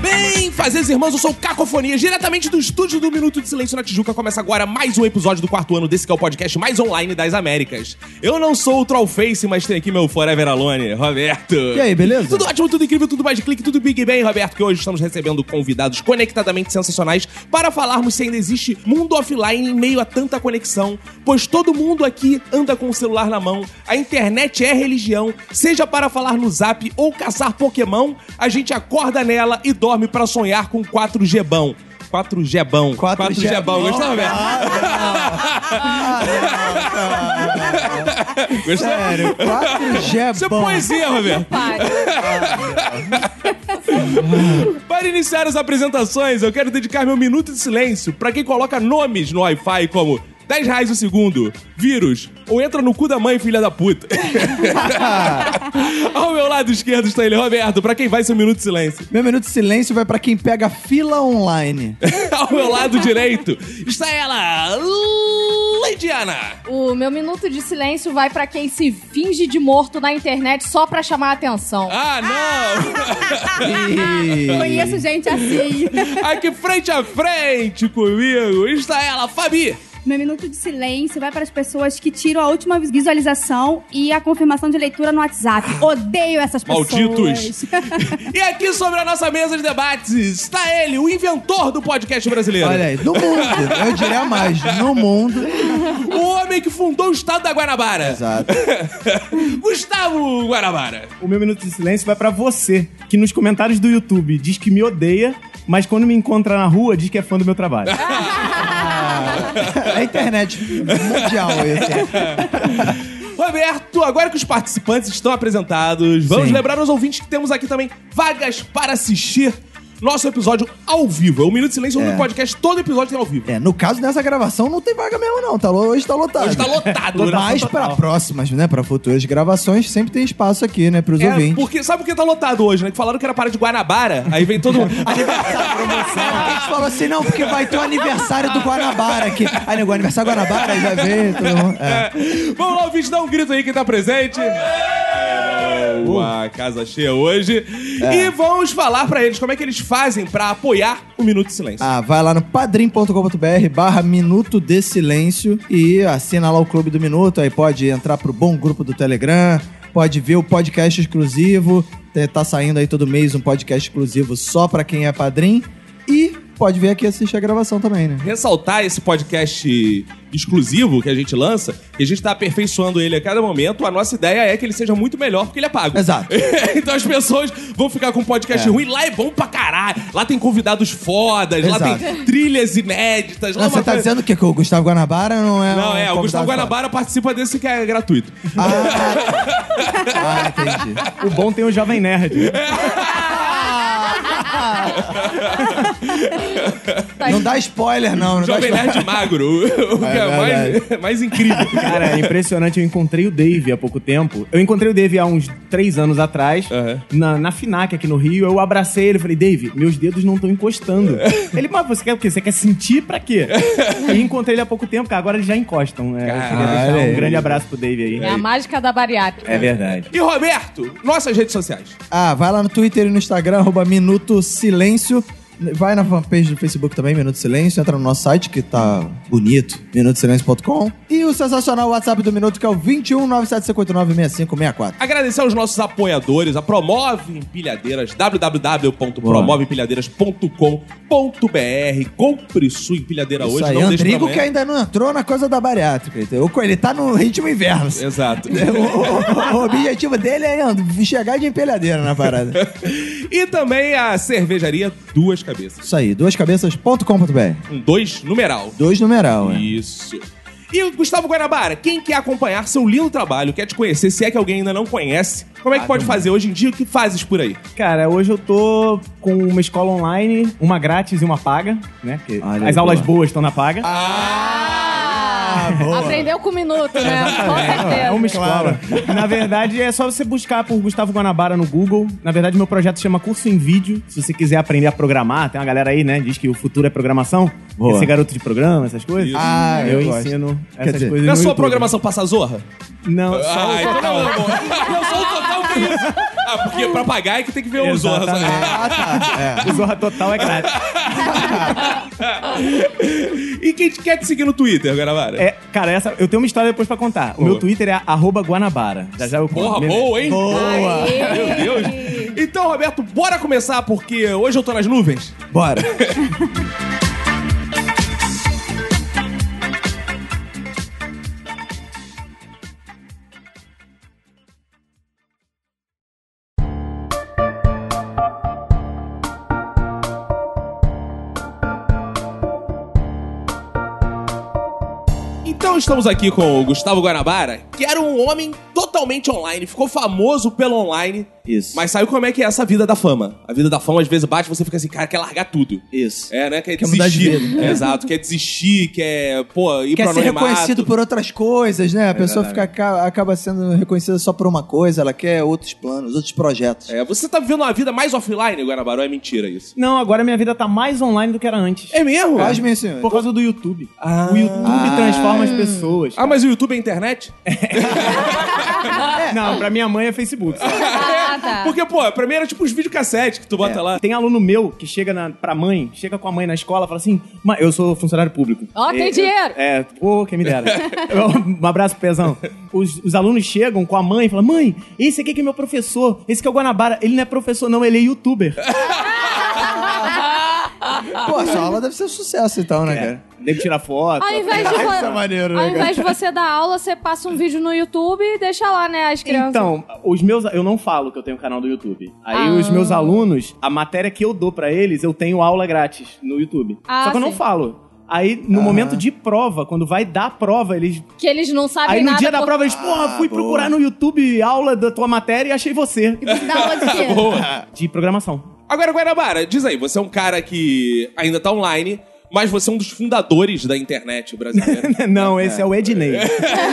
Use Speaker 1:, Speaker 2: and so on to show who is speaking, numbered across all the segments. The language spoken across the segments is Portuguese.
Speaker 1: Bem, fazeres irmãos, eu sou o Cacofonia, diretamente do estúdio do Minuto de Silêncio na Tijuca. Começa agora mais um episódio do quarto ano desse que é o podcast mais online das Américas. Eu não sou o Trollface, mas tenho aqui meu Forever Alone, Roberto. E
Speaker 2: aí, beleza?
Speaker 1: Tudo ótimo, tudo incrível, tudo mais de clique, tudo Big Bang, Roberto, que hoje estamos recebendo convidados conectadamente sensacionais para falarmos se ainda existe mundo offline em meio a tanta conexão, pois todo mundo aqui anda com o celular na mão, a internet é religião, seja para falar no zap ou caçar Pokémon, a gente acorda nela e dorme para sonhar com 4G bão. 4G bão.
Speaker 2: 4G
Speaker 1: 4G bão. Gostou, Roberto?
Speaker 2: Ah,
Speaker 1: Gostou?
Speaker 2: Sério, 4G é
Speaker 1: Isso é
Speaker 2: bom.
Speaker 1: poesia, Roberto. Para iniciar as apresentações, eu quero dedicar meu minuto de silêncio para quem coloca nomes no Wi-Fi como 10 reais o segundo, vírus, ou entra no cu da mãe, filha da puta. Ao meu lado esquerdo está ele, Roberto, para quem vai seu minuto de silêncio.
Speaker 2: Meu minuto de silêncio vai pra quem pega fila online.
Speaker 1: Ao meu lado direito está ela, Leidiana.
Speaker 3: O meu minuto de silêncio vai pra quem se finge de morto na internet só pra chamar a atenção.
Speaker 1: Ah, não!
Speaker 2: E...
Speaker 3: Conheço gente assim.
Speaker 1: Aqui frente a frente comigo está ela, Fabi.
Speaker 4: Meu minuto de silêncio vai para as pessoas que tiram a última visualização e a confirmação de leitura no WhatsApp. Odeio essas pessoas.
Speaker 1: Malditos. e aqui sobre a nossa mesa de debates está ele, o inventor do podcast brasileiro.
Speaker 2: Olha aí, no mundo, eu diria mais, no mundo.
Speaker 1: O homem que fundou o estado da Guanabara.
Speaker 2: Exato.
Speaker 1: Gustavo Guanabara.
Speaker 5: O meu minuto de silêncio vai pra você, que nos comentários do YouTube diz que me odeia, mas quando me encontra na rua diz que é fã do meu trabalho.
Speaker 2: É internet mundial esse.
Speaker 1: Roberto, agora que os participantes estão apresentados, vamos
Speaker 2: Sim.
Speaker 1: lembrar aos ouvintes que temos aqui também vagas para assistir nosso episódio ao vivo. É o Minuto de Silêncio, é.
Speaker 2: É.
Speaker 1: o podcast, todo episódio tem ao vivo.
Speaker 2: É, no caso dessa gravação não tem vaga mesmo não, tá, lo- hoje tá lotado.
Speaker 1: Hoje tá lotado.
Speaker 2: Mas pra próximas, né, pra futuras gravações sempre tem espaço aqui, né, pros
Speaker 1: É,
Speaker 2: ouvintes.
Speaker 1: porque, sabe por que tá lotado hoje, né? Que falaram que era para de Guanabara, aí vem todo mundo.
Speaker 2: A gente falou assim, não, porque vai ter o aniversário do Guanabara aqui. Aí, negócio, aniversário do Guanabara, aí vai ver, todo mundo. É.
Speaker 1: Vamos lá, ouvinte, dá um grito aí quem tá presente. Boa, casa cheia hoje.
Speaker 2: É.
Speaker 1: E vamos falar pra eles como é que eles fazem pra apoiar o Minuto de Silêncio.
Speaker 2: Ah, vai lá no padrim.com.br barra Minuto de Silêncio e assina lá o Clube do Minuto, aí pode entrar pro bom grupo do Telegram, pode ver o podcast exclusivo, te- tá saindo aí todo mês um podcast exclusivo só pra quem é padrim e pode ver aqui e assistir a gravação também, né?
Speaker 1: Ressaltar esse podcast exclusivo que a gente lança, que a gente tá aperfeiçoando ele a cada momento. A nossa ideia é que ele seja muito melhor porque ele é pago.
Speaker 2: Exato.
Speaker 1: então as pessoas vão ficar com um podcast ruim. Lá é bom pra caralho. Lá tem convidados fodas, lá
Speaker 2: Exato.
Speaker 1: tem trilhas inéditas. lá é
Speaker 2: Ah,
Speaker 1: uma
Speaker 2: você tá
Speaker 1: coisa-
Speaker 2: dizendo que, que o Gustavo Guanabara não é
Speaker 1: Não,
Speaker 2: um
Speaker 1: é, o Gustavo
Speaker 2: convidado
Speaker 1: Guanabara participa desse que é gratuito.
Speaker 2: fora? Ah, entendi.
Speaker 5: O bom tem o Jovem Nerd. né?
Speaker 3: Tá
Speaker 2: Não dá spoiler, não. não dá
Speaker 1: Jovem
Speaker 2: spoiler.
Speaker 1: Nerd magro, o que é, mais, mais incrível.
Speaker 5: Cara, é impressionante. Eu encontrei o Dave há pouco tempo. Eu encontrei o Dave há uns três anos atrás,
Speaker 1: Aham.
Speaker 5: na, na FINAC aqui no Rio. Eu abracei ele e falei, Dave, meus dedos não estão encostando.
Speaker 2: É.
Speaker 5: ele, mas você quer o quê? Você quer sentir pra quê? e encontrei ele há pouco tempo, cara. Agora eles já encostam. É, eu queria
Speaker 2: Caralho.
Speaker 5: deixar um grande abraço pro Dave aí.
Speaker 3: É a mágica da bariátrica.
Speaker 5: É verdade.
Speaker 1: E Roberto, nossas redes sociais.
Speaker 2: Ah, vai lá no Twitter e no Instagram, arroba Minuto Silêncio. Vai na fanpage do Facebook também, Minuto Silêncio. Entra no nosso site, que tá bonito, minutosilêncio.com. E o sensacional WhatsApp do Minuto, que é o 21 6564
Speaker 1: Agradecer aos nossos apoiadores, a Promove Empilhadeiras, www.promoveempilhadeiras.com.br. Compre sua empilhadeira
Speaker 2: Isso
Speaker 1: hoje,
Speaker 2: aí,
Speaker 1: não deixe pra
Speaker 2: Andrigo
Speaker 1: amanhã.
Speaker 2: que ainda não entrou na coisa da bariátrica, entendeu? Ele tá no ritmo inverno.
Speaker 1: Exato.
Speaker 2: É o, o- o objetivo dele é and- chegar de empelhadeira na parada.
Speaker 1: e também a cervejaria Duas Cabeças.
Speaker 2: Isso aí, duascabeças.com.br.
Speaker 1: Um dois numeral.
Speaker 2: Dois numeral, né?
Speaker 1: Isso. E o Gustavo Guanabara, quem quer acompanhar seu lindo trabalho, quer te conhecer, se é que alguém ainda não conhece, como é
Speaker 2: Ah,
Speaker 1: que pode fazer hoje em dia? O que fazes por aí?
Speaker 5: Cara, hoje eu tô com uma escola online, uma grátis e uma paga, né? Porque
Speaker 2: Olha aí,
Speaker 5: as aulas
Speaker 2: boa.
Speaker 5: boas estão na paga.
Speaker 3: Ah, aprendeu com o minuto, né? Com certeza.
Speaker 5: É uma escola. Na verdade, é só você buscar por Gustavo Guanabara no Google. Na verdade, meu projeto chama Curso em Vídeo. Se você quiser aprender a programar, tem uma galera aí, né? Diz que o futuro é programação.
Speaker 2: Boa.
Speaker 5: Quer ser garoto de programa, essas coisas.
Speaker 1: Isso.
Speaker 2: Ah, eu
Speaker 5: eu,
Speaker 2: gosto.
Speaker 5: ensino
Speaker 2: Quer
Speaker 5: essas
Speaker 2: dizer,
Speaker 5: coisas.
Speaker 1: Na
Speaker 5: no
Speaker 1: sua
Speaker 5: YouTube.
Speaker 1: é programação passa zorra?
Speaker 5: Não, só o
Speaker 1: ah, então não, amor. Não, só o total que é isso. Ah, porque pra pagar é que tem que ver o zorra. sabe?
Speaker 5: Exatamente.
Speaker 2: Ah, tá. É.
Speaker 5: O Zorra Total é grátis.
Speaker 1: E quem te- quer te seguir no Twitter, Guanabara?
Speaker 5: É, cara, essa, eu tenho uma história depois pra contar. O meu
Speaker 1: Boa.
Speaker 5: Twitter é arroba Guanabara. Já já eu conto.
Speaker 1: Porra,
Speaker 5: Beleza?
Speaker 1: boa, hein?
Speaker 2: Boa!
Speaker 1: Meu Deus. Então, Roberto, bora começar, porque hoje eu tô nas nuvens.
Speaker 2: Bora!
Speaker 1: Então estamos aqui com o Gustavo Guanabara, que era um homem totalmente online, ficou famoso pelo online,
Speaker 2: Isso.
Speaker 1: mas sabe como é que é essa vida da fama? A vida da fama, às vezes, bate e você fica assim, cara, quer largar tudo.
Speaker 2: Isso.
Speaker 1: É, né? Quer,
Speaker 2: Quer mudar de
Speaker 1: desistir.
Speaker 2: vida, né?
Speaker 1: Exato, quer desistir, quer, pô, ir
Speaker 2: Quer
Speaker 1: pro
Speaker 2: ser
Speaker 1: anonimato.
Speaker 2: reconhecido por outras coisas, né? A pessoa fica, aca- acaba sendo reconhecida só por uma coisa, ela quer outros planos, outros projetos.
Speaker 1: É, você tá vivendo uma vida mais offline, Guanabara, ou é mentira isso?
Speaker 5: Não, agora minha vida tá mais online do que era antes.
Speaker 1: É mesmo?
Speaker 2: Faz, meu senhor.
Speaker 5: Por causa do YouTube.
Speaker 1: Ah.
Speaker 5: O YouTube
Speaker 2: então Ah.
Speaker 5: transforma as pessoas.
Speaker 1: Ah, mas o YouTube é internet?
Speaker 2: Ah,
Speaker 5: Não, pra minha mãe é Facebook. sabe?
Speaker 3: Ah, tá.
Speaker 1: Porque, pô, primeiro é tipo uns videocassete que tu
Speaker 2: É.
Speaker 1: bota lá.
Speaker 5: Tem aluno meu que chega na, pra mãe, chega com a mãe na escola e fala assim: "Ma, eu sou funcionário público.
Speaker 3: Ó, tem
Speaker 5: É,
Speaker 3: dinheiro.
Speaker 5: É, pô, quem me dera. um abraço, pezão. Os, os alunos chegam com a mãe e falam: mãe, esse aqui que é meu professor, esse que é o Guanabara. Ele não é professor, não, ele é youtuber.
Speaker 2: Pô, essa aula deve ser um sucesso então, né,
Speaker 5: É,
Speaker 2: cara?
Speaker 5: nego tira foto.
Speaker 3: Ao invés, de, vo-
Speaker 2: Isso é maneiro, né,
Speaker 3: ao
Speaker 2: cara?
Speaker 3: invés de você dar aula, você passa um vídeo no YouTube e deixa lá, né, as crianças.
Speaker 5: Então, os meus. Eu não falo que eu tenho canal do YouTube. Aí
Speaker 3: Ah.
Speaker 5: os meus alunos, a matéria que eu dou pra eles, eu tenho aula grátis no YouTube.
Speaker 3: Ah,
Speaker 5: Só que eu não
Speaker 3: sim.
Speaker 5: falo. Aí, no
Speaker 2: Aham.
Speaker 5: momento de prova, quando vai dar a prova, eles.
Speaker 3: que eles não sabem
Speaker 5: Aí no
Speaker 3: Ah, nada.
Speaker 5: dia da
Speaker 3: por-
Speaker 5: prova, eles, porra, fui
Speaker 2: boa.
Speaker 5: procurar no YouTube aula da tua matéria e achei você.
Speaker 4: Da onde que é?
Speaker 1: Boa.
Speaker 5: De programação.
Speaker 1: Agora, Guanabara, diz aí, você é um cara que ainda tá online, mas você é um dos fundadores da internet brasileira.
Speaker 5: Não, esse é o Ednei.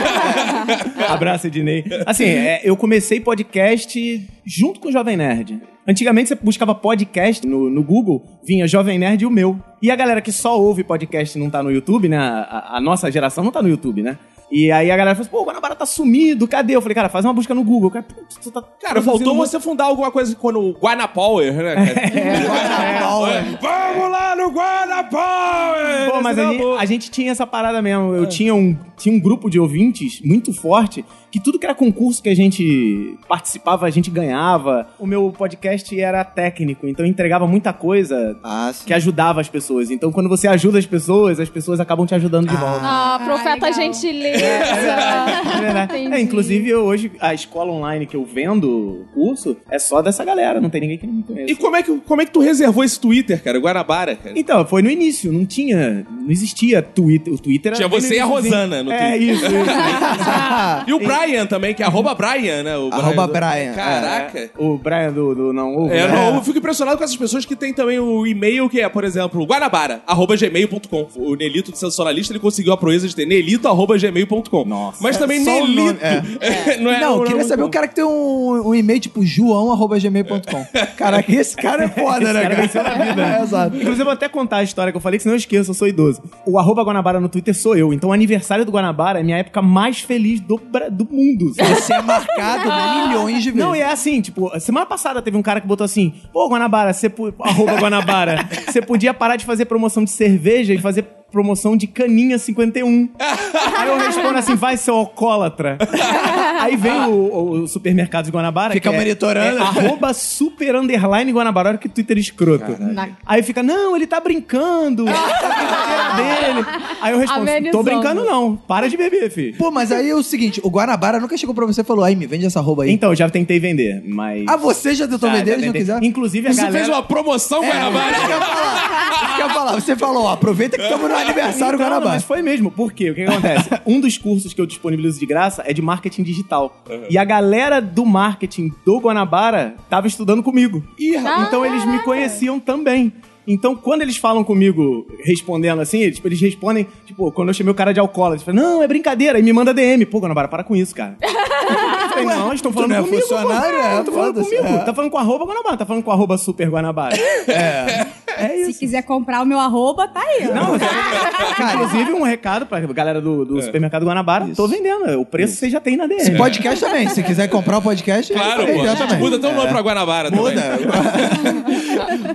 Speaker 5: Abraço, Ednei. Assim, é, eu comecei podcast junto com o Jovem Nerd. Antigamente você buscava podcast no, no Google, vinha Jovem Nerd e o meu. E a galera que só ouve podcast e não tá no YouTube, né? A, a- a nossa geração não tá no YouTube, né? E aí a galera falou assim, pô, o Guanabara tá sumido, cadê? Eu falei, cara, faz uma busca no Google. Cara, putz, tu tá
Speaker 1: Cara, faltou você fundar alguma coisa quando o Guanapower, né? cara?
Speaker 2: Aula.
Speaker 1: Vamos lá no Guanapower!
Speaker 5: Pô, mas
Speaker 1: Esse
Speaker 5: a
Speaker 1: é
Speaker 5: gente,
Speaker 1: bom.
Speaker 5: a gente tinha essa parada mesmo. Eu tinha, um, tinha um grupo de ouvintes muito forte que tudo que era concurso que a gente participava, a gente ganhava. O meu podcast era técnico, então entregava muita coisa
Speaker 2: Ah, sim.
Speaker 5: que ajudava as pessoas. Então quando você ajuda as pessoas, as pessoas acabam te ajudando de volta.
Speaker 3: Ah, profeta
Speaker 4: legal.
Speaker 3: gentileza.
Speaker 5: É verdade.
Speaker 3: Entendi.
Speaker 5: É, inclusive, eu hoje, a escola online que eu vendo curso é só dessa galera, não tem ninguém que me conhece.
Speaker 1: E como é, que, como é que tu reservou esse Twitter, cara? Guanabara, cara?
Speaker 5: Então, foi no início, não tinha. Não existia Twitter. O Twitter era
Speaker 1: Tinha
Speaker 5: bem no
Speaker 1: você e a
Speaker 5: iniciozinho.
Speaker 1: Rosana no
Speaker 5: É
Speaker 1: Twitter.
Speaker 5: isso, isso.
Speaker 1: E o Brian também, que é arroba Brian, né? O
Speaker 2: Arroba Brian,
Speaker 1: Caraca.
Speaker 5: o Brian do, do Não Ovo.
Speaker 1: É,
Speaker 5: né?
Speaker 1: não, eu fico impressionado com essas pessoas que tem também o e-mail que é, por exemplo, guanabara@gmail.com. O Nelito do Sensacionalista, ele conseguiu a proeza de ter nelito@gmail.com.
Speaker 5: Nossa.
Speaker 1: Mas também
Speaker 2: Só o
Speaker 1: Nelito.
Speaker 2: nome, é.
Speaker 1: não é
Speaker 2: não,
Speaker 1: não,
Speaker 2: queria
Speaker 1: não-
Speaker 2: saber um cara que tem um, um e-mail tipo joão.gmail.com. Caraca, esse cara é foda, né, cara?
Speaker 5: venceu na vida, né?
Speaker 2: É, exato.
Speaker 5: Inclusive, eu vou até contar a história que eu falei, que senão eu esqueço, eu sou idoso. O arroba Guanabara no Twitter sou eu. Então, o aniversário do Guanabara é minha época mais feliz do, Bra- do mundo. sabe?
Speaker 2: Você é marcado milhões de vezes.
Speaker 5: Não, e é assim, tipo, semana passada teve um cara que botou assim, pô, Guanabara, você po- arroba Guanabara, você podia parar de fazer promoção de cerveja e fazer promoção de caninha 51. Aí eu respondo assim, vai, seu alcoólatra. Aí vem o, o- o supermercado de Guanabara.
Speaker 2: Fica
Speaker 5: que é-
Speaker 2: monitorando.
Speaker 5: É, arroba super underline Guanabara, olha que Twitter escroto.
Speaker 3: Na-
Speaker 5: Aí fica, não, ele tá brincando. tá brincadeira dele. Aí eu respondo, assim,
Speaker 3: Amenizando.
Speaker 5: tô brincando não, para de beber, filho.
Speaker 2: Pô, mas aí é o seguinte, o Guanabara nunca chegou pra você e falou, aí me vende essa roupa aí.
Speaker 5: Então, eu já tentei vender, mas...
Speaker 2: ah, você já tentou
Speaker 5: Então, Já,
Speaker 2: vender,
Speaker 5: já
Speaker 2: eles não
Speaker 5: tentei.
Speaker 2: quiseram?
Speaker 5: Inclusive, a
Speaker 1: Você
Speaker 5: galera...
Speaker 1: fez uma promoção,
Speaker 2: É, isso
Speaker 1: Guanabara?
Speaker 2: que eu ia falar. Isso que eu ia falar. Você falou, ó, aproveita que estamos na aniversário
Speaker 5: Então,
Speaker 2: Guanabara.
Speaker 5: Mas foi mesmo. Por quê? O que, que acontece? um dos cursos que eu disponibilizo de graça é de marketing digital. E a galera do marketing do Guanabara tava estudando comigo. então eles me conheciam também. Então, quando eles falam comigo, respondendo assim, eles, eles respondem, tipo, quando eu chamei o cara de alcoólatra, eles falam, não, é brincadeira, e me manda DM. Pô, Guanabara, para com isso, cara. Eu falei, não, eles estão falando
Speaker 2: não é
Speaker 5: comigo.
Speaker 2: funcionário,
Speaker 5: pô.
Speaker 2: é,
Speaker 5: Estão falando
Speaker 2: foda-se,
Speaker 5: comigo.
Speaker 2: é.
Speaker 5: Tá falando com arroba Guanabara, tá falando com arroba super Guanabara.
Speaker 1: É
Speaker 4: Se quiser comprar o meu arroba, tá aí. ó.
Speaker 5: Não, cara, inclusive um recado pra galera do,
Speaker 1: É.
Speaker 5: do supermercado Guanabara. Tô vendendo. é, O preço você já tem na DM.
Speaker 2: Esse podcast também. Se quiser comprar o podcast,
Speaker 1: Claro,
Speaker 2: ele
Speaker 1: pô. A gente
Speaker 2: também.
Speaker 1: muda até o nome pra Guanabara também.
Speaker 2: Muda.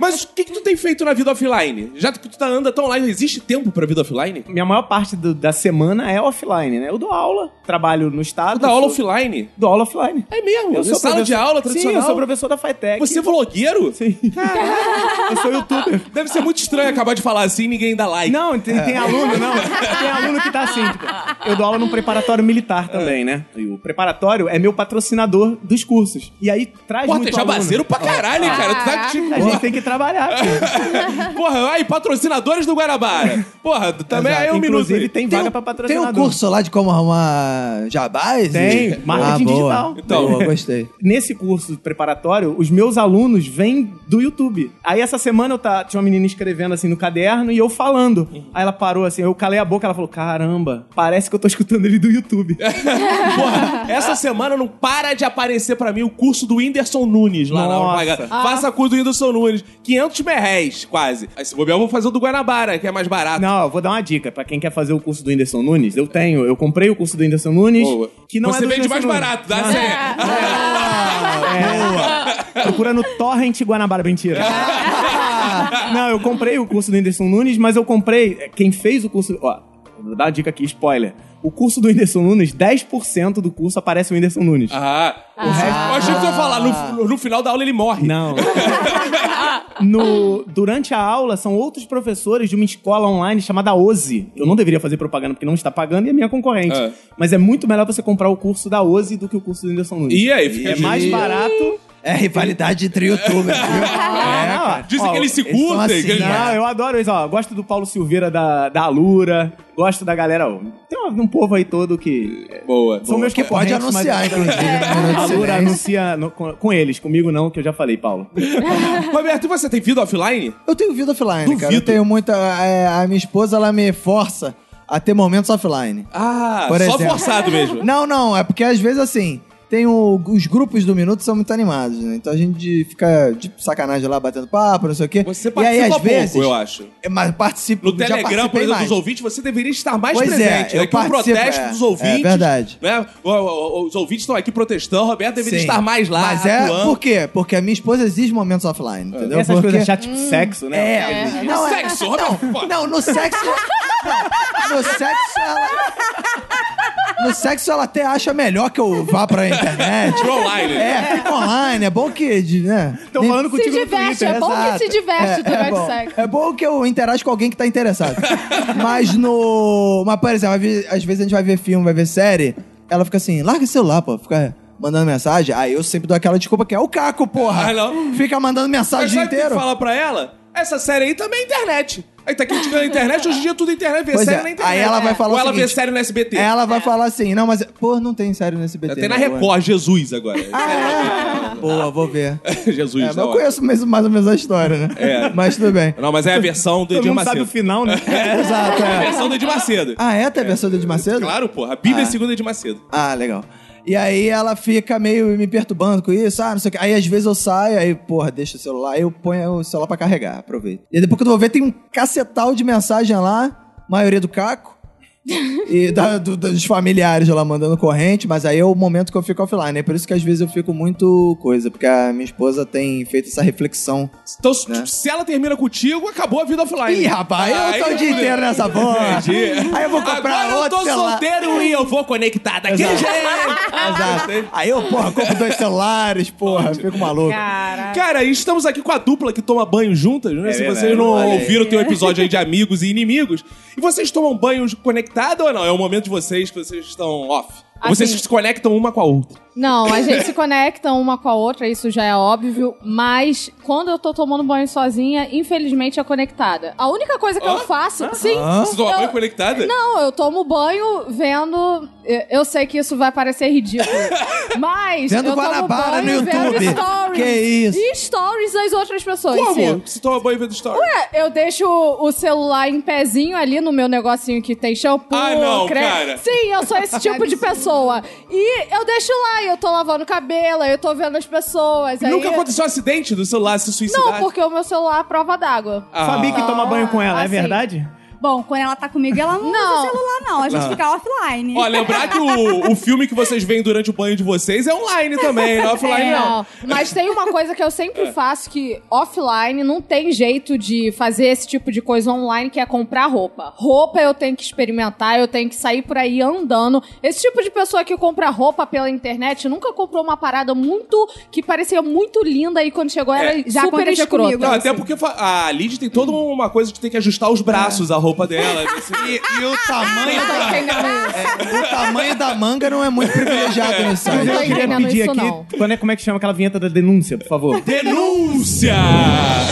Speaker 1: Mas o que, que tu tem feito na vida offline? Já que tu tá anda tão online, existe tempo pra vida offline?
Speaker 5: Minha maior parte do- da semana é offline, né? Eu dou aula, trabalho no estado.
Speaker 1: Tu dá aula
Speaker 5: sou-
Speaker 1: offline?
Speaker 5: Dou aula offline.
Speaker 1: É mesmo?
Speaker 5: Eu
Speaker 1: Eu
Speaker 5: sou
Speaker 1: sala de
Speaker 5: professor-
Speaker 1: aula
Speaker 5: Sim, eu
Speaker 1: tradicional?
Speaker 5: sou professor da FITEC.
Speaker 1: Você é vlogueiro?
Speaker 5: Sim. eu sou youtuber.
Speaker 1: Deve ser muito estranho acabar de falar assim e ninguém dá like.
Speaker 5: Não, tem,
Speaker 1: É.
Speaker 5: tem aluno, não. Tem aluno que tá assim. tipo, eu dou aula num preparatório
Speaker 1: É.
Speaker 5: militar também, né? E o preparatório é meu patrocinador dos cursos. E aí traz
Speaker 1: Porra, tu é
Speaker 5: muito aluno.
Speaker 1: jabazeiro pra É, caralho, hein, cara. Tu tá te-
Speaker 5: A gente tem que trabalhar. cara.
Speaker 1: Porra, aí, patrocinadores do Guarabara. Porra, também aí é um minuto.
Speaker 5: Inclusive,
Speaker 1: aí.
Speaker 5: tem
Speaker 2: Tem
Speaker 5: vaga
Speaker 2: um-
Speaker 5: pra
Speaker 2: Tem
Speaker 5: patrocinador.
Speaker 2: um curso lá de como arrumar jabás?
Speaker 5: Tem,
Speaker 2: E- Ah,
Speaker 5: marketing
Speaker 2: boa.
Speaker 5: digital.
Speaker 1: Então.
Speaker 2: Boa, gostei.
Speaker 5: Nesse curso preparatório, os meus alunos vêm do YouTube. Aí essa semana eu tá, tinha uma menina escrevendo assim no caderno e eu falando.
Speaker 1: Uhum.
Speaker 5: Aí ela parou assim, eu calei a boca, ela falou: "Caramba, parece que eu tô escutando ele do YouTube".
Speaker 1: Porra, essa semana não para de aparecer pra mim o curso do Whindersson Nunes lá na
Speaker 5: Nossa.
Speaker 1: propaganda. Faça curso do Whindersson Nunes. 500 merréis, quase. Aí se bobear, eu vou fazer o do Guanabara, que é mais barato.
Speaker 5: Não, eu vou dar uma dica pra quem quer fazer o curso do Whindersson Nunes. Eu tenho, eu comprei o curso do Whindersson Nunes,
Speaker 1: Boa.
Speaker 5: que não é
Speaker 1: Você
Speaker 5: do
Speaker 1: vende
Speaker 5: Whindersson
Speaker 1: mais
Speaker 5: Nunes.
Speaker 1: barato, dá
Speaker 5: Não,
Speaker 1: certo.
Speaker 5: É. Procura no Torrent Guanabara, mentira.
Speaker 1: Ah.
Speaker 5: Não, eu comprei o curso do Whindersson Nunes, mas eu comprei. é, Quem fez o curso. Ó, vou dar uma dica aqui, spoiler. O curso do Whindersson Nunes, 10% do curso aparece o Whindersson Nunes.
Speaker 1: Ah, o resto- eu achei que você ia falar, no, no final da aula ele morre.
Speaker 5: Não. No- durante a aula, são outros professores de uma escola online chamada OSE. Eu não deveria fazer propaganda porque não está pagando e é minha concorrente.
Speaker 1: É.
Speaker 5: Mas é muito melhor você comprar o curso da OSE do que o curso do Whindersson Nunes.
Speaker 1: E aí, fica
Speaker 5: é
Speaker 1: justo.
Speaker 5: mais barato.
Speaker 2: É rivalidade entre youtubers, viu? É,
Speaker 5: não,
Speaker 2: cara.
Speaker 1: Dizem
Speaker 5: Ó,
Speaker 1: que eles se
Speaker 2: eles são
Speaker 1: curtem.
Speaker 2: assim,
Speaker 1: que eles-
Speaker 5: Não, eu adoro eles, ó. Gosto do Paulo Silveira da, da Alura. Gosto da galera. ó, Tem um, um povo aí todo que. é,
Speaker 1: Boa.
Speaker 5: São meus
Speaker 2: Que pode
Speaker 5: concorrentes, mas-
Speaker 2: anunciar, inclusive, né? no
Speaker 5: A
Speaker 2: Minuto de
Speaker 5: Alura
Speaker 2: Silêncio.
Speaker 5: anuncia no- com, com eles, comigo não, que eu já falei, Paulo.
Speaker 1: Roberto, e você tem vida offline?
Speaker 2: Eu tenho vida offline, cara. Eu
Speaker 1: Duvido.
Speaker 2: tenho muita. é, a minha esposa, ela me força a ter momentos offline.
Speaker 1: Ah,
Speaker 2: Por
Speaker 1: só
Speaker 2: exemplo.
Speaker 1: forçado mesmo.
Speaker 2: Não, não, é porque às vezes assim. Tem o- os grupos do Minuto são muito animados, né? Então a gente fica de sacanagem lá batendo papo, não sei o quê.
Speaker 1: Você
Speaker 2: e aí,
Speaker 1: participa
Speaker 2: às
Speaker 1: pouco,
Speaker 2: vezes.
Speaker 1: eu acho.
Speaker 2: É, Mas eu participo
Speaker 1: No
Speaker 2: já
Speaker 1: Telegram, por
Speaker 2: participei
Speaker 1: exemplo,
Speaker 2: mais.
Speaker 1: dos ouvintes, você deveria estar mais
Speaker 2: Pois é,
Speaker 1: presente.
Speaker 2: eu
Speaker 1: né? Que é um
Speaker 2: participo,
Speaker 1: protesto
Speaker 2: é.
Speaker 1: dos ouvintes.
Speaker 2: É verdade.
Speaker 1: né? O- o- o- Os ouvintes estão aqui protestando, Roberto deveria
Speaker 2: Sim.
Speaker 1: estar mais lá.
Speaker 2: Mas é
Speaker 1: atuando. É.
Speaker 2: por quê? Porque a minha esposa exige momentos offline, entendeu?
Speaker 5: Essas
Speaker 2: Porque... hum,
Speaker 5: coisas chatas, tipo sexo, né?
Speaker 2: É, não, é-
Speaker 1: Sexo, Roberto, pô.
Speaker 2: não, não, no sexo. não, no sexo ela. No sexo ela até acha melhor que eu vá pra internet.
Speaker 1: Pro online.
Speaker 2: É, fica online, é bom que. de- Né?
Speaker 5: Tô
Speaker 2: Nem-
Speaker 5: falando
Speaker 3: Se
Speaker 5: contigo no
Speaker 3: diverte,
Speaker 5: Twitter.
Speaker 3: é bom que
Speaker 2: Exato.
Speaker 3: se diverte durante o
Speaker 2: bom.
Speaker 3: sexo.
Speaker 2: É bom que eu interajo com alguém que tá interessado. mas no. Mas, por exemplo, às ve- às vezes a gente vai ver filme, vai ver série, ela fica assim, larga o celular, pô, fica mandando mensagem. Aí eu sempre dou aquela desculpa que é o Caco, porra.
Speaker 1: Ah, não.
Speaker 2: Fica mandando mensagem
Speaker 1: Mas
Speaker 2: o dia
Speaker 1: sabe o que
Speaker 2: inteiro.
Speaker 1: fala pra ela? Essa série aí também é internet. Aí tá criticando a internet, hoje em dia tudo é internet, vê
Speaker 2: Pois
Speaker 1: série
Speaker 2: é,
Speaker 1: na internet.
Speaker 2: aí ela vai falar
Speaker 1: Ou
Speaker 2: o
Speaker 1: ela vê
Speaker 2: seguinte,
Speaker 1: série no SBT.
Speaker 2: Ela vai falar assim, não, mas. Pô, não tem série nesse BT.
Speaker 1: Tem na
Speaker 2: né, boa.
Speaker 1: Record, Jesus agora.
Speaker 2: Ah, é? Boa, vou ver.
Speaker 1: Jesus,
Speaker 2: É, mas
Speaker 1: tá
Speaker 2: eu
Speaker 1: ótimo.
Speaker 2: conheço mesmo, mais ou menos a história, né?
Speaker 1: É.
Speaker 2: Mas tudo bem.
Speaker 1: Não, mas é a versão do
Speaker 5: Todo
Speaker 1: Edir
Speaker 5: mundo sabe o
Speaker 1: Macedo.
Speaker 5: final, né?
Speaker 2: Exato,
Speaker 1: A
Speaker 2: é.
Speaker 1: versão do Edir Macedo.
Speaker 2: Ah, é? Tem a versão do Edir Macedo?
Speaker 1: Claro, porra. A Bíblia
Speaker 2: Ah.
Speaker 1: segundo Edir Macedo.
Speaker 2: Ah, legal. E aí ela fica meio me perturbando com isso, ah, não sei o que. Aí às vezes eu saio, aí, porra, deixa o celular, aí eu ponho o celular pra carregar, aproveito. E aí, depois que eu vou ver, tem um cacetal de mensagem lá, maioria do caco. e da- do- dos familiares lá mandando corrente, mas aí é o momento que eu fico offline. É por isso que às vezes eu fico muito coisa, porque a minha esposa tem feito essa reflexão.
Speaker 1: Então, se-
Speaker 2: Né?
Speaker 1: se ela termina contigo, acabou a vida offline.
Speaker 2: Ih, rapaz, eu tô
Speaker 1: Aí-
Speaker 2: o dia inteiro nessa porra.
Speaker 1: Entendi.
Speaker 2: Aí eu vou comprar
Speaker 1: Agora eu
Speaker 2: outro
Speaker 1: tô
Speaker 2: celular.
Speaker 1: solteiro e eu vou conectar daquele
Speaker 2: Exato.
Speaker 1: jeito.
Speaker 2: Exato. ah, Aí eu, porra, compro dois celulares, porra, fico maluco.
Speaker 1: Cara, e estamos aqui com a dupla que toma banho juntas, né? Se
Speaker 5: verdade.
Speaker 1: vocês não
Speaker 2: É Olha aí.
Speaker 1: ouviram, tem um episódio aí de amigos e inimigos. E vocês tomam banho conectado ou não? É o momento de vocês que vocês estão off. Ou Vocês
Speaker 3: Assim.
Speaker 1: se conectam uma com a outra.
Speaker 3: Não, a gente se conecta uma com a outra, isso já é óbvio. Mas quando eu tô tomando banho sozinha, infelizmente é conectada. A única coisa que eu faço. Sim.
Speaker 1: Você toma banho conectada?
Speaker 3: Não, eu tomo banho vendo. eu- Eu sei que isso vai parecer ridículo. Mas.
Speaker 2: Vendo
Speaker 3: eu tomo
Speaker 2: Guanabara
Speaker 3: banho
Speaker 2: no YouTube.
Speaker 3: Vendo stories.
Speaker 2: Que isso?
Speaker 3: E stories das outras pessoas.
Speaker 1: Como?
Speaker 3: Sim.
Speaker 1: Você toma banho vendo história?
Speaker 3: Eu deixo o celular em pezinho ali no meu negocinho que tem shampoo.
Speaker 1: Ah, não, cara.
Speaker 3: Sim, eu sou esse tipo de pessoa. E eu deixo lá, eu tô lavando o cabelo, eu tô vendo as pessoas. aí- é
Speaker 1: Nunca aconteceu né? um acidente do celular se suicidar?
Speaker 3: Não, porque o meu celular é prova d'água.
Speaker 1: Ah.
Speaker 5: Sabia que toma banho com ela, é
Speaker 3: assim.
Speaker 5: verdade?
Speaker 4: Bom, quando ela tá comigo, ela não,
Speaker 3: Não.
Speaker 4: usa o celular, não. A gente
Speaker 1: Não.
Speaker 4: fica offline.
Speaker 1: Ó, lembrar que o, o filme que vocês veem durante o banho de vocês é online também, não é offline
Speaker 3: É,
Speaker 1: não. É.
Speaker 3: Mas tem uma coisa que eu sempre faço que offline não tem jeito de fazer esse tipo de coisa online, que é comprar roupa. Roupa eu tenho que experimentar, eu tenho que sair por aí andando. Esse tipo de pessoa que compra roupa pela internet nunca comprou uma parada muito que parecia muito linda e quando chegou era
Speaker 4: Já
Speaker 3: super
Speaker 4: aconteceu
Speaker 3: escrota.
Speaker 4: comigo.
Speaker 1: É, Não, até porque fa- a Lid tem toda uma coisa de ter que ajustar os braços, a roupa dela. Assim,
Speaker 2: E, e o tamanho
Speaker 3: Eu Ah, não tô
Speaker 2: da...
Speaker 3: Tá entendendo isso.
Speaker 2: é, o tamanho da manga não é muito privilegiado nesse
Speaker 3: Não
Speaker 2: site.
Speaker 3: tô
Speaker 5: Eu queria
Speaker 3: entendendo
Speaker 5: pedir
Speaker 3: isso,
Speaker 5: aqui.
Speaker 3: não.
Speaker 5: Quando é, como é que chama aquela vinheta da denúncia, por favor?
Speaker 1: Denúncia!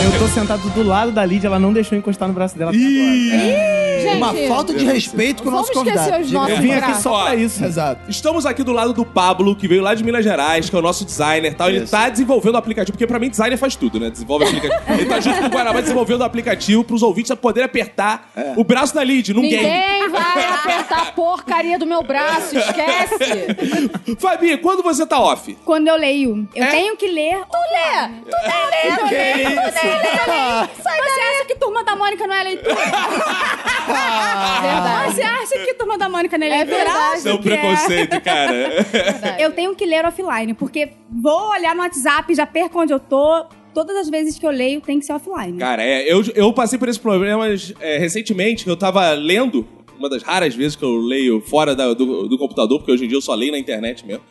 Speaker 5: Eu tô sentado do lado da Lídia, ela não deixou encostar no braço dela. até agora.
Speaker 3: Gente,
Speaker 2: Uma falta de respeito com o
Speaker 3: vamos
Speaker 2: nosso convidado.
Speaker 3: esquecer os
Speaker 2: Diga-
Speaker 3: nossos
Speaker 5: Eu vim aqui
Speaker 3: braços.
Speaker 5: só pra
Speaker 1: É
Speaker 5: isso.
Speaker 2: Exato.
Speaker 1: Estamos aqui do lado do Pablo, que veio lá de Minas Gerais, que é o nosso designer e tal. Ele tá desenvolvendo o aplicativo, porque pra mim designer faz tudo, né? Desenvolve aplicativo. Ele tá junto com o Guarabá desenvolvendo o aplicativo pros ouvintes poderem apertar o braço da Lid num game.
Speaker 3: Ninguém vai apertar a porcaria do meu braço, esquece!
Speaker 1: Fabi, quando você tá off?
Speaker 4: Quando eu leio, eu
Speaker 1: É?
Speaker 4: tenho que ler. Tu lê!
Speaker 3: É,
Speaker 4: Tu lê, tu lê, tu lê, tu lê. Você acha que Turma da Mônica não é leitura?
Speaker 3: Verdade.
Speaker 4: Você acha que Turma da Mônica não é leitura?
Speaker 3: Ah. verdade.
Speaker 1: Seu
Speaker 4: Acho que é.
Speaker 1: preconceito, cara.
Speaker 4: Eu tenho que ler offline, porque vou olhar no WhatsApp, já perco onde eu tô. Todas as vezes que eu leio, tem que ser offline.
Speaker 1: Cara, é, eu, eu passei por esses problemas é, recentemente, que eu tava lendo, uma das raras vezes que eu leio fora da- do, do computador, porque hoje em dia eu só leio na internet mesmo.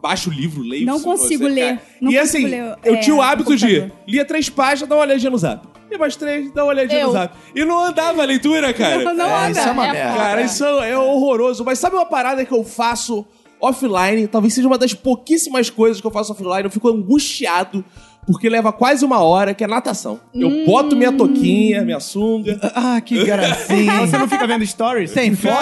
Speaker 1: Baixo o livro, leio.
Speaker 4: Não
Speaker 1: se
Speaker 4: consigo
Speaker 1: você-
Speaker 4: ler,
Speaker 1: cara.
Speaker 4: não
Speaker 1: e
Speaker 4: consigo
Speaker 1: assim,
Speaker 4: ler,
Speaker 1: eu
Speaker 4: é,
Speaker 1: tinha o hábito de
Speaker 4: computador.
Speaker 1: lia três páginas, dá uma olhadinha no zap. Lia mais três, dá uma olhadinha
Speaker 3: Eu.
Speaker 1: no zap. E não andava a leitura, cara.
Speaker 4: Não, não
Speaker 2: É,
Speaker 4: anda.
Speaker 2: isso é uma
Speaker 3: É
Speaker 2: merda.
Speaker 1: Cara, isso é horroroso. Mas sabe uma parada que eu faço offline? Talvez seja uma das pouquíssimas coisas que eu faço offline. Eu fico angustiado. Porque leva quase uma hora, que é natação. Eu boto minha toquinha, minha sunga.
Speaker 2: Ah, que gracinha.
Speaker 5: Você não fica Tá vendo stories?
Speaker 1: É.
Speaker 2: Tem foto?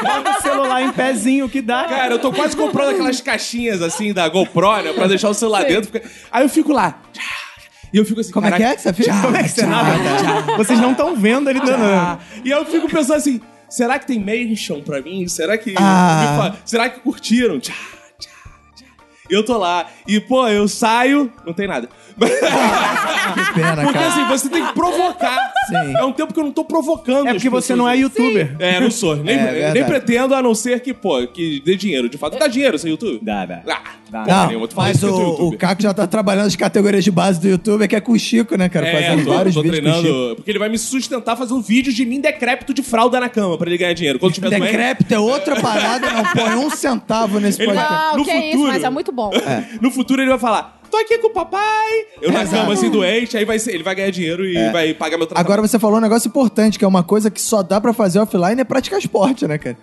Speaker 5: Bota o celular em pezinho que dá.
Speaker 1: Cara, eu tô quase comprando aquelas caixinhas assim da GoPro, né? Pra deixar o celular dentro. porque- Aí eu fico lá. E eu fico assim,
Speaker 2: Como é que
Speaker 1: "Caraca,
Speaker 2: é que você fez? Como é que você
Speaker 5: Nada. Vocês não estão vendo ele
Speaker 1: Ah,
Speaker 5: danando.
Speaker 1: E eu fico pensando assim: será que tem mention pra mim? Será que.
Speaker 2: Ah.
Speaker 1: me fa- Será que curtiram? Tchá, tchá, tchá. Eu tô lá. E, pô, eu saio, não tem nada.
Speaker 2: Que pena,
Speaker 1: Porque
Speaker 2: cara.
Speaker 1: assim, você tem que provocar.
Speaker 2: Sim.
Speaker 1: É um tempo que eu não tô provocando.
Speaker 5: É
Speaker 1: as
Speaker 5: porque você
Speaker 1: pessoas.
Speaker 5: não é youtuber.
Speaker 1: É, não sou. Nem,
Speaker 2: É, verdade.
Speaker 1: nem pretendo, a não ser que, pô, que dê dinheiro. De fato, dá dinheiro sem YouTube?
Speaker 5: Dá, dá.
Speaker 1: Ah,
Speaker 5: Dá.
Speaker 1: porra
Speaker 2: Não,
Speaker 1: nenhuma. Tu faz
Speaker 2: mas
Speaker 1: isso que é eu tô
Speaker 2: o, o
Speaker 1: youtuber.
Speaker 2: Caco já tá trabalhando as categorias de base do YouTube, é que é com o Chico, né, cara?
Speaker 1: É,
Speaker 2: Fazendo
Speaker 1: tô,
Speaker 2: vários
Speaker 1: tô
Speaker 2: vídeos com o Chico.
Speaker 1: treinando. Porque ele vai me sustentar fazendo vídeos de mim decrépito de fralda na cama pra ele ganhar dinheiro. Quando tiver doente.
Speaker 2: Decrépito é outra parada, não põe um centavo nesse
Speaker 1: Ele vai-
Speaker 2: podcast.
Speaker 3: Não,
Speaker 1: No
Speaker 3: que é isso,
Speaker 1: futuro.
Speaker 3: mas é muito bom.
Speaker 1: No futuro ele vai falar: tô aqui com o papai. Eu na
Speaker 2: Exato. É.
Speaker 1: cama assim doente, aí vai ser- ele vai ganhar dinheiro e vai pagar meu tratamento.
Speaker 2: Agora você falou um negócio importante, que é uma coisa que só dá pra fazer offline é praticar esporte, né, cara?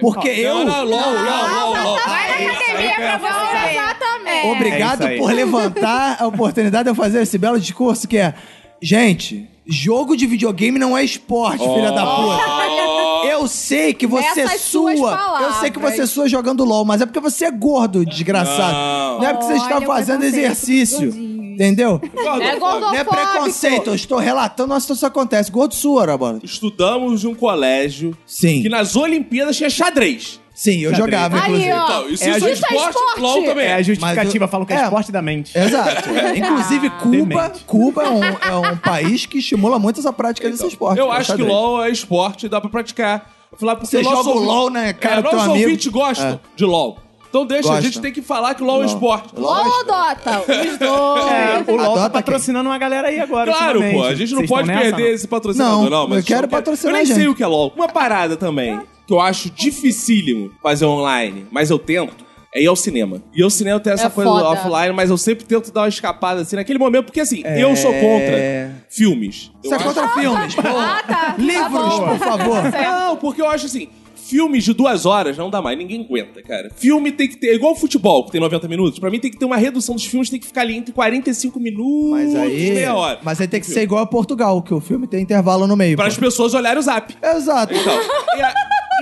Speaker 2: Porque
Speaker 1: Não,
Speaker 2: eu...
Speaker 1: não, LOL, LOL, LOL, LOL.
Speaker 4: Vai na academia pra você.
Speaker 3: Exatamente.
Speaker 2: Obrigado
Speaker 5: É isso aí.
Speaker 2: por levantar a oportunidade de eu fazer esse belo discurso que é. Gente, jogo de videogame não é esporte, filha da
Speaker 5: Oh.
Speaker 2: puta. Eu sei que você
Speaker 3: Essas suas
Speaker 2: sua. Eu sei que você
Speaker 3: palavras.
Speaker 2: sua jogando LOL, mas é porque você é gordo, desgraçado.
Speaker 1: Não.
Speaker 2: Não, é porque você está
Speaker 4: Olha o
Speaker 2: fazendo
Speaker 4: preconceito,
Speaker 2: exercício.
Speaker 4: gordinho.
Speaker 2: Entendeu?
Speaker 1: Gordo,
Speaker 3: É
Speaker 1: gordo.
Speaker 3: gordo-
Speaker 2: Não é
Speaker 3: Homofóbico.
Speaker 2: preconceito, eu estou relatando uma situação que acontece. Gordo sua, Rabona.
Speaker 1: Estudamos de um colégio
Speaker 2: Sim.
Speaker 1: que nas Olimpíadas tinha xadrez.
Speaker 2: Sim, eu jogava,
Speaker 3: Aí,
Speaker 2: inclusive.
Speaker 3: ó.
Speaker 1: Então, isso
Speaker 3: é,
Speaker 1: isso é
Speaker 3: isso
Speaker 2: tá
Speaker 3: é
Speaker 1: esporte,
Speaker 3: esporte.
Speaker 1: LOL também.
Speaker 5: É a justificativa,
Speaker 2: Mas eu-
Speaker 5: falam que é,
Speaker 2: é.
Speaker 5: esporte da mente.
Speaker 2: Exato. É,
Speaker 1: Ah.
Speaker 2: Inclusive, Cuba,
Speaker 5: Demente.
Speaker 2: Cuba é um, é um país que estimula muito essa prática
Speaker 3: Então,
Speaker 2: desse esporte.
Speaker 1: Eu
Speaker 2: é
Speaker 1: acho que
Speaker 2: xadrez.
Speaker 1: LOL é esporte, dá pra praticar. Eu falar porque
Speaker 2: Você
Speaker 1: nosso
Speaker 2: joga o
Speaker 1: ouvi-
Speaker 2: LOL, né, cara,
Speaker 1: É,
Speaker 2: teu
Speaker 1: nosso
Speaker 2: amigo. É.
Speaker 1: ouvinte gosta de LOL. Então deixa, a
Speaker 2: Gosta.
Speaker 1: gente tem que falar que LOL, é esporte.
Speaker 3: LOL ou Dota? Os dois.
Speaker 5: É, o LOL tá
Speaker 2: Adota quem?
Speaker 5: patrocinando uma galera aí
Speaker 2: é
Speaker 5: agora.
Speaker 1: Claro,
Speaker 5: ultimamente.
Speaker 1: pô, a gente não
Speaker 5: Vocês
Speaker 1: pode
Speaker 5: estão nessa,
Speaker 1: perder
Speaker 5: não?
Speaker 1: esse patrocinador, não.
Speaker 2: Não,
Speaker 1: mas
Speaker 2: eu quero
Speaker 1: só
Speaker 2: patrocinar,
Speaker 1: Eu nem
Speaker 2: gente.
Speaker 1: sei o que é LOL. Uma parada também, que eu acho dificílimo fazer online, mas eu tento. É ir ao cinema. E ao cinema tem essa
Speaker 3: É
Speaker 1: coisa
Speaker 3: foda.
Speaker 1: offline, mas eu sempre tento dar uma escapada assim naquele momento, porque assim, eu sou contra filmes. Eu
Speaker 2: É. Você é
Speaker 1: acho-
Speaker 2: contra filmes, pô.
Speaker 3: Ah, tá.
Speaker 2: Livros,
Speaker 3: bom.
Speaker 2: por favor.
Speaker 3: Tá certo.
Speaker 1: Não, porque eu acho assim. Filmes de duas horas não dá mais, ninguém aguenta, cara. Filme tem que ter, é igual futebol, que tem 90 minutos. Pra mim tem que ter uma redução dos filmes, tem que ficar ali entre 45 minutos
Speaker 2: Mas
Speaker 1: e
Speaker 2: aí.
Speaker 1: meia hora.
Speaker 2: Mas aí tem que ser igual a Portugal, que o filme tem intervalo no meio.
Speaker 1: Para
Speaker 2: pô.
Speaker 1: as pessoas olharem o zap.
Speaker 2: Exato.
Speaker 1: Então, e, a-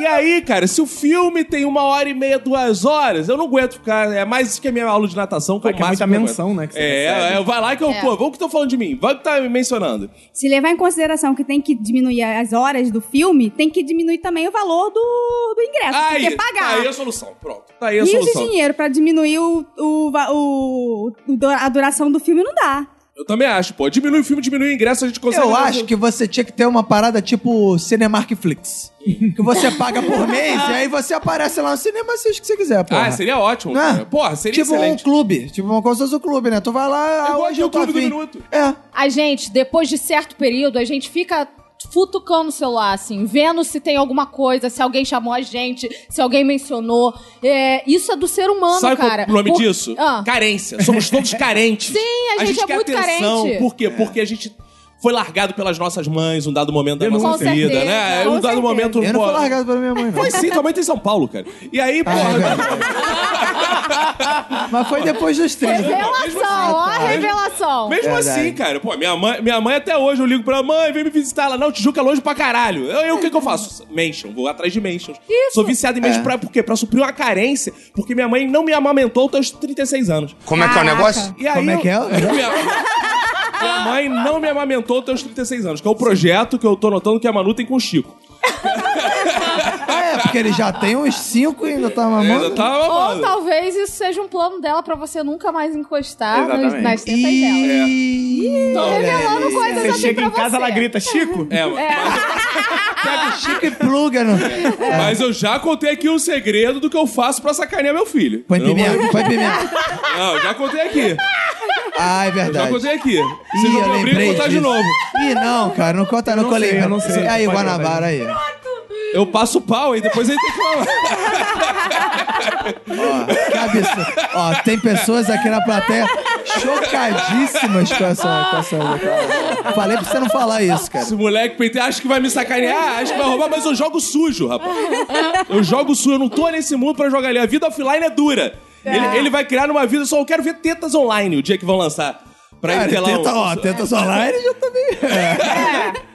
Speaker 1: e aí, cara, se o filme tem uma hora e meia, duas horas, eu não aguento ficar. É mais isso que a minha aula de natação, que
Speaker 5: Vai
Speaker 1: eu
Speaker 5: que é muita menção, né, que você
Speaker 1: É,
Speaker 5: recebe.
Speaker 1: é, vai lá que eu.
Speaker 3: É.
Speaker 1: Pô, vamos que estão falando de mim. Vai que tá me mencionando.
Speaker 4: Se levar em consideração que tem que diminuir as horas do filme, tem que diminuir também o valor do, do ingresso.
Speaker 1: Aí,
Speaker 4: porque
Speaker 1: Tá
Speaker 4: pagar
Speaker 1: aí a solução, pronto. Tá aí a
Speaker 4: rios de
Speaker 1: solução.
Speaker 4: dinheiro pra diminuir o, o, va- o- o do- a duração do filme não dá.
Speaker 1: Eu também acho, pô. Diminui o filme, diminui o ingresso, a gente consegue.
Speaker 2: Eu acho que você tinha que ter uma parada tipo Cinemark Flix. Que você paga por mês e aí você aparece lá no cinema e assiste o que você quiser, pô.
Speaker 1: Ah, seria ótimo.
Speaker 2: Né?
Speaker 1: cara. Porra, seria
Speaker 2: tipo
Speaker 1: excelente.
Speaker 2: um clube. Tipo uma coisa do clube, né? Tu vai lá, ah,
Speaker 1: igual
Speaker 2: hoje eu
Speaker 1: aqui o
Speaker 2: tô
Speaker 1: um Clube do
Speaker 2: afim.
Speaker 1: Minuto.
Speaker 2: É.
Speaker 3: A gente, depois de certo período, a gente fica futucando o celular, assim, vendo se tem alguma coisa, se alguém chamou a gente, se alguém mencionou. É, isso é do ser humano,
Speaker 1: Sabe qual
Speaker 3: cara.
Speaker 1: o nome
Speaker 3: Por-
Speaker 1: disso?
Speaker 3: Ah.
Speaker 1: Carência. Somos todos carentes. Sim,
Speaker 3: a gente é
Speaker 1: quer
Speaker 3: muito
Speaker 1: atenção.
Speaker 3: carente.
Speaker 2: É.
Speaker 1: Por quê? Porque a gente foi largado pelas nossas mães um dado momento da
Speaker 5: Denúncia.
Speaker 1: nossa
Speaker 3: Com
Speaker 1: vida,
Speaker 3: certeza,
Speaker 1: né?
Speaker 3: com
Speaker 1: um dado
Speaker 4: certeza.
Speaker 1: momento.
Speaker 2: Eu não
Speaker 1: pô,
Speaker 2: fui largado pela minha mãe, não.
Speaker 1: Foi sim, tua mãe tá em São Paulo, cara. E aí,
Speaker 2: Ah, é
Speaker 1: porra. é.
Speaker 2: verdade. Mas foi depois dos 30.
Speaker 3: Revelação, ó a revelação.
Speaker 1: assim, tá, né? Mesmo
Speaker 2: Verdade.
Speaker 1: assim, cara, pô, minha mãe, minha mãe até hoje, eu ligo pra ela, mãe, vem me visitar lá. Não, Tijuca é longe pra caralho. Eu, eu, o que que eu faço? Mention, vou atrás de mentions.
Speaker 3: Isso.
Speaker 1: Sou viciado em mentions pra, por quê? Pra suprir uma carência, porque minha mãe não me amamentou até os 36 anos.
Speaker 6: Como é que é o negócio?
Speaker 1: E aí,
Speaker 2: Como é que é?
Speaker 1: eu- Minha, minha mãe não me amamentou até os 36 anos, que é o projeto que eu tô notando que a Manu tem com o Chico.
Speaker 2: Ah, é, porque ele já tem uns 5 e ainda tá
Speaker 1: Ela
Speaker 2: mamando.
Speaker 1: tá
Speaker 3: Ou
Speaker 1: mamando.
Speaker 3: talvez isso seja um plano dela pra você nunca mais encostar nas,
Speaker 5: Exatamente.
Speaker 3: nas tetas dela.
Speaker 2: Ih,
Speaker 3: Tô revelando coisas
Speaker 5: Você
Speaker 3: aqui
Speaker 5: chega
Speaker 3: pra
Speaker 5: em casa,
Speaker 3: você.
Speaker 5: ela grita, Chico?
Speaker 1: É, mano.
Speaker 2: Chico e pluga no.
Speaker 1: Mas eu já contei aqui um segredo do que eu faço pra sacanear meu filho.
Speaker 2: Põe
Speaker 1: Eu não vou-
Speaker 2: pimenta, põe pimenta.
Speaker 1: Não, eu já contei aqui.
Speaker 2: Ah, é
Speaker 1: Já
Speaker 2: verdade.
Speaker 1: contei aqui. Se
Speaker 2: Ih,
Speaker 1: não
Speaker 2: eu
Speaker 1: me abrir,
Speaker 2: lembrei
Speaker 1: vou contar de
Speaker 2: disso.
Speaker 1: novo.
Speaker 2: Ih, não, cara, não conta, não,
Speaker 5: não
Speaker 2: colei.
Speaker 5: sei, eu não sei.
Speaker 2: Aí,
Speaker 5: Pode
Speaker 2: Guanabara, aí.
Speaker 1: Eu passo o pau e depois ele tem que falar.
Speaker 2: Ó, que absurdo. Ó, tem pessoas aqui na plateia chocadíssimas com essa. Com essa cara. Falei pra você não falar isso, cara.
Speaker 1: Esse moleque penteado acha que vai me sacanear, acha que vai roubar, mas eu jogo sujo, rapaz. Eu jogo sujo, eu não tô nesse mundo pra jogar ali. A vida offline é dura. Ele, ele vai criar numa vida só, eu quero ver tetas online o dia que vão lançar. Pra
Speaker 2: Cara,
Speaker 1: ele ter lá
Speaker 2: tenta,
Speaker 1: um-
Speaker 2: ó, tenta solar ele já tá meio.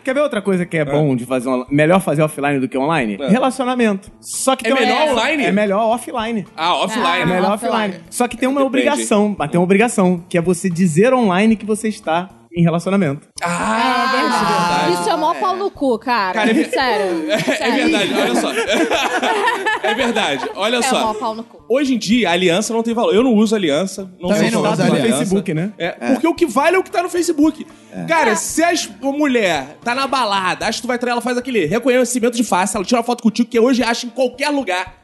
Speaker 5: Quer ver outra coisa que é bom de fazer on- melhor fazer offline do que online? Relacionamento. Só que
Speaker 1: É
Speaker 5: tem uma-
Speaker 1: melhor online?
Speaker 5: É melhor offline.
Speaker 1: Ah, offline.
Speaker 5: É
Speaker 3: Ah,
Speaker 5: melhor
Speaker 3: offline.
Speaker 5: offline. Só que tem uma
Speaker 1: Depende,
Speaker 5: obrigação, mas tem uma obrigação, que é você dizer online que você está em relacionamento.
Speaker 1: Ah, é verdade.
Speaker 3: Isso é mó pau no cu, cara.
Speaker 1: Cara, é ver-
Speaker 3: Sério.
Speaker 1: É
Speaker 3: sério.
Speaker 1: verdade, olha só. É verdade, olha
Speaker 3: É
Speaker 1: só.
Speaker 3: mó pau no cu.
Speaker 1: Hoje em dia, a aliança não tem valor. Eu não uso aliança. Não
Speaker 2: Também
Speaker 1: sou
Speaker 2: não
Speaker 1: fã
Speaker 2: uso
Speaker 1: de
Speaker 2: aliança.
Speaker 5: Facebook, né?
Speaker 1: É, Porque o que vale é o que tá no Facebook. Cara, se as- a mulher tá na balada, acha que tu vai trair, ela faz aquele reconhecimento de face, ela tira uma foto contigo, que hoje acha em qualquer lugar.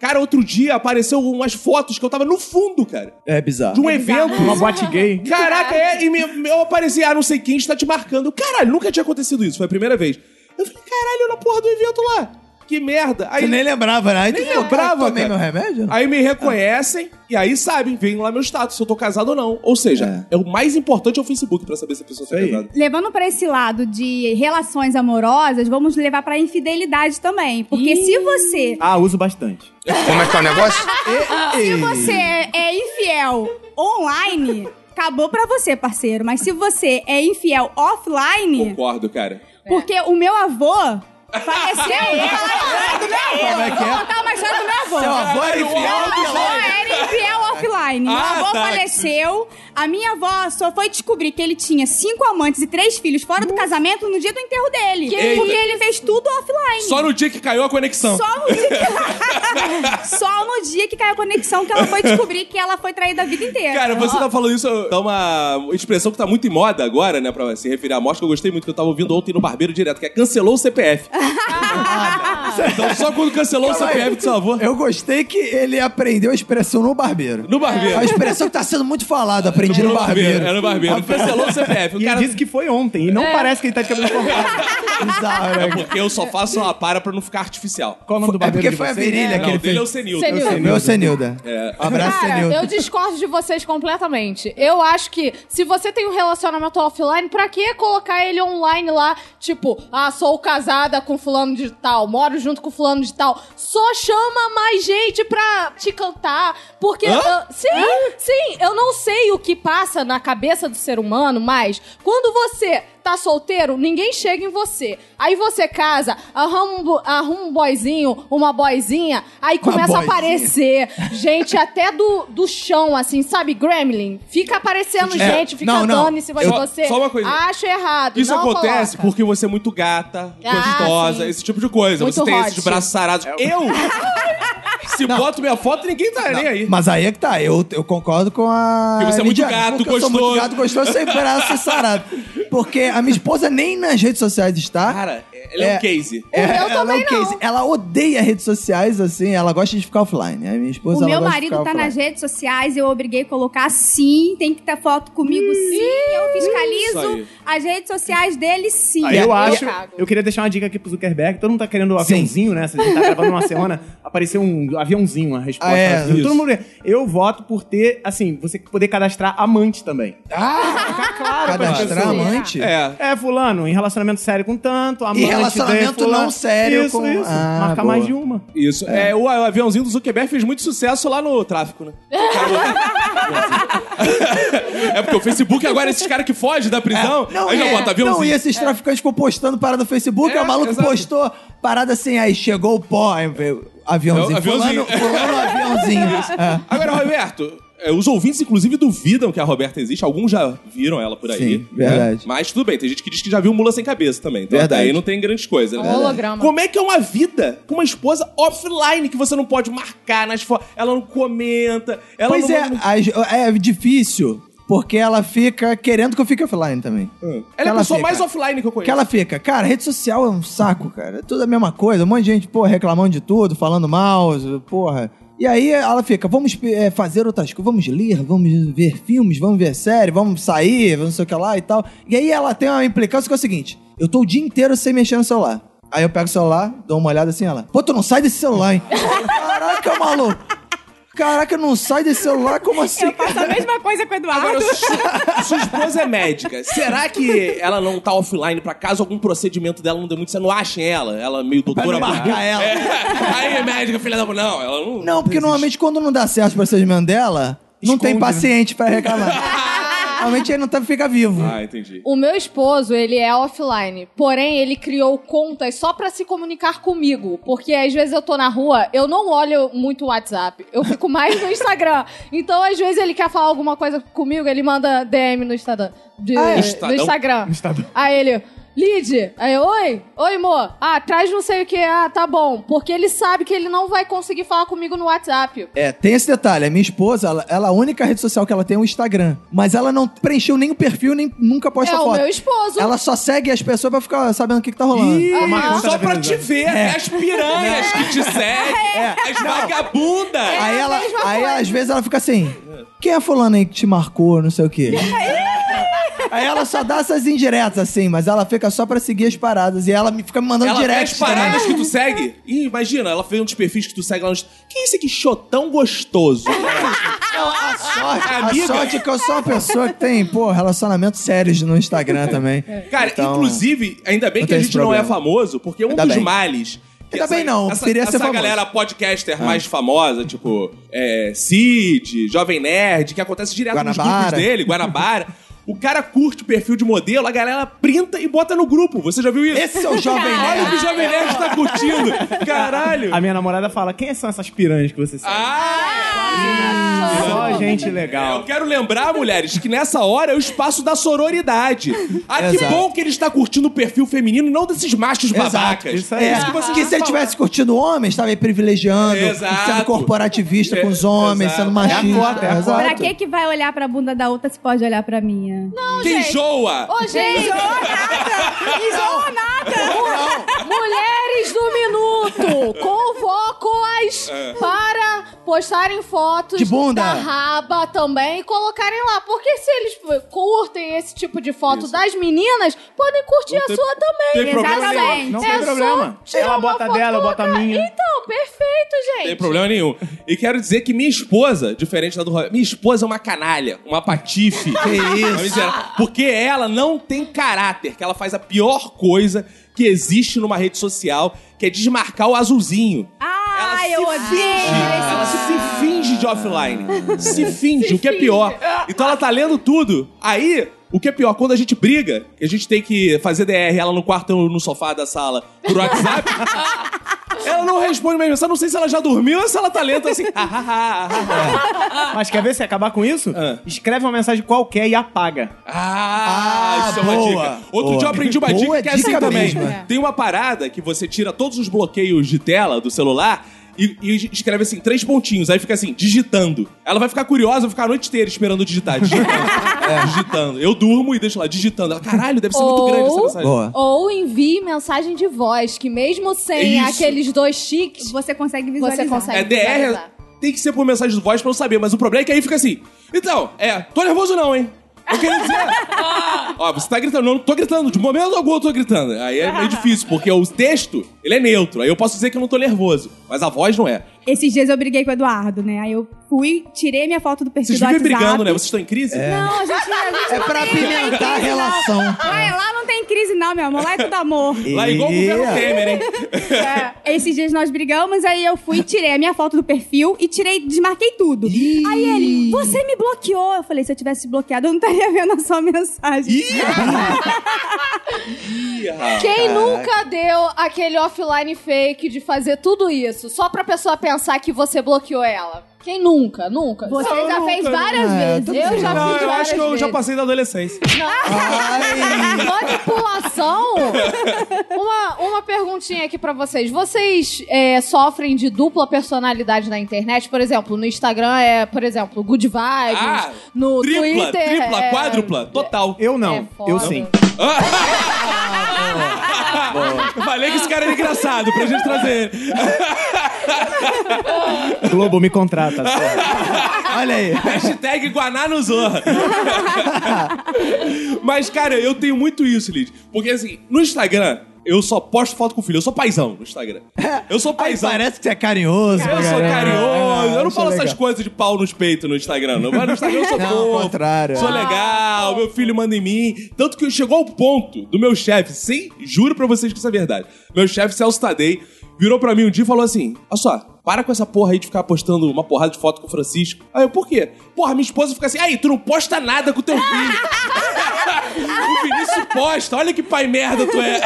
Speaker 1: Cara, outro dia apareceu umas fotos que eu tava no fundo, cara,
Speaker 2: É bizarro.
Speaker 1: de um evento.
Speaker 5: Uma boate gay.
Speaker 1: Caraca, é, e me- me- eu apareci, ah, não sei quem está te marcando. Caralho, nunca tinha acontecido isso, foi a primeira vez. Eu falei, caralho, eu na porra do evento lá. Que merda. Aí,
Speaker 2: Tu nem lembrava, né? Aí tu
Speaker 1: Nem
Speaker 2: ficou, cara,
Speaker 1: lembrava,
Speaker 2: tomei
Speaker 1: cara. Ah,
Speaker 2: meu remédio?
Speaker 1: Aí me reconhecem e aí sabem, vem lá meu status, se eu tô casado ou não. Ou seja, é, o mais importante é o Facebook pra saber se a pessoa tá
Speaker 5: Isso aí.
Speaker 1: casada.
Speaker 4: Levando pra esse lado de relações amorosas, vamos levar pra infidelidade também. Porque se você
Speaker 5: Ah, uso bastante.
Speaker 6: Como é que é o negócio?
Speaker 1: ah,
Speaker 4: se você é infiel online, acabou pra você, parceiro. Mas se você é infiel offline,
Speaker 1: Concordo, cara.
Speaker 2: É.
Speaker 4: porque o meu avô faleceu, eu vou falar do meu
Speaker 2: Como é
Speaker 4: avô.
Speaker 2: que é?
Speaker 4: Vou contar uma história do meu avô.
Speaker 2: Seu avô era
Speaker 1: Caralho,
Speaker 2: infiel?
Speaker 1: o
Speaker 4: Meu avô era infiel offline. Meu
Speaker 1: Ah,
Speaker 4: avô
Speaker 1: tá.
Speaker 4: faleceu. A minha avó só foi descobrir que ele tinha cinco amantes e três filhos fora do
Speaker 2: Hum.
Speaker 4: casamento no dia do enterro dele.
Speaker 1: Que
Speaker 4: porque
Speaker 1: isso?
Speaker 4: ele fez tudo offline.
Speaker 1: Só no dia que caiu a conexão.
Speaker 4: Só no dia que... Só no dia que caiu a conexão que ela foi descobrir que ela foi traída a vida inteira.
Speaker 1: Cara, você tá falando isso, é uma expressão que tá muito em moda agora, né, pra se referir à morte, que eu gostei muito, que eu tava ouvindo ontem no Barbeiro Direto, que é cancelou o CPF. então só quando cancelou o CPF do seu avô.
Speaker 2: Eu gostei que ele aprendeu a expressão no barbeiro.
Speaker 1: No barbeiro.
Speaker 2: A expressão que tá sendo muito falada, aprendi no, barbeiro.
Speaker 1: É no barbeiro. Cancelou o CPF. O
Speaker 5: E
Speaker 1: cara
Speaker 5: ele disse que foi ontem, e não parece que ele tá de cabelo cortado.
Speaker 2: Bizarro, né?
Speaker 1: Porque eu só faço uma para pra não ficar artificial.
Speaker 5: Qual o nome do
Speaker 2: É
Speaker 5: barbeiro
Speaker 2: porque
Speaker 5: de
Speaker 2: foi a
Speaker 5: vocês?
Speaker 2: virilha que
Speaker 1: Não, o
Speaker 2: ele
Speaker 1: dele é o
Speaker 2: fez.
Speaker 1: senil.
Speaker 3: Senil.
Speaker 2: O meu é Senilda.
Speaker 1: É.
Speaker 2: Um abraço,
Speaker 3: Cara,
Speaker 2: Senilda.
Speaker 3: eu discordo de vocês completamente. Eu acho que se você tem um relacionamento offline, pra que colocar ele online lá? Tipo, ah, sou casada com fulano de tal, moro junto com fulano de tal. Só chama mais gente pra te cantar. Porque. ah, sim, sim, eu não sei o que passa na cabeça do ser humano, mas quando você tá solteiro, ninguém chega em você. Aí você casa, arruma um, bo- arruma um boyzinho, uma boyzinha, aí começa a
Speaker 2: boyzinha.
Speaker 3: aparecer gente até do, do chão, assim, sabe? Gremlin. Fica aparecendo
Speaker 2: É,
Speaker 3: gente, fica
Speaker 2: não, não.
Speaker 3: dane-se vai
Speaker 1: Eu-
Speaker 3: você.
Speaker 1: só uma coisa.
Speaker 3: Acho errado.
Speaker 1: Isso
Speaker 3: não
Speaker 1: acontece
Speaker 3: coloca.
Speaker 1: porque você é muito gata,
Speaker 3: Ah,
Speaker 1: gostosa,
Speaker 3: sim.
Speaker 1: esse tipo de coisa.
Speaker 3: Muito
Speaker 1: você tem
Speaker 3: hot.
Speaker 1: esses braços sarados.
Speaker 2: É
Speaker 1: Eu? Se boto minha foto, ninguém tá nem aí.
Speaker 2: Mas aí é que tá, eu, eu concordo com a.
Speaker 1: Porque você é muito
Speaker 2: Lidiane,
Speaker 1: gato,
Speaker 2: porque eu sou
Speaker 1: gostoso.
Speaker 2: muito gato, gostoso, sem braço e sarado. Porque a minha esposa nem nas redes sociais está.
Speaker 1: Cara, ela é, um
Speaker 2: É.
Speaker 1: case.
Speaker 3: O meu
Speaker 2: ela
Speaker 3: também
Speaker 2: é o case.
Speaker 3: não.
Speaker 2: Ela odeia redes sociais, assim, ela gosta de ficar offline. A minha esposa
Speaker 4: O
Speaker 2: ela
Speaker 4: meu
Speaker 2: gosta de
Speaker 4: marido
Speaker 2: ficar
Speaker 4: tá
Speaker 2: offline.
Speaker 4: nas redes sociais, eu obriguei a colocar sim, tem que ter foto comigo sim, eu
Speaker 1: Isso aí. é
Speaker 4: fiscalizo as redes sociais dele sim.
Speaker 5: Aí eu acho.
Speaker 3: cago.
Speaker 5: Eu queria deixar uma dica aqui pro Zuckerberg. Todo mundo tá querendo o
Speaker 2: Sim.
Speaker 5: aviãozinho, né? Se a gente tá gravando uma semana, apareceu um aviãozinho, a resposta.
Speaker 2: Ah, é,
Speaker 5: Todo
Speaker 2: isso.
Speaker 5: mundo- Eu voto por ter, assim, você poder cadastrar amante também.
Speaker 1: Ah,
Speaker 2: Cadastrar
Speaker 3: pessoa.
Speaker 2: amante?
Speaker 1: É.
Speaker 5: É, fulano, em relacionamento sério com tanto, amante.
Speaker 2: E relacionamento
Speaker 5: de fulano.
Speaker 2: não sério
Speaker 5: isso,
Speaker 2: com-
Speaker 5: Isso,
Speaker 2: Ah,
Speaker 5: Marcar
Speaker 2: boa.
Speaker 5: mais de uma.
Speaker 1: Isso. É. o o aviãozinho do Zuckerberg fez muito sucesso lá no tráfico, né? é porque o Facebook agora, esses caras que fogem da prisão, aí já
Speaker 2: é.
Speaker 1: bota aviãozinho.
Speaker 2: Não, e esses traficantes ficam postando parada no Facebook,
Speaker 1: É,
Speaker 2: aí o maluco
Speaker 1: exato.
Speaker 2: postou parada assim, aí chegou o pó, aí veio aviãozinho.
Speaker 1: É, aviãozinho.
Speaker 2: Fulano, fulano aviãozinho. É.
Speaker 1: Agora, Roberto, é, os ouvintes, inclusive, duvidam que a Roberta existe. Alguns já viram ela por aí.
Speaker 2: Sim,
Speaker 1: né?
Speaker 2: verdade.
Speaker 1: Mas tudo bem, tem gente que diz que já viu mula sem cabeça também. Então
Speaker 2: Verdade.
Speaker 1: daí não tem grandes coisas, né?
Speaker 3: É um holograma.
Speaker 1: Como é que é uma vida com uma esposa offline que você não pode marcar nas fotos? Ela não comenta, ela
Speaker 2: Pois
Speaker 1: não.
Speaker 2: é,
Speaker 1: manda-
Speaker 2: as- é difícil, porque ela fica querendo que eu fique offline também.
Speaker 1: Ela é a
Speaker 2: Ela
Speaker 1: pessoa
Speaker 2: fica.
Speaker 1: mais offline que eu
Speaker 2: Que
Speaker 1: conheço.
Speaker 2: ela fica, cara, rede social é um saco, cara. É tudo a mesma coisa, um monte de gente, porra, reclamando de tudo, falando mal, porra. E aí ela fica, vamos eh, fazer outras coisas, vamos ler, vamos ver filmes, vamos ver série, vamos sair, vamos não sei o que lá e tal. E aí ela tem uma implicância que é o seguinte: eu tô o dia inteiro sem mexer no celular. Aí eu pego o celular, dou uma olhada assim, ela, pô, tu não sai desse celular, hein? Caraca, maluco! Caraca, não sai desse celular, como assim?
Speaker 4: Faço a mesma coisa com o Eduardo.
Speaker 1: Agora, su- sua esposa é médica. Será que ela não tá offline pra caso algum procedimento dela não dê muito? Você não acha em ela? Ela é meio doutora.
Speaker 2: marcar ela.
Speaker 1: É. Aí, médica, filha da. Não, ela não.
Speaker 2: Não, porque normalmente quando não dá certo o procedimento dela, não
Speaker 1: né?
Speaker 2: tem paciente pra reclamar. Normalmente ele não tá, fica vivo.
Speaker 1: Ah, entendi.
Speaker 3: O meu esposo, ele é offline. Porém, ele criou contas só pra se comunicar comigo. Porque às vezes eu tô na rua, eu não olho muito o WhatsApp. Eu fico mais no Instagram. Então, às vezes, ele quer falar alguma coisa comigo, ele manda DM no Instagram. De-
Speaker 2: Ah, é?
Speaker 3: no
Speaker 1: Estadão?
Speaker 3: Instagram. Aí ele. Lid, aí, oi, oi, amor. Ah, traz não sei o que. Ah, tá bom. Porque ele sabe que ele não vai conseguir falar comigo no WhatsApp.
Speaker 2: É, tem esse detalhe. A minha esposa, ela, ela- a única rede social que ela tem é o Instagram. Mas ela não preencheu nem o perfil, nem nunca posta
Speaker 3: é
Speaker 2: foto.
Speaker 3: o meu esposo.
Speaker 2: Ela só segue as pessoas pra ficar sabendo o que, que tá rolando.
Speaker 1: Ih, só pra te ver, né? as piranhas que te seguem, as vagabundas.
Speaker 2: aí ela,
Speaker 3: é mesma
Speaker 2: aí
Speaker 3: coisa.
Speaker 2: às vezes ela fica assim: quem é fulano aí que te marcou, não sei o quê? aí ela só dá essas indiretas assim, mas ela fica só pra seguir as paradas. E ela me fica me mandando
Speaker 1: Ela vê as
Speaker 2: direct também.
Speaker 1: paradas que tu segue. Ih, imagina, ela vê um dos perfis que tu segue lá no... Quem é esse aqui chotão gostoso?
Speaker 2: Não, a sorte,
Speaker 1: Amiga.
Speaker 2: a sorte é que eu sou uma pessoa que tem, pô, relacionamentos sérios no Instagram também.
Speaker 1: Cara,
Speaker 2: Então,
Speaker 1: inclusive, ainda bem
Speaker 2: não
Speaker 1: que a
Speaker 2: tem
Speaker 1: gente
Speaker 2: esse
Speaker 1: não é
Speaker 2: problema.
Speaker 1: famoso, porque um
Speaker 2: Ainda
Speaker 1: dos
Speaker 2: bem.
Speaker 1: males... que
Speaker 2: Ainda bem não,
Speaker 1: essa,
Speaker 2: queria
Speaker 1: essa
Speaker 2: ser famoso. Ah.
Speaker 1: galera podcaster mais famosa, tipo é, Cid, Jovem Nerd, que acontece direto nos
Speaker 2: Guanabara.
Speaker 1: grupos dele, Guanabara. o cara curte o perfil de modelo, a galera printa e bota no grupo. Você já viu isso?
Speaker 2: Esse é o jovem
Speaker 1: Olha o
Speaker 2: nerd.
Speaker 1: que o Jovem Nerd tá curtindo. Caralho.
Speaker 5: A minha namorada fala: quem são essas piranhas que você sabe?
Speaker 1: Ah!
Speaker 5: Só gente legal.
Speaker 1: Eu quero lembrar, mulheres, que nessa hora é o espaço da sororidade. Ah, que
Speaker 2: Exato.
Speaker 1: bom que ele está curtindo o perfil feminino, não desses machos babacas.
Speaker 5: isso aí.
Speaker 2: É,
Speaker 1: que você tá
Speaker 2: que se ele tivesse curtindo homens, tava aí privilegiando,
Speaker 1: Exato.
Speaker 2: sendo corporativista com os homens, sendo
Speaker 1: Exato.
Speaker 5: É a
Speaker 2: machista.
Speaker 5: cota, é a cota.
Speaker 4: Pra que que vai olhar pra bunda da outra se pode olhar pra minha?
Speaker 1: Quem enjoa!
Speaker 3: Ô, gente!
Speaker 4: Não, nada!
Speaker 1: É.
Speaker 3: Mulheres do Minuto, convoco-as para postarem fotos
Speaker 2: De bunda.
Speaker 3: da raba também e colocarem lá. Porque se eles curtem esse tipo de foto das meninas, podem curtir a sua também.
Speaker 1: tem problema nenhum.
Speaker 3: Exatamente.
Speaker 5: Não tem
Speaker 3: É só
Speaker 5: problema.
Speaker 3: tirar
Speaker 5: Ela
Speaker 3: uma
Speaker 5: bota
Speaker 3: foto,
Speaker 5: dela, eu boto a
Speaker 3: colocar.
Speaker 5: minha.
Speaker 3: Então, perfeito, gente.
Speaker 1: Não tem problema nenhum. E quero dizer que minha esposa, diferente da do Roberto, minha esposa é uma canalha, uma patife. que isso? Porque ela não tem caráter, que ela faz a pior coisa que existe numa rede social, que é desmarcar o azulzinho. Ela
Speaker 4: Ah,
Speaker 1: se
Speaker 4: eu
Speaker 1: finge, Ela
Speaker 4: odeio
Speaker 1: se finge de offline. Se finge, o que é pior. Então ela tá lendo tudo. Aí, o que é pior, quando a gente briga, que a gente tem que fazer DR, ela no quarto, eu no sofá da sala, por WhatsApp. Ela não responde mais mensagem, não sei se ela já dormiu ou se ela tá lenta assim. Ah, ah, ah, ah,
Speaker 5: Mas quer ver se acabar com isso?
Speaker 1: Ah.
Speaker 5: Escreve uma mensagem qualquer e apaga.
Speaker 1: ah. Ah,
Speaker 2: Ah,
Speaker 1: isso é uma
Speaker 2: boa,
Speaker 1: dica. Outro
Speaker 2: boa.
Speaker 1: dia eu aprendi uma
Speaker 2: Boa
Speaker 1: dica que é assim
Speaker 2: dica
Speaker 1: também.
Speaker 2: mesmo, né?
Speaker 3: é.
Speaker 1: Tem uma parada que você tira todos os bloqueios de tela do celular e, e escreve assim, três pontinhos. Aí fica assim, digitando. Ela vai ficar curiosa, vai ficar a noite inteira esperando digitar. Digitando. É. digitando. Eu durmo e deixo lá, digitando. Ela, caralho, deve ser muito
Speaker 3: Ou-
Speaker 1: grande essa mensagem.
Speaker 2: Boa.
Speaker 3: Ou envie mensagem de voz, que mesmo sem
Speaker 1: Isso.
Speaker 3: aqueles dois chiques,
Speaker 4: isso. Você consegue visualizar.
Speaker 3: você consegue
Speaker 1: É DR,
Speaker 3: visualizar.
Speaker 1: tem que ser por mensagem de voz pra eu saber, mas o problema é que aí fica assim. Então, é, tô nervoso não, hein? Eu queria dizer. Ó, você tá gritando, não, tô gritando, de momento algum eu tô gritando. Aí é meio difícil, porque o texto, ele é neutro. Aí eu posso dizer que eu não tô nervoso, mas a voz não é.
Speaker 4: Esses dias eu briguei com o Eduardo, né? Aí eu fui, tirei minha foto do perfil
Speaker 1: Vocês
Speaker 4: do
Speaker 1: vivem
Speaker 4: WhatsApp.
Speaker 1: brigando, né? Vocês estão em crise?
Speaker 4: Não, a gente, a gente
Speaker 2: É
Speaker 4: não
Speaker 2: pra
Speaker 4: tem- não tem
Speaker 2: apimentar a
Speaker 4: crise, não.
Speaker 2: relação.
Speaker 4: Ué, lá não tem crise não, meu amor. Lá é tudo amor.
Speaker 1: Lá é igual o governo
Speaker 2: Ih.
Speaker 1: Temer, hein?
Speaker 4: É, Esses dias nós brigamos, aí eu fui, tirei a minha foto do perfil e tirei, desmarquei tudo. Aí ele, você me bloqueou. Eu falei, se eu tivesse bloqueado, eu não estaria vendo a sua mensagem.
Speaker 3: Quem nunca deu aquele offline fake de fazer tudo isso só pra pessoa pensar que você bloqueou ela? Quem nunca? Nunca.
Speaker 4: Você
Speaker 3: Você já
Speaker 4: nunca,
Speaker 3: fez várias
Speaker 2: né? É, todo
Speaker 3: vezes. Eu
Speaker 2: mundo.
Speaker 3: já fiz
Speaker 1: Não, eu
Speaker 3: várias
Speaker 1: acho que eu
Speaker 3: vezes.
Speaker 1: já passei da adolescência.
Speaker 3: Manipulação? uma, uma perguntinha aqui pra vocês. Vocês é, sofrem de dupla personalidade na internet? Por exemplo, no Instagram é, por exemplo, Good Vibes.
Speaker 1: Ah,
Speaker 3: no
Speaker 1: tripla,
Speaker 3: Twitter
Speaker 1: tripla,
Speaker 3: é-
Speaker 1: quádrupla, total.
Speaker 5: Eu não.
Speaker 3: É foda.
Speaker 5: eu sim.
Speaker 1: Ah, Falei que esse cara era engraçado, pra gente trazer ele.
Speaker 5: Globo me contrata. porra.
Speaker 2: Olha aí.
Speaker 1: Hashtag Guaná no Zorra. Mas, cara, eu tenho muito isso, Lid. Porque, assim, no Instagram, eu só posto foto com o filho. Eu sou paizão no Instagram. Eu sou
Speaker 2: Aí
Speaker 1: paizão.
Speaker 2: parece que você é carinhoso.
Speaker 1: Eu sou
Speaker 2: cara.
Speaker 1: carinhoso. Eu não
Speaker 2: Isso
Speaker 1: falo
Speaker 2: é
Speaker 1: essas
Speaker 2: legal.
Speaker 1: coisas de pau nos peitos no Instagram. Não. Mas no Instagram eu sou
Speaker 2: Não, ao
Speaker 1: fofo.
Speaker 2: contrário.
Speaker 1: Sou legal, meu filho manda em mim. Tanto que chegou ao ponto do meu chefe, sem juro pra vocês que isso é verdade. Meu chefe, Celso Tadei, virou pra mim um dia e falou assim: Olha só, para com essa porra aí de ficar postando uma porrada de foto com o Francisco. Aí eu, por quê? Porra, minha esposa fica assim: aí, tu não posta nada com teu filho. o Vinícius posta, olha que pai merda tu é.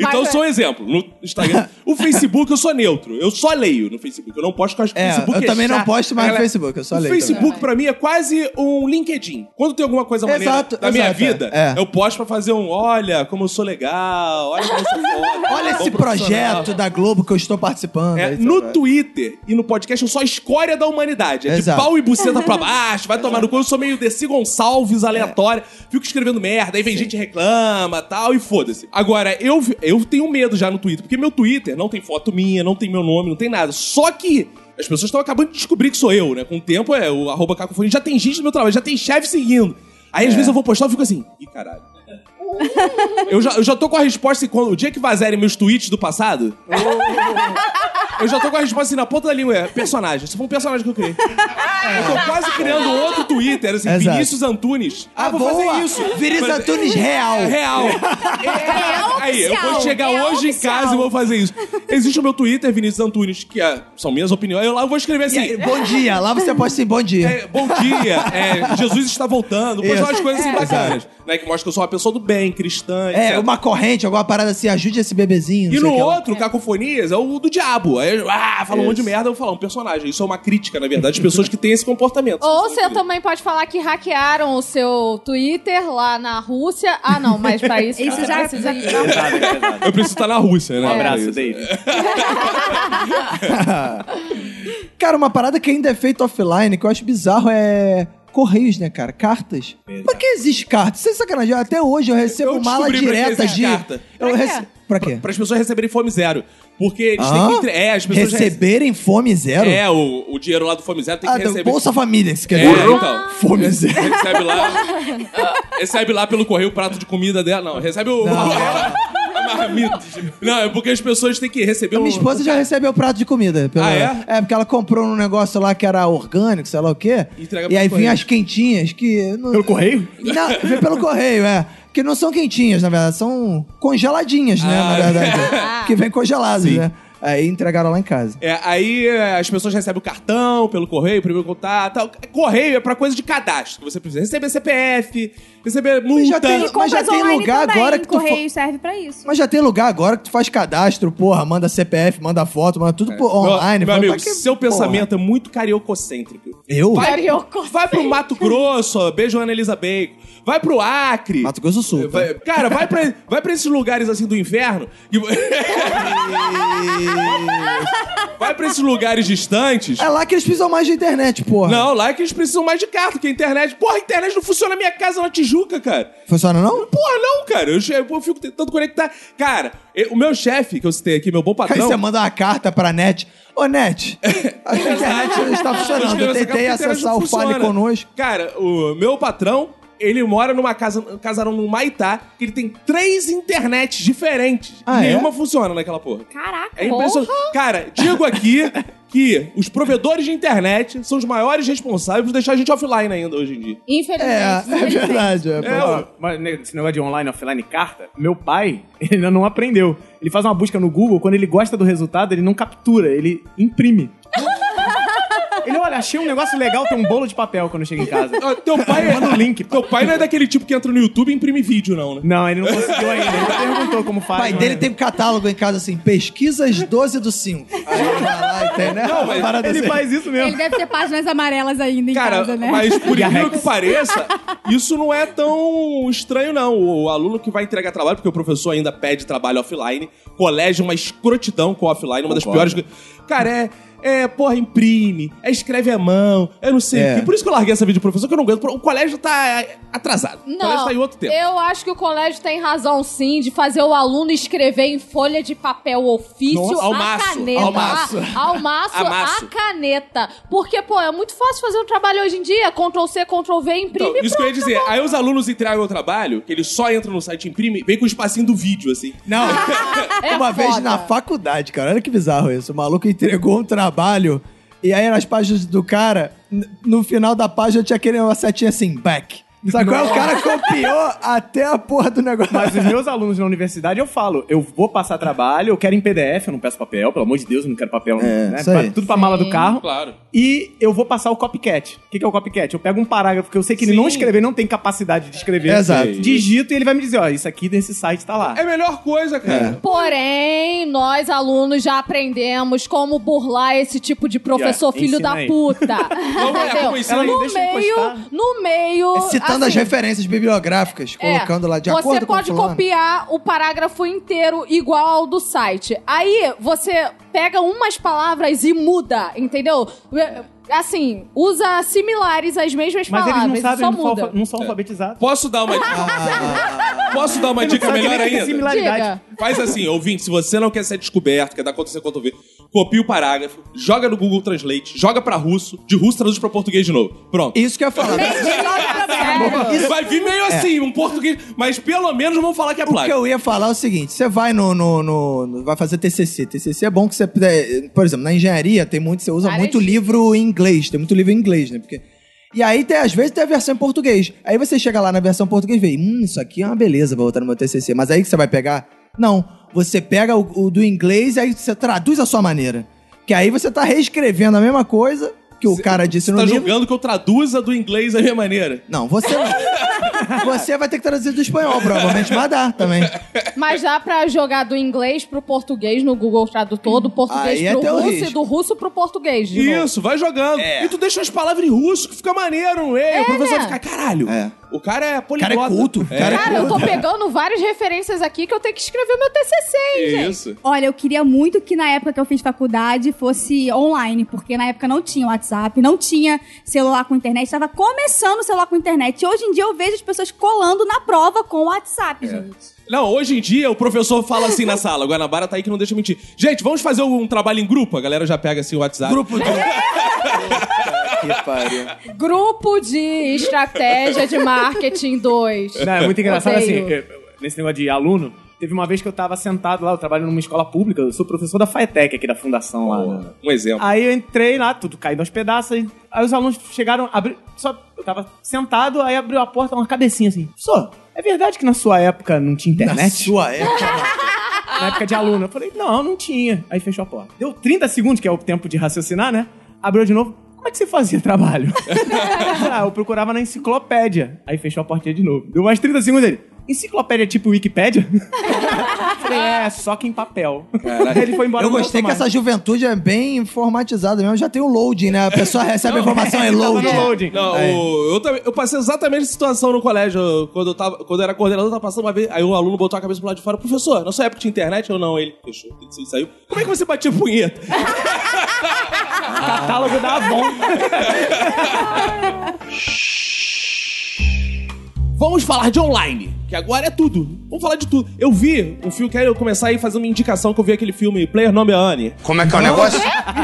Speaker 1: então eu sou um exemplo. No Instagram. O Facebook eu sou neutro. Eu só leio no Facebook. Eu não posto com as
Speaker 2: É,
Speaker 1: Facebook
Speaker 2: eu também não
Speaker 1: chato.
Speaker 2: posto mais no
Speaker 1: Galera,
Speaker 2: Facebook, eu só
Speaker 1: o
Speaker 2: leio
Speaker 1: Facebook, pra mim, é quase um LinkedIn. Quando tem alguma coisa maneira
Speaker 2: Exato,
Speaker 1: da minha
Speaker 2: exato,
Speaker 1: vida,
Speaker 2: é.
Speaker 1: eu posto pra fazer um olha como eu sou legal, olha como eu sou foda.
Speaker 2: Olha
Speaker 1: bom
Speaker 2: esse
Speaker 1: profissional."
Speaker 2: projeto da Globo que eu estou participando.
Speaker 1: É,
Speaker 2: Aí você
Speaker 1: no
Speaker 2: vai.
Speaker 1: Twitter e no podcast eu sou a escória da humanidade. É
Speaker 2: Exato.
Speaker 1: de pau e buceta pra baixo, vai tomar no cu. Eu sou meio Desi Gonçalves aleatória, fico escrevendo merda, aí vem gente que reclama tal, e foda-se. Agora, eu, vi- eu tenho medo já no Twitter, porque meu Twitter não tem foto minha, não tem meu nome, não tem nada. Só que. As pessoas estão acabando de descobrir que sou eu, né? Com o tempo, é o arroba cacofonia. Já tem gente no meu trabalho, já tem chefe seguindo. Aí,
Speaker 2: É.
Speaker 1: às vezes, eu vou postar e fico assim, ih, caralho. eu, já, eu já tô com a resposta e quando, o dia que vazarem meus tweets do passado, eu já tô com a resposta assim na ponta da língua. É personagem. Isso foi um personagem que eu criei. Eu tô quase criando outro Twitter, assim,
Speaker 2: Exato.
Speaker 1: Vinícius Antunes. Ah, vou fazer isso.
Speaker 2: Viris
Speaker 1: Mas-
Speaker 2: Antunes real.
Speaker 1: É real. É, aí, eu vou
Speaker 3: oficial,
Speaker 1: chegar
Speaker 3: é
Speaker 1: hoje
Speaker 3: oficial.
Speaker 1: em casa e vou fazer isso. Existe o meu Twitter, Vinícius Antunes, que é- são minhas opiniões. Eu lá vou escrever
Speaker 2: E
Speaker 1: assim.
Speaker 2: aí, bom dia. Lá você posta assim, bom dia.
Speaker 1: é, bom dia, é, Jesus está voltando. Pois
Speaker 2: Isso.
Speaker 1: umas coisas assim bacanas. Né, que mostra que eu sou uma pessoa do bem, cristã.
Speaker 2: É,
Speaker 1: etc.
Speaker 2: uma corrente, alguma parada assim, ajude esse bebezinho. não
Speaker 1: E
Speaker 2: sei
Speaker 1: no
Speaker 2: o que lá.
Speaker 1: outro, Cacofonias, é o do diabo. Aí, eu, ah, fala um monte de merda, eu vou falar um personagem. Isso é uma crítica, na verdade, de pessoas que têm esse comportamento. é
Speaker 3: Ou você também pode falar que hackearam o seu Twitter lá na Rússia. Ah, não, mas pra isso,
Speaker 4: Isso
Speaker 3: você
Speaker 4: já-
Speaker 3: precisa ir.
Speaker 1: Eu preciso estar na Rússia, né?
Speaker 5: Um
Speaker 1: É
Speaker 5: é abraço,
Speaker 1: isso.
Speaker 5: David.
Speaker 2: Cara, uma parada que ainda é feita offline, que eu acho bizarro, é correios, né, cara? Cartas. Pra que existe carta? Sem sacanagem. Até hoje eu recebo
Speaker 1: Eu
Speaker 2: mala
Speaker 1: descobri pra que
Speaker 2: direta
Speaker 1: existe
Speaker 2: de.
Speaker 1: carta.
Speaker 2: Eu
Speaker 4: Pra quê?
Speaker 2: rece- Pra quê?
Speaker 1: Para as pessoas receberem fome zero. Porque eles
Speaker 2: Ah?
Speaker 1: têm que. entre- É, as pessoas. rece-
Speaker 2: Receberem fome zero?
Speaker 1: É, o, o dinheiro lá do Fome Zero tem que
Speaker 2: Ah, não,
Speaker 1: receber.
Speaker 2: Bolsa Família, isso quer
Speaker 1: É,
Speaker 2: dizer.
Speaker 1: então.
Speaker 3: Ah.
Speaker 2: Fome zero.
Speaker 1: Recebe lá. ah, recebe lá pelo correio o prato de comida dela. Não, recebe o.
Speaker 2: Não.
Speaker 1: a marmita. Não, é porque as pessoas têm que receber
Speaker 2: A
Speaker 1: o.
Speaker 2: minha esposa já recebeu prato de comida. pela-
Speaker 1: Ah, é?
Speaker 2: porque ela comprou um negócio lá que era orgânico, sei lá o quê.
Speaker 1: E entrega
Speaker 2: e
Speaker 1: pelo
Speaker 2: aí
Speaker 1: correio.
Speaker 2: vinha as quentinhas que. não-
Speaker 5: Pelo correio?
Speaker 2: Não, vem pelo correio, é. Que não são quentinhas, na verdade, são congeladinhas, né?
Speaker 1: Ah,
Speaker 2: na verdade. Que vem congeladas, né? Aí entregaram lá em casa.
Speaker 1: É, aí é, as pessoas recebem o cartão pelo correio, primeiro contato. tal. Correio é pra coisa de cadastro que você precisa. Receber CPF, receber multa.
Speaker 2: Mas já tem-
Speaker 4: E compras
Speaker 2: já tem
Speaker 4: online
Speaker 2: lugar
Speaker 4: também.
Speaker 2: agora que tu fa-
Speaker 4: Correio serve pra isso.
Speaker 2: Mas já tem lugar agora que tu faz cadastro, porra, manda CPF, manda foto, manda tudo por
Speaker 1: É. Meu-
Speaker 2: online.
Speaker 1: Meu,
Speaker 2: porra,
Speaker 1: amigo,
Speaker 2: pra que-
Speaker 1: seu
Speaker 2: porra.
Speaker 1: pensamento é muito cariococêntrico.
Speaker 2: Eu?
Speaker 1: Vai,
Speaker 3: Carioca.
Speaker 1: vai pro Mato Grosso, ó, beijo Ana Elisa Bacon. Vai pro Acre.
Speaker 2: Mato Grosso do Sul. tá?
Speaker 1: Vai- cara, vai pra, vai pra esses lugares assim do inverno. E... vai pra esses lugares distantes.
Speaker 2: É lá que eles precisam mais de internet, porra.
Speaker 1: Não, lá é que eles precisam mais de carta, que a internet. Porra, a internet não funciona na minha casa na Tijuca, cara.
Speaker 2: Funciona não?
Speaker 1: Porra, não, cara. Eu, che- eu fico tentando conectar. Cara, eu- o meu chefe, que eu citei aqui, meu bom
Speaker 2: Aí
Speaker 1: patrão.
Speaker 2: você manda uma carta pra NET. Ô, NET, a internet não está tá funcionando.
Speaker 1: Eu
Speaker 2: Eu
Speaker 1: escrevo
Speaker 2: tentei
Speaker 1: essa carta, a internet
Speaker 2: acessar
Speaker 1: não
Speaker 2: o Fale
Speaker 1: funciona.
Speaker 2: Conosco.
Speaker 1: Cara, o meu patrão, ele mora numa casa, casarão no Maitá, que ele tem três internets diferentes.
Speaker 2: Ah, é?
Speaker 1: Nenhuma funciona naquela porra.
Speaker 4: Caraca.
Speaker 1: É impressionante. Cara, digo aqui que os provedores de internet são os maiores responsáveis por deixar a gente offline ainda hoje em dia.
Speaker 3: Infelizmente.
Speaker 2: É, é
Speaker 3: infelizmente.
Speaker 2: verdade. É,
Speaker 1: É,
Speaker 2: pô.
Speaker 1: ó.
Speaker 5: Mas né, esse negócio de online, offline, carta, meu pai, ele ainda não aprendeu. Ele faz uma busca no Google, quando ele gosta do resultado, ele não captura, ele imprime. ele, olha, achei um negócio legal, tem um bolo de papel quando eu chego em casa.
Speaker 1: Ah, Teu pai,
Speaker 2: um
Speaker 5: Manda o link.
Speaker 1: teu pai não é daquele tipo que entra no YouTube e imprime vídeo, não, né?
Speaker 5: Não, ele não conseguiu ainda. Ele perguntou como
Speaker 2: O
Speaker 5: faz. né?
Speaker 2: pai
Speaker 5: mas-
Speaker 2: dele tem um catálogo em casa assim, pesquisas 12 do 5. Aí ele vai lá e tem, né?
Speaker 1: Não, mas
Speaker 2: Uma parada
Speaker 5: Ele
Speaker 2: assim.
Speaker 5: faz isso mesmo.
Speaker 4: Ele deve ter páginas amarelas ainda em
Speaker 1: Cara,
Speaker 4: casa, né?
Speaker 1: mas por
Speaker 5: E a
Speaker 1: incrível
Speaker 5: Rex?
Speaker 1: que pareça, isso não é tão estranho, não. O aluno que vai entregar trabalho, porque o professor ainda pede trabalho offline, colégio, é uma escrotidão com offline, uma das
Speaker 5: Concordo.
Speaker 1: piores. co- Cara, é. É, porra, imprime, é escreve à mão, eu não sei
Speaker 2: É.
Speaker 1: o quê. Por isso que eu larguei essa vida de professor, que eu não aguento. O colégio tá atrasado. o colégio
Speaker 3: Não,
Speaker 1: tá em outro tempo.
Speaker 3: eu acho que o colégio tem razão sim de fazer o aluno escrever em folha de papel ofício
Speaker 1: Nossa, ao
Speaker 3: a
Speaker 1: maço,
Speaker 3: caneta.
Speaker 1: ao maço.
Speaker 3: A, ao maço,
Speaker 1: A maço.
Speaker 3: a caneta. Porque, pô, é muito fácil fazer um trabalho hoje em dia. Ctrl-C, Ctrl-V, imprime.
Speaker 1: Então, isso que eu ia dizer. Aí os alunos entregam o trabalho, que eles só entram no site e imprime, vem com o espacinho do vídeo, assim.
Speaker 2: Não,
Speaker 3: É
Speaker 2: uma vez
Speaker 3: foda.
Speaker 2: na faculdade, cara, olha que bizarro isso. O maluco entregou um trabalho e aí nas páginas do cara, n- no final da página tinha aquele uma setinha assim, back. Sabe qual é? O cara copiou até a porra do negócio.
Speaker 5: Mas os meus alunos na universidade, eu falo, eu vou passar trabalho, eu quero em PDF, eu não peço papel, pelo amor de Deus, eu não quero papel.
Speaker 2: É,
Speaker 5: né?
Speaker 2: isso aí.
Speaker 5: Pra- Tudo pra mala do carro.
Speaker 1: Claro.
Speaker 5: E eu vou passar o copycat. O que, que é o copycat? Eu pego um parágrafo que eu sei que ele não
Speaker 1: Sim.
Speaker 5: escreveu, não tem capacidade de escrever.
Speaker 2: Exato.
Speaker 5: Digito e ele vai me dizer, ó, isso aqui desse site tá lá.
Speaker 1: É a melhor coisa, cara.
Speaker 3: Porém, nós alunos já aprendemos como burlar esse tipo de professor
Speaker 5: Yeah,
Speaker 3: filho da
Speaker 5: ensina aí.
Speaker 3: puta.
Speaker 1: é,
Speaker 3: Entendeu?
Speaker 1: como ensina aí?
Speaker 3: no
Speaker 5: Deixa eu
Speaker 3: meio,
Speaker 5: encostar.
Speaker 3: no meio.
Speaker 2: Citando as
Speaker 3: assim,
Speaker 2: referências bibliográficas,
Speaker 3: É,
Speaker 2: colocando lá de
Speaker 3: você
Speaker 2: acordo com
Speaker 3: pode
Speaker 2: fulano.
Speaker 3: copiar o parágrafo inteiro igual ao do site. Aí você pega umas palavras e muda, entendeu? Assim, usa similares as mesmas
Speaker 5: Mas
Speaker 3: palavras,
Speaker 5: eles não sabem,
Speaker 3: só
Speaker 5: eles não, são
Speaker 3: muda.
Speaker 5: alfa- não são alfabetizados.
Speaker 1: Posso dar uma Posso dar uma
Speaker 5: Ele não
Speaker 1: dica
Speaker 5: sabe nem
Speaker 1: melhor
Speaker 5: o que é
Speaker 1: ainda?
Speaker 5: similaridade.
Speaker 3: Diga.
Speaker 1: Faz assim, ouvinte, se você não quer ser descoberto, quer dar conta sem conta ver, copia o parágrafo, joga no Google Translate, joga pra russo, de russo traduz pra português de novo. Pronto.
Speaker 2: Isso que eu ia falar.
Speaker 3: é
Speaker 1: Isso vai vir meio assim, um português, mas pelo menos vão falar que é
Speaker 2: O que
Speaker 1: plágio.
Speaker 2: eu ia falar é o seguinte: você vai no, no- no- no- Vai fazer TCC. TCC é bom que você. puder- Por exemplo, na engenharia tem muito. Você usa
Speaker 3: Várias
Speaker 2: muito
Speaker 3: dicas.
Speaker 2: livro em inglês. Tem muito livro em inglês, né? Porque. E aí, tem, às vezes, tem a versão em português. Aí você chega lá na versão em português e vê, hum, isso aqui é uma beleza pra botar no meu TCC. Mas aí que você vai pegar? Não. Você pega o, o do inglês e aí você traduz a sua maneira. Que aí você tá reescrevendo a mesma coisa que o cara disse
Speaker 1: Você
Speaker 2: no
Speaker 1: tá
Speaker 2: livro.
Speaker 1: julgando que eu traduza do inglês da minha maneira.
Speaker 2: Não, você Você vai ter que traduzir do espanhol, provavelmente. Vai dar também.
Speaker 3: Mas dá pra jogar do inglês pro português no Google Tradutor, do português
Speaker 2: Aí é
Speaker 3: pro
Speaker 2: teu
Speaker 3: russo e
Speaker 2: risco.
Speaker 3: do russo pro português. de novo.
Speaker 1: Isso, vai jogando. E tu deixa as palavras em russo que fica maneiro, ei, o professor
Speaker 3: né?
Speaker 1: fica, caralho.
Speaker 2: É.
Speaker 1: O cara é poliglota.
Speaker 2: Cara, é culto. Cara, é
Speaker 3: Cara, eu
Speaker 2: culto.
Speaker 3: tô pegando várias referências aqui que eu tenho que escrever meu TCC, hein, gente.
Speaker 1: Isso.
Speaker 4: Olha, eu queria muito que na época que eu fiz faculdade fosse online, porque na época não tinha WhatsApp, não tinha celular com internet, estava começando o celular com internet. E hoje em dia eu vejo as pessoas colando na prova com o WhatsApp, gente.
Speaker 1: Não, hoje em dia o professor fala assim na sala. O Guanabara tá aí que não deixa mentir. Gente, vamos fazer um trabalho em grupo? A galera já pega assim o WhatsApp.
Speaker 2: Grupo do... que pariu.
Speaker 3: Grupo de Estratégia de Marketing 2.
Speaker 5: Não, é muito engraçado
Speaker 3: Odeio.
Speaker 5: assim, eh, nesse negócio de aluno. Teve uma vez que eu tava sentado lá, eu trabalho numa escola pública, eu sou professor da FATEC aqui da fundação lá. né?
Speaker 1: Um exemplo.
Speaker 5: Aí eu entrei lá, tudo caindo aos pedaços. Aí, aí os alunos chegaram, abri, só eu tava sentado, aí abriu a porta uma cabecinha assim. Só, é verdade que na sua época não tinha
Speaker 2: Na
Speaker 5: internet?
Speaker 2: sua época.
Speaker 5: na época de aluno. Eu falei, não, não tinha. Aí fechou a porta. Deu 30 segundos, que é o tempo de raciocinar, né? Abriu de novo. Como é que você fazia trabalho? ah, eu procurava na enciclopédia. Aí fechou a portinha de novo. Deu mais 30 segundos ele. Enciclopédia tipo Wikipédia? Eu falei, é, só que em papel. Aí ele foi embora.
Speaker 2: Eu
Speaker 5: não
Speaker 2: gostei
Speaker 5: voltou
Speaker 2: que
Speaker 5: mais.
Speaker 2: essa juventude é bem informatizada mesmo. Já tem o loading, né? A pessoa recebe
Speaker 1: é,
Speaker 2: a informação
Speaker 1: tá
Speaker 2: e
Speaker 5: Tava
Speaker 2: load.
Speaker 5: no loading.
Speaker 1: Não, o- eu, também- eu passei exatamente essa situação no colégio. Quando eu, tava, quando eu era coordenador, eu tava passando uma vez. Aí um aluno botou a cabeça pro lado de fora. Professor, na sua época tinha internet ou não? Ele fechou, ele saiu. Como é que você batia punheta?
Speaker 5: Catálogo da Avon.
Speaker 1: Vamos falar de online, que agora é tudo. Vamos falar de tudo. Eu vi um filme, quero começar aí fazendo uma indicação que eu vi aquele filme Player Number Annie.
Speaker 6: Como é
Speaker 2: Tá
Speaker 6: que é o negócio?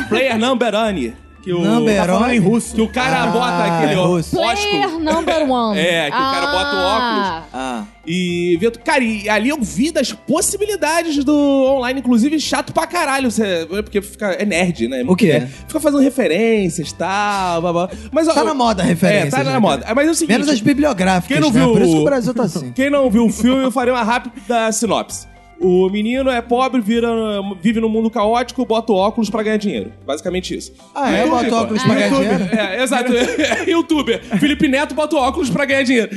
Speaker 1: Player Number Annie. Que o,
Speaker 2: Number
Speaker 1: tá falando
Speaker 2: Annie?
Speaker 1: em russo. Que o cara
Speaker 2: Ah,
Speaker 1: bota aquele
Speaker 2: é
Speaker 1: ó-
Speaker 2: russo.
Speaker 1: óculos.
Speaker 3: Player number one.
Speaker 1: É, que o cara bota o óculos.
Speaker 2: Ah.
Speaker 1: E, Vitor, cara, e ali eu vi das possibilidades do online, inclusive chato pra caralho, você- porque fica, é nerd, né?
Speaker 2: O quê?
Speaker 1: É, Fica fazendo referências, tal, blá, blá. Mas, ó,
Speaker 2: Tá na moda a referência.
Speaker 1: É, tá na
Speaker 2: né,
Speaker 1: moda.
Speaker 2: cara?
Speaker 1: Mas é o seguinte...
Speaker 2: Menos as bibliográficas.
Speaker 1: Quem não
Speaker 2: né?
Speaker 1: viu
Speaker 2: Por isso que
Speaker 1: o-
Speaker 2: o Brasil tá assim.
Speaker 1: Quem não viu o filme, eu farei uma rápida sinopse. O menino é pobre, vira, vive num mundo caótico, bota o óculos pra ganhar dinheiro. Basicamente isso.
Speaker 2: Ah, é?
Speaker 1: YouTube,
Speaker 2: Bota
Speaker 1: pô.
Speaker 2: óculos pra ganhar
Speaker 1: YouTube.
Speaker 2: dinheiro?
Speaker 1: É, exato. Youtuber. Felipe Neto bota o óculos pra ganhar dinheiro.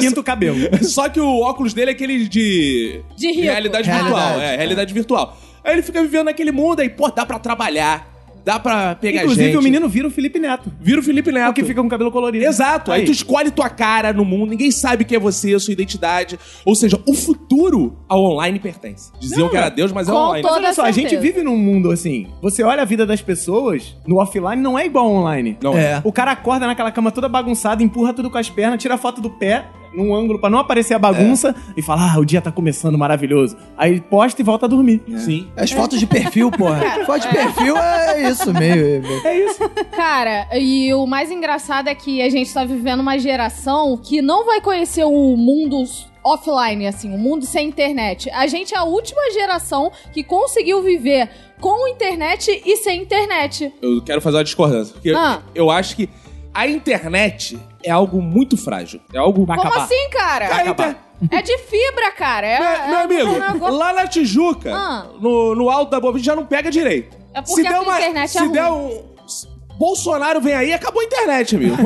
Speaker 5: Pinta o cabelo.
Speaker 1: Só que o óculos dele é aquele de.
Speaker 3: De rico.
Speaker 1: Realidade, virtual.
Speaker 2: Realidade.
Speaker 1: É, realidade virtual. Aí ele fica vivendo naquele mundo aí, pô, dá pra trabalhar, dá pra pegar
Speaker 5: Inclusive,
Speaker 1: gente.
Speaker 5: o menino vira o Felipe Neto.
Speaker 1: Vira o Felipe Neto.
Speaker 5: Porque fica com o cabelo colorido.
Speaker 1: Exato. Aí. tu escolhe tua cara no mundo, ninguém sabe quem é você, a sua identidade. Ou seja, o futuro ao online pertence. Diziam que era Deus, mas é
Speaker 3: Com
Speaker 1: online.
Speaker 3: toda
Speaker 5: Olha só, a
Speaker 3: certeza.
Speaker 5: gente vive num mundo assim. Você olha a vida das pessoas, no offline não é igual ao online.
Speaker 1: Não é.
Speaker 2: É.
Speaker 5: O cara acorda naquela cama toda bagunçada, empurra tudo com as pernas, tira a foto do pé num ângulo pra não aparecer a bagunça e fala: "Ah, o dia tá começando maravilhoso". Aí posta e volta a dormir.
Speaker 1: Sim.
Speaker 2: É. As fotos de perfil, porra. Foto de perfil é isso, meio. meio-
Speaker 5: É isso.
Speaker 3: Cara, e o mais engraçado é que a gente tá vivendo uma geração que não vai conhecer o mundo offline, assim, o mundo sem internet. A gente é a última geração que conseguiu viver com internet e sem internet.
Speaker 1: Eu quero fazer uma discordância. Porque
Speaker 3: Ah.
Speaker 1: eu acho que a internet é algo muito frágil. É algo.
Speaker 5: Vai
Speaker 3: Como
Speaker 5: acabar.
Speaker 3: assim,
Speaker 1: Vai
Speaker 3: cara?
Speaker 1: acabar.
Speaker 3: É de fibra, cara. É,
Speaker 1: Meu-
Speaker 3: é,
Speaker 1: meu amigo,
Speaker 3: é um negócio-
Speaker 1: lá na Tijuca,
Speaker 3: Ah.
Speaker 1: no, no alto da Boa já não pega direito.
Speaker 3: É porque a internet
Speaker 1: se
Speaker 3: é ruim.
Speaker 1: der um se- Bolsonaro vem aí, acabou a internet, amigo. Eu,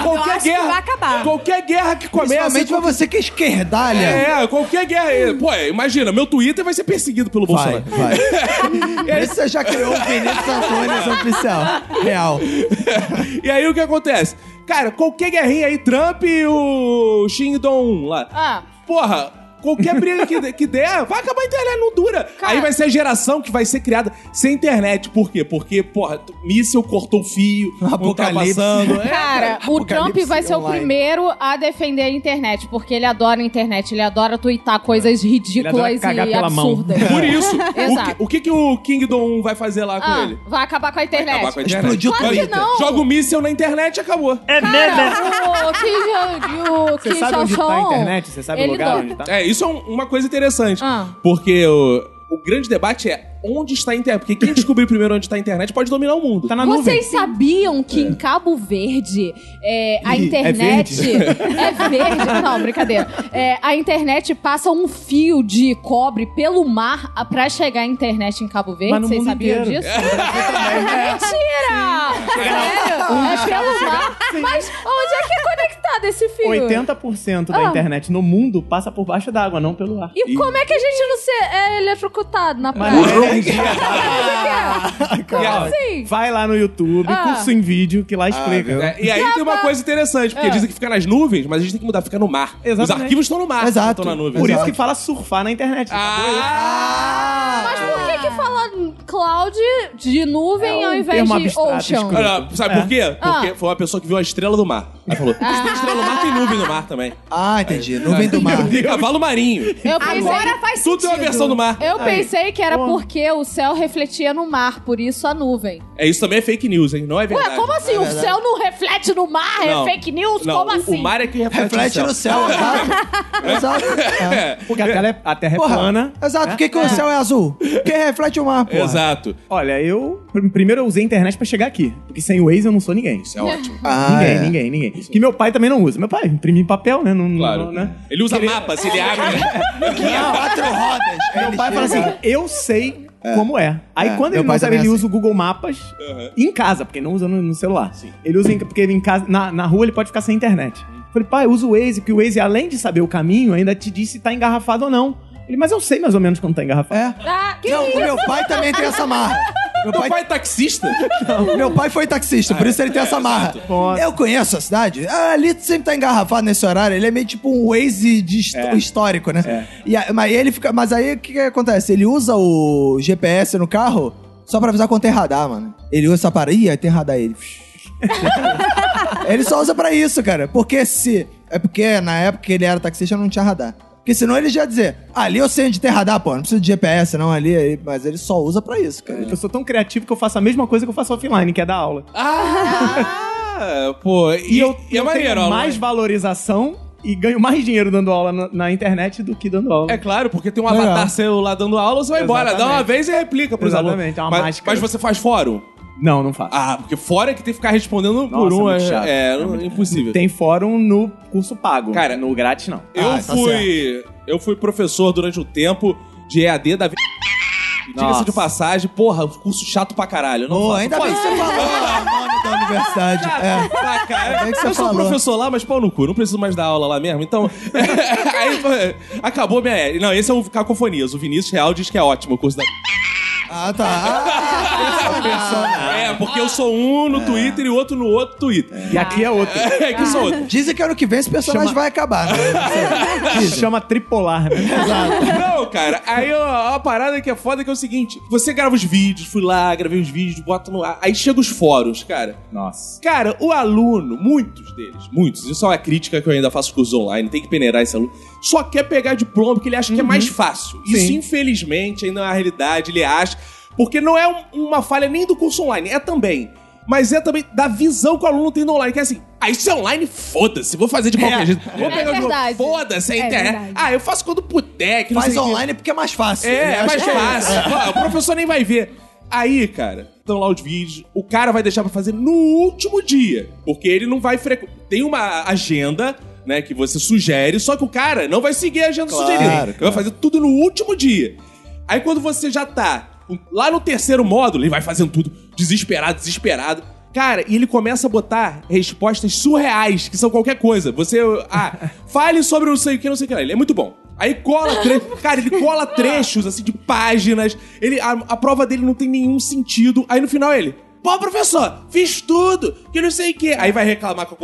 Speaker 4: concordo, eu acho que vai acabar.
Speaker 1: Qualquer guerra que começa,
Speaker 2: Principalmente pra você que é esquerdalha.
Speaker 1: É, qualquer guerra. é, Pô, é, imagina, meu Twitter vai ser perseguido pelo
Speaker 2: Vai,
Speaker 1: Bolsonaro.
Speaker 2: vai. Esse você já criou um o Vinícius Antunes oficial. Real.
Speaker 1: E aí o que acontece? Cara, qualquer guerrinha aí, Trump e o Xing Dong lá.
Speaker 3: Ah.
Speaker 1: Porra, qualquer briga que, que der, vai acabar a internet, não dura.
Speaker 3: Cara.
Speaker 1: Aí vai ser a geração que vai ser criada sem internet. Por quê? Porque, porra, t- míssil cortou o fio, não tá
Speaker 2: Apocalipse.
Speaker 1: passando. É.
Speaker 3: Cara, o Trump
Speaker 2: Apocalipse
Speaker 3: vai ser o
Speaker 2: online.
Speaker 3: primeiro a defender a internet, porque ele adora a internet, ele adora twittar coisas ridículas
Speaker 5: cagar
Speaker 3: e
Speaker 5: pela mão.
Speaker 3: absurdas.
Speaker 1: Por isso,
Speaker 3: Exato.
Speaker 1: o, que, o que que o King Dong vai fazer lá com
Speaker 3: Ah,
Speaker 1: ele?
Speaker 3: vai acabar com a internet.
Speaker 1: Acabar com a internet.
Speaker 2: Explodiu
Speaker 3: Claro que
Speaker 2: Twitter.
Speaker 3: não.
Speaker 1: Joga o míssil na internet e acabou.
Speaker 3: Cara, o Kim- o
Speaker 5: Você
Speaker 3: Kim
Speaker 5: sabe onde tá a
Speaker 3: Jong-un,
Speaker 5: internet? Você sabe o
Speaker 3: ele
Speaker 5: lugar
Speaker 3: dó-
Speaker 5: onde tá?
Speaker 1: É, isso é um- uma coisa interessante.
Speaker 3: Ah.
Speaker 1: Porque o, o grande debate é onde está a internet. Porque quem descobrir primeiro onde está a internet pode dominar o mundo.
Speaker 5: Tá na nuvem. É.
Speaker 3: Vocês sabiam que em Cabo Verde é, a
Speaker 5: Ih, é
Speaker 3: internet. É verde? Não, brincadeira. É, a internet passa um fio de cobre pelo mar a- pra chegar a internet em Cabo
Speaker 5: Mas
Speaker 3: Verde.
Speaker 5: no
Speaker 3: Vocês
Speaker 5: mundo
Speaker 3: sabiam
Speaker 5: inteiro.
Speaker 3: disso?
Speaker 5: né? Um
Speaker 3: Mentira! Sério? É pelo mar. Mas onde é que é conectado nada esse fio.
Speaker 5: 80% da
Speaker 3: Ah.
Speaker 5: internet no mundo passa por baixo d'água, não pelo ar.
Speaker 3: E como é que a gente não se é eletrocutado
Speaker 5: Ah.
Speaker 3: na praia?
Speaker 5: Mas-
Speaker 3: Como
Speaker 1: Cara.
Speaker 3: assim?
Speaker 5: Vai lá no YouTube,
Speaker 3: Ah.
Speaker 5: curso em vídeo, que lá explica.
Speaker 2: viu?
Speaker 5: É,
Speaker 1: É, e aí tem uma coisa interessante,
Speaker 3: É.
Speaker 1: porque dizem que fica nas nuvens, mas a gente tem que mudar, fica no mar. Os
Speaker 5: Exatamente.
Speaker 1: arquivos estão no mar, não
Speaker 2: Exato.
Speaker 1: estão na nuvem.
Speaker 5: Por
Speaker 2: Exato.
Speaker 5: isso que fala surfar na internet. tá
Speaker 1: Ah!
Speaker 3: Mas por que que fala cloud de nuvem
Speaker 5: É um
Speaker 3: ao invés
Speaker 5: termo
Speaker 3: de
Speaker 5: abstrato,
Speaker 3: ocean?
Speaker 5: escroto.
Speaker 1: Olha, sabe
Speaker 2: É.
Speaker 1: por quê?
Speaker 3: Ah.
Speaker 1: Porque foi uma pessoa que viu a estrela do mar. Aí falou: mas tem estrela do mar, tem nuvem no mar também.
Speaker 2: Ah, entendi. Nuvem do mar.
Speaker 1: Tem cavalo marinho.
Speaker 3: Eu pensei,
Speaker 4: Agora faz
Speaker 5: é
Speaker 1: Tudo tem uma
Speaker 4: sentido.
Speaker 1: versão do mar.
Speaker 3: eu pensei que era
Speaker 5: Pô.
Speaker 3: porque o céu refletia no mar, por isso a nuvem.
Speaker 1: É isso também é fake news, hein? Não é verdade.
Speaker 3: Ué, como assim? o céu não reflete no mar?
Speaker 1: Não.
Speaker 3: É fake news?
Speaker 1: Não,
Speaker 3: como
Speaker 1: o-
Speaker 3: assim?
Speaker 1: O mar é que reflete,
Speaker 2: Reflete no
Speaker 1: céu.
Speaker 2: céu, exato. exato. É.
Speaker 5: Porque a terra é, a terra é
Speaker 2: Porra,
Speaker 5: plana.
Speaker 2: exato. Por que, que o céu é azul? Porque reflete o mar, porra.
Speaker 1: Exato.
Speaker 5: Olha, eu pr- primeiro eu usei a internet pra chegar aqui. Porque sem o Waze eu não sou ninguém.
Speaker 1: Isso é ótimo.
Speaker 2: Ah,
Speaker 5: Ninguém,
Speaker 2: é.
Speaker 5: ninguém, ninguém. Que meu pai também não usa. Meu pai imprime em papel, né? Não, não-
Speaker 1: Claro.
Speaker 5: né?
Speaker 1: Ele usa mapas, ele abre. né?
Speaker 2: é Quatro rodas.
Speaker 5: Meu pai fala assim, eu sei como é. Aí
Speaker 2: É,
Speaker 5: quando
Speaker 2: meu
Speaker 5: ele não
Speaker 2: pai
Speaker 5: sabe,
Speaker 2: também
Speaker 5: ele
Speaker 2: é
Speaker 5: usa o Google Mapas
Speaker 1: Uhum.
Speaker 5: em casa, porque não usa no, no celular. Ele usa em, porque ele em casa, na, na rua ele pode ficar sem internet. Eu Falei, pai, usa o Waze, porque o Waze, além de saber o caminho, ainda te diz se tá engarrafado ou não. Ele, mas eu sei mais ou menos quando tá engarrafado.
Speaker 2: É.
Speaker 3: Ah, que
Speaker 2: não, o meu pai também tem essa marra. Meu
Speaker 1: Teu
Speaker 2: pai,
Speaker 1: pai é taxista?
Speaker 2: meu pai foi taxista, por isso ele tem essa marra. Eu conheço a cidade. Ah, ali sempre tá engarrafado nesse horário. Ele é meio tipo um Waze de hist- histórico, né? E a- mas ele fica. Mas aí o que, que acontece? Ele usa o GPS no carro só pra avisar quando tem radar, mano. Ele usa essa parada. Ih, aí tem radar aí ele. Ele só usa pra isso, cara. Porque se. É porque na época que ele era taxista não tinha radar. Porque senão ele já ia dizer, ali eu sei onde tem radar, pô, não precisa de GPS não ali, aí- mas ele só usa pra isso, cara.
Speaker 5: Eu sou tão criativo que eu faço a mesma coisa que eu faço offline, que é dar aula.
Speaker 1: Ah, pô. E,
Speaker 5: E eu,
Speaker 1: e é
Speaker 5: eu
Speaker 1: maneiro,
Speaker 5: tenho
Speaker 1: ó,
Speaker 5: mais valorização e ganho mais dinheiro dando aula na, na internet do que dando aula.
Speaker 1: É claro, porque tem um
Speaker 2: Legal.
Speaker 1: avatar seu lá dando aula, você vai embora. Dá uma
Speaker 5: Exatamente.
Speaker 1: vez e replica pros alunos.
Speaker 5: Exatamente, é uma
Speaker 1: mas,
Speaker 5: máscara.
Speaker 1: mas você faz fórum?
Speaker 5: Não, não faço.
Speaker 1: Ah, porque fora é que tem que ficar respondendo um por
Speaker 5: Nossa,
Speaker 1: um. É,
Speaker 5: muito chato.
Speaker 1: é,
Speaker 5: É muito-
Speaker 1: impossível.
Speaker 5: Tem fórum no curso pago.
Speaker 1: Cara,
Speaker 5: no grátis não.
Speaker 1: Eu
Speaker 2: Ah, tá
Speaker 1: fui. eu fui professor durante o tempo de EAD da. Diga-se
Speaker 5: Nossa.
Speaker 1: de passagem, porra, um curso chato pra caralho. eu Não
Speaker 2: Pô,
Speaker 1: faço.
Speaker 2: ainda
Speaker 1: Pô,
Speaker 2: bem que você falou o nome da universidade. É.
Speaker 1: Pra cá.
Speaker 2: É que você
Speaker 1: Ah, eu sou
Speaker 2: falou.
Speaker 1: professor lá, mas pau no cu, não preciso mais dar aula lá mesmo. Então, aí, pô, acabou minha. era. Não, esse é o Cacofonias. O Vinícius Real diz que é ótimo o curso da.
Speaker 2: Ah, tá.
Speaker 1: é, porque eu sou um no Twitter e outro no outro Twitter.
Speaker 5: E aqui é outro.
Speaker 1: É, que eu sou outro.
Speaker 2: Dizem que ano que vem esse personagem
Speaker 5: Chama-
Speaker 2: vai acabar, né?
Speaker 5: Chama tripolar, né?
Speaker 1: Não, cara, aí ó, a parada que é foda que é o seguinte: você grava os vídeos, fui lá, gravei os vídeos, boto no ar, aí chega os fóruns, cara.
Speaker 5: Nossa.
Speaker 1: Cara, o aluno, muitos deles, muitos, isso é uma crítica que eu ainda faço curso online, tem que peneirar esse aluno, só quer pegar diploma porque ele acha que é mais fácil. Isso,
Speaker 5: Sim.
Speaker 1: infelizmente, ainda é uma realidade, ele acha, porque não é um- uma falha nem do curso online, é também. Mas é também da visão que o aluno tem no online, que é assim, ah, isso é online, foda-se, vou fazer de qualquer jeito. Vou
Speaker 3: É
Speaker 1: pegar o diploma,
Speaker 3: verdade.
Speaker 1: foda-se, é
Speaker 4: É
Speaker 1: internet.
Speaker 4: verdade.
Speaker 1: ah, eu faço quando puder, que não
Speaker 2: Faz
Speaker 1: sei o quê.
Speaker 2: online porque é mais fácil.
Speaker 1: É,
Speaker 2: Ele
Speaker 1: é mais
Speaker 2: acha que
Speaker 1: fácil. Ó, O professor nem vai ver. Aí, cara, estão lá os vídeos. O cara vai deixar pra fazer no último dia. Porque ele não vai frequ... Tem uma agenda, né, que você sugere, só que o cara não vai seguir a agenda
Speaker 2: Claro,
Speaker 1: sugerida. Ele vai
Speaker 2: claro.
Speaker 1: fazer tudo no último dia. Aí quando você já tá lá no terceiro módulo, ele vai fazendo tudo desesperado, desesperado. Cara, e ele começa a botar respostas surreais, que são qualquer coisa. Você, ah, fale sobre não sei o que, não sei o que lá. Ele é muito bom. Aí cola trechos. Cara, ele cola trechos, assim, de páginas. Ele, a, a prova dele não tem nenhum sentido. Aí no final é ele. Pô, professor, fiz tudo, que não sei o quê. Aí vai reclamar com a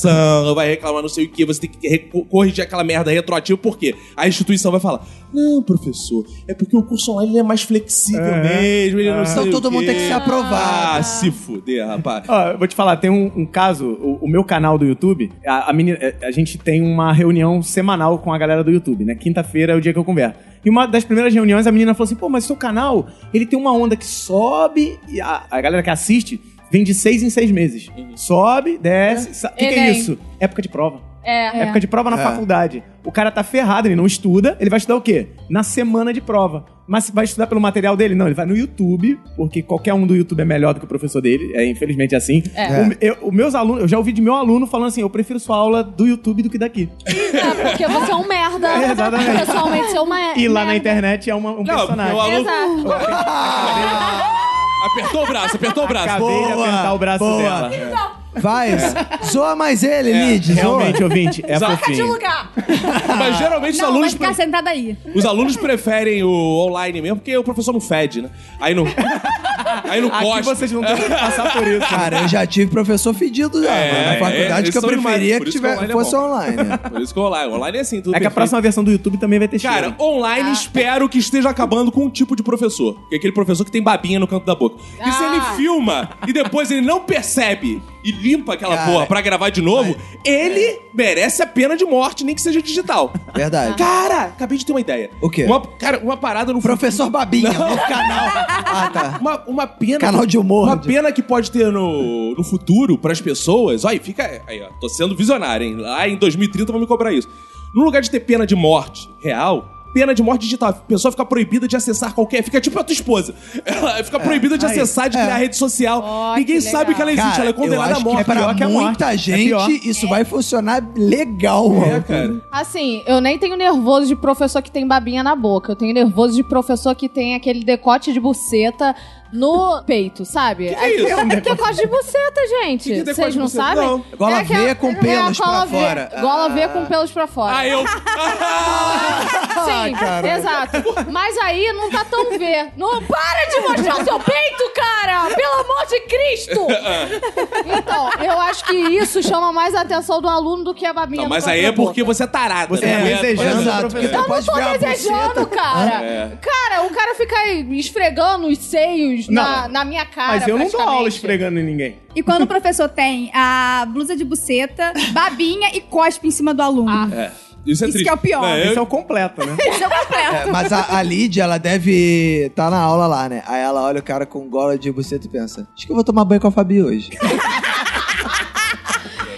Speaker 1: coordenação, vai reclamar não sei o quê, você tem que reco- corrigir aquela merda retroativa, por quê? A instituição vai falar: Não, professor, é porque o curso online ele é mais flexível mesmo, ele não sei
Speaker 2: Então
Speaker 1: o
Speaker 2: todo mundo
Speaker 1: quê."
Speaker 2: tem que ser aprovado.
Speaker 1: Ah, se fuder, rapaz.
Speaker 5: Ó, eu vou te falar, tem um, um caso, o, o meu canal do YouTube, a, a menina- a- a gente tem uma reunião semanal com a galera do YouTube, né? Quinta-feira é o dia que eu converso. E uma das primeiras reuniões, a menina falou assim, pô, mas seu canal, ele tem uma onda que sobe, e a, a galera que assiste vem de seis em seis meses. Sobe, desce, o que, que é
Speaker 3: Enem.
Speaker 5: isso? Época de prova.
Speaker 3: É.
Speaker 5: Época de prova na
Speaker 2: É.
Speaker 5: faculdade. O cara tá ferrado, ele não estuda. Ele vai estudar o quê? Na semana de prova. Mas vai estudar pelo material dele? Não, ele vai no YouTube, porque qualquer um do YouTube é melhor do que o professor dele. É, infelizmente, é assim.
Speaker 3: É.
Speaker 5: O, eu, os meus alunos, eu já ouvi de meu aluno falando assim: eu prefiro sua aula do YouTube do que daqui.
Speaker 3: É, porque você é um merda.
Speaker 5: É, exatamente.
Speaker 3: Pessoalmente, você é uma
Speaker 5: E lá na
Speaker 3: merda.
Speaker 5: internet é uma, um
Speaker 1: Não,
Speaker 5: personagem.
Speaker 1: meu aluno
Speaker 3: Exato.
Speaker 1: apertou o braço, apertou o braço.
Speaker 5: Acabei de apertar É. o braço
Speaker 2: boa.
Speaker 5: dela.
Speaker 3: Não,
Speaker 2: Vai, zoa mais ele,
Speaker 1: É,
Speaker 2: Lid, zoa.
Speaker 5: Realmente, ouvinte, é
Speaker 1: Zaca
Speaker 3: Troca de
Speaker 5: fofinho.
Speaker 3: lugar!
Speaker 1: Mas geralmente os
Speaker 4: Não, vai
Speaker 1: alunos.
Speaker 4: ficar sentada aí.
Speaker 2: assim.
Speaker 1: Os alunos preferem o online mesmo, porque o professor não fede, né? Aí não. Aí não
Speaker 5: Aqui
Speaker 1: costa.
Speaker 5: vocês não têm que passar por isso.
Speaker 2: Cara, eu já tive professor fedido já,
Speaker 1: É,
Speaker 2: mano, na faculdade
Speaker 1: é,
Speaker 2: que eu
Speaker 1: são demais,
Speaker 2: preferia
Speaker 1: por
Speaker 2: que,
Speaker 1: isso que
Speaker 2: tiver,
Speaker 1: online é
Speaker 2: fosse
Speaker 1: bom.
Speaker 2: online. né?
Speaker 1: Por isso que o online. O online é assim, tudo
Speaker 5: É que a
Speaker 1: perfeito.
Speaker 5: próxima versão do YouTube também vai ter
Speaker 1: Cara,
Speaker 5: cheiro.
Speaker 1: online
Speaker 2: Ah.
Speaker 1: espero que esteja acabando com um tipo de professor. Que é aquele professor que tem babinha no canto da boca. E se ele
Speaker 2: Ah.
Speaker 1: filma e depois ele não percebe e limpa aquela
Speaker 2: Cara, é.
Speaker 1: porra pra gravar de novo, ele merece a pena de morte, nem que seja digital.
Speaker 2: Verdade.
Speaker 1: Cara, acabei de ter uma ideia.
Speaker 2: Ah. O quê?
Speaker 1: Uma, cara, uma parada no
Speaker 2: Professor Babinha,
Speaker 1: Não.
Speaker 2: no canal. Ah, tá.
Speaker 1: Uma, uma pena.
Speaker 2: Canal de humor. né?
Speaker 1: Uma pena que pode ter no, no futuro pras pessoas. Olha, fica. Aí, ó. Tô sendo visionário, hein? Lá em 2030 vão me cobrar isso. No lugar de ter pena de morte real. Pena de morte digital. A pessoa fica proibida de acessar qualquer. Fica tipo a tua esposa. Ela
Speaker 2: É,
Speaker 1: fica proibida de
Speaker 5: Aí,
Speaker 1: acessar, de criar rede social.
Speaker 3: Ó,
Speaker 1: Ninguém
Speaker 3: que
Speaker 1: sabe
Speaker 3: legal.
Speaker 1: que ela existe. ela é condenada
Speaker 2: eu
Speaker 1: à
Speaker 2: acho que
Speaker 1: morte.
Speaker 2: pra
Speaker 5: pior que a
Speaker 2: muita
Speaker 5: morte. É
Speaker 2: gente,
Speaker 5: pior.
Speaker 2: isso vai funcionar legal,
Speaker 1: É,
Speaker 2: mano.
Speaker 1: cara.
Speaker 3: Assim, eu nem tenho nervoso de professor que tem babinha na boca. Eu tenho nervoso de professor que tem aquele decote de buceta no peito, sabe? Que um
Speaker 1: é isso?
Speaker 3: decote de buceta, gente.
Speaker 1: Que que é decote
Speaker 3: Vocês
Speaker 1: de
Speaker 3: não
Speaker 1: buceta?
Speaker 3: sabem? É
Speaker 1: Não.
Speaker 2: Gola
Speaker 3: aquela-
Speaker 2: V com pelos
Speaker 3: a gola
Speaker 2: pra
Speaker 3: V.
Speaker 2: fora.
Speaker 3: Gola V com pelos pra
Speaker 2: é
Speaker 3: fora.
Speaker 1: Ah, eu.
Speaker 2: Ah,
Speaker 3: Sim, exato. Mas aí não tá tão V. Não para de mostrar o seu peito, cara! Pelo amor de Cristo! Então, eu acho que isso chama mais a atenção do aluno do que a babinha.
Speaker 1: Não,
Speaker 3: no
Speaker 1: mas aí
Speaker 3: próprio
Speaker 1: é porque
Speaker 3: boca.
Speaker 1: você é tarado.
Speaker 5: Você
Speaker 1: né?
Speaker 5: tá
Speaker 1: Mulher-
Speaker 5: desejando.
Speaker 1: Olha só.
Speaker 2: Exato. porque tu
Speaker 3: Eu não
Speaker 2: pode
Speaker 3: tô
Speaker 2: ver a
Speaker 3: desejando,
Speaker 2: buceta.
Speaker 3: cara.
Speaker 1: É.
Speaker 3: Cara, o cara fica esfregando os seios
Speaker 5: Não.
Speaker 3: na, na minha cara.
Speaker 5: Mas eu não dou aula
Speaker 3: praticamente.
Speaker 5: esfregando em ninguém.
Speaker 4: E quando o professor tem a blusa de buceta, babinha e cospe em cima do aluno.
Speaker 3: Ah.
Speaker 1: É. Isso é
Speaker 4: Isso
Speaker 1: triste.
Speaker 4: que é o pior.
Speaker 1: Não, eu-
Speaker 5: Esse é o completo, né?
Speaker 4: Isso é completo.
Speaker 2: É, mas a, a Lid, ela deve tá na aula lá, né? Aí ela olha o cara com gola de buceta e pensa: Acho que eu vou tomar banho com a Fabi hoje.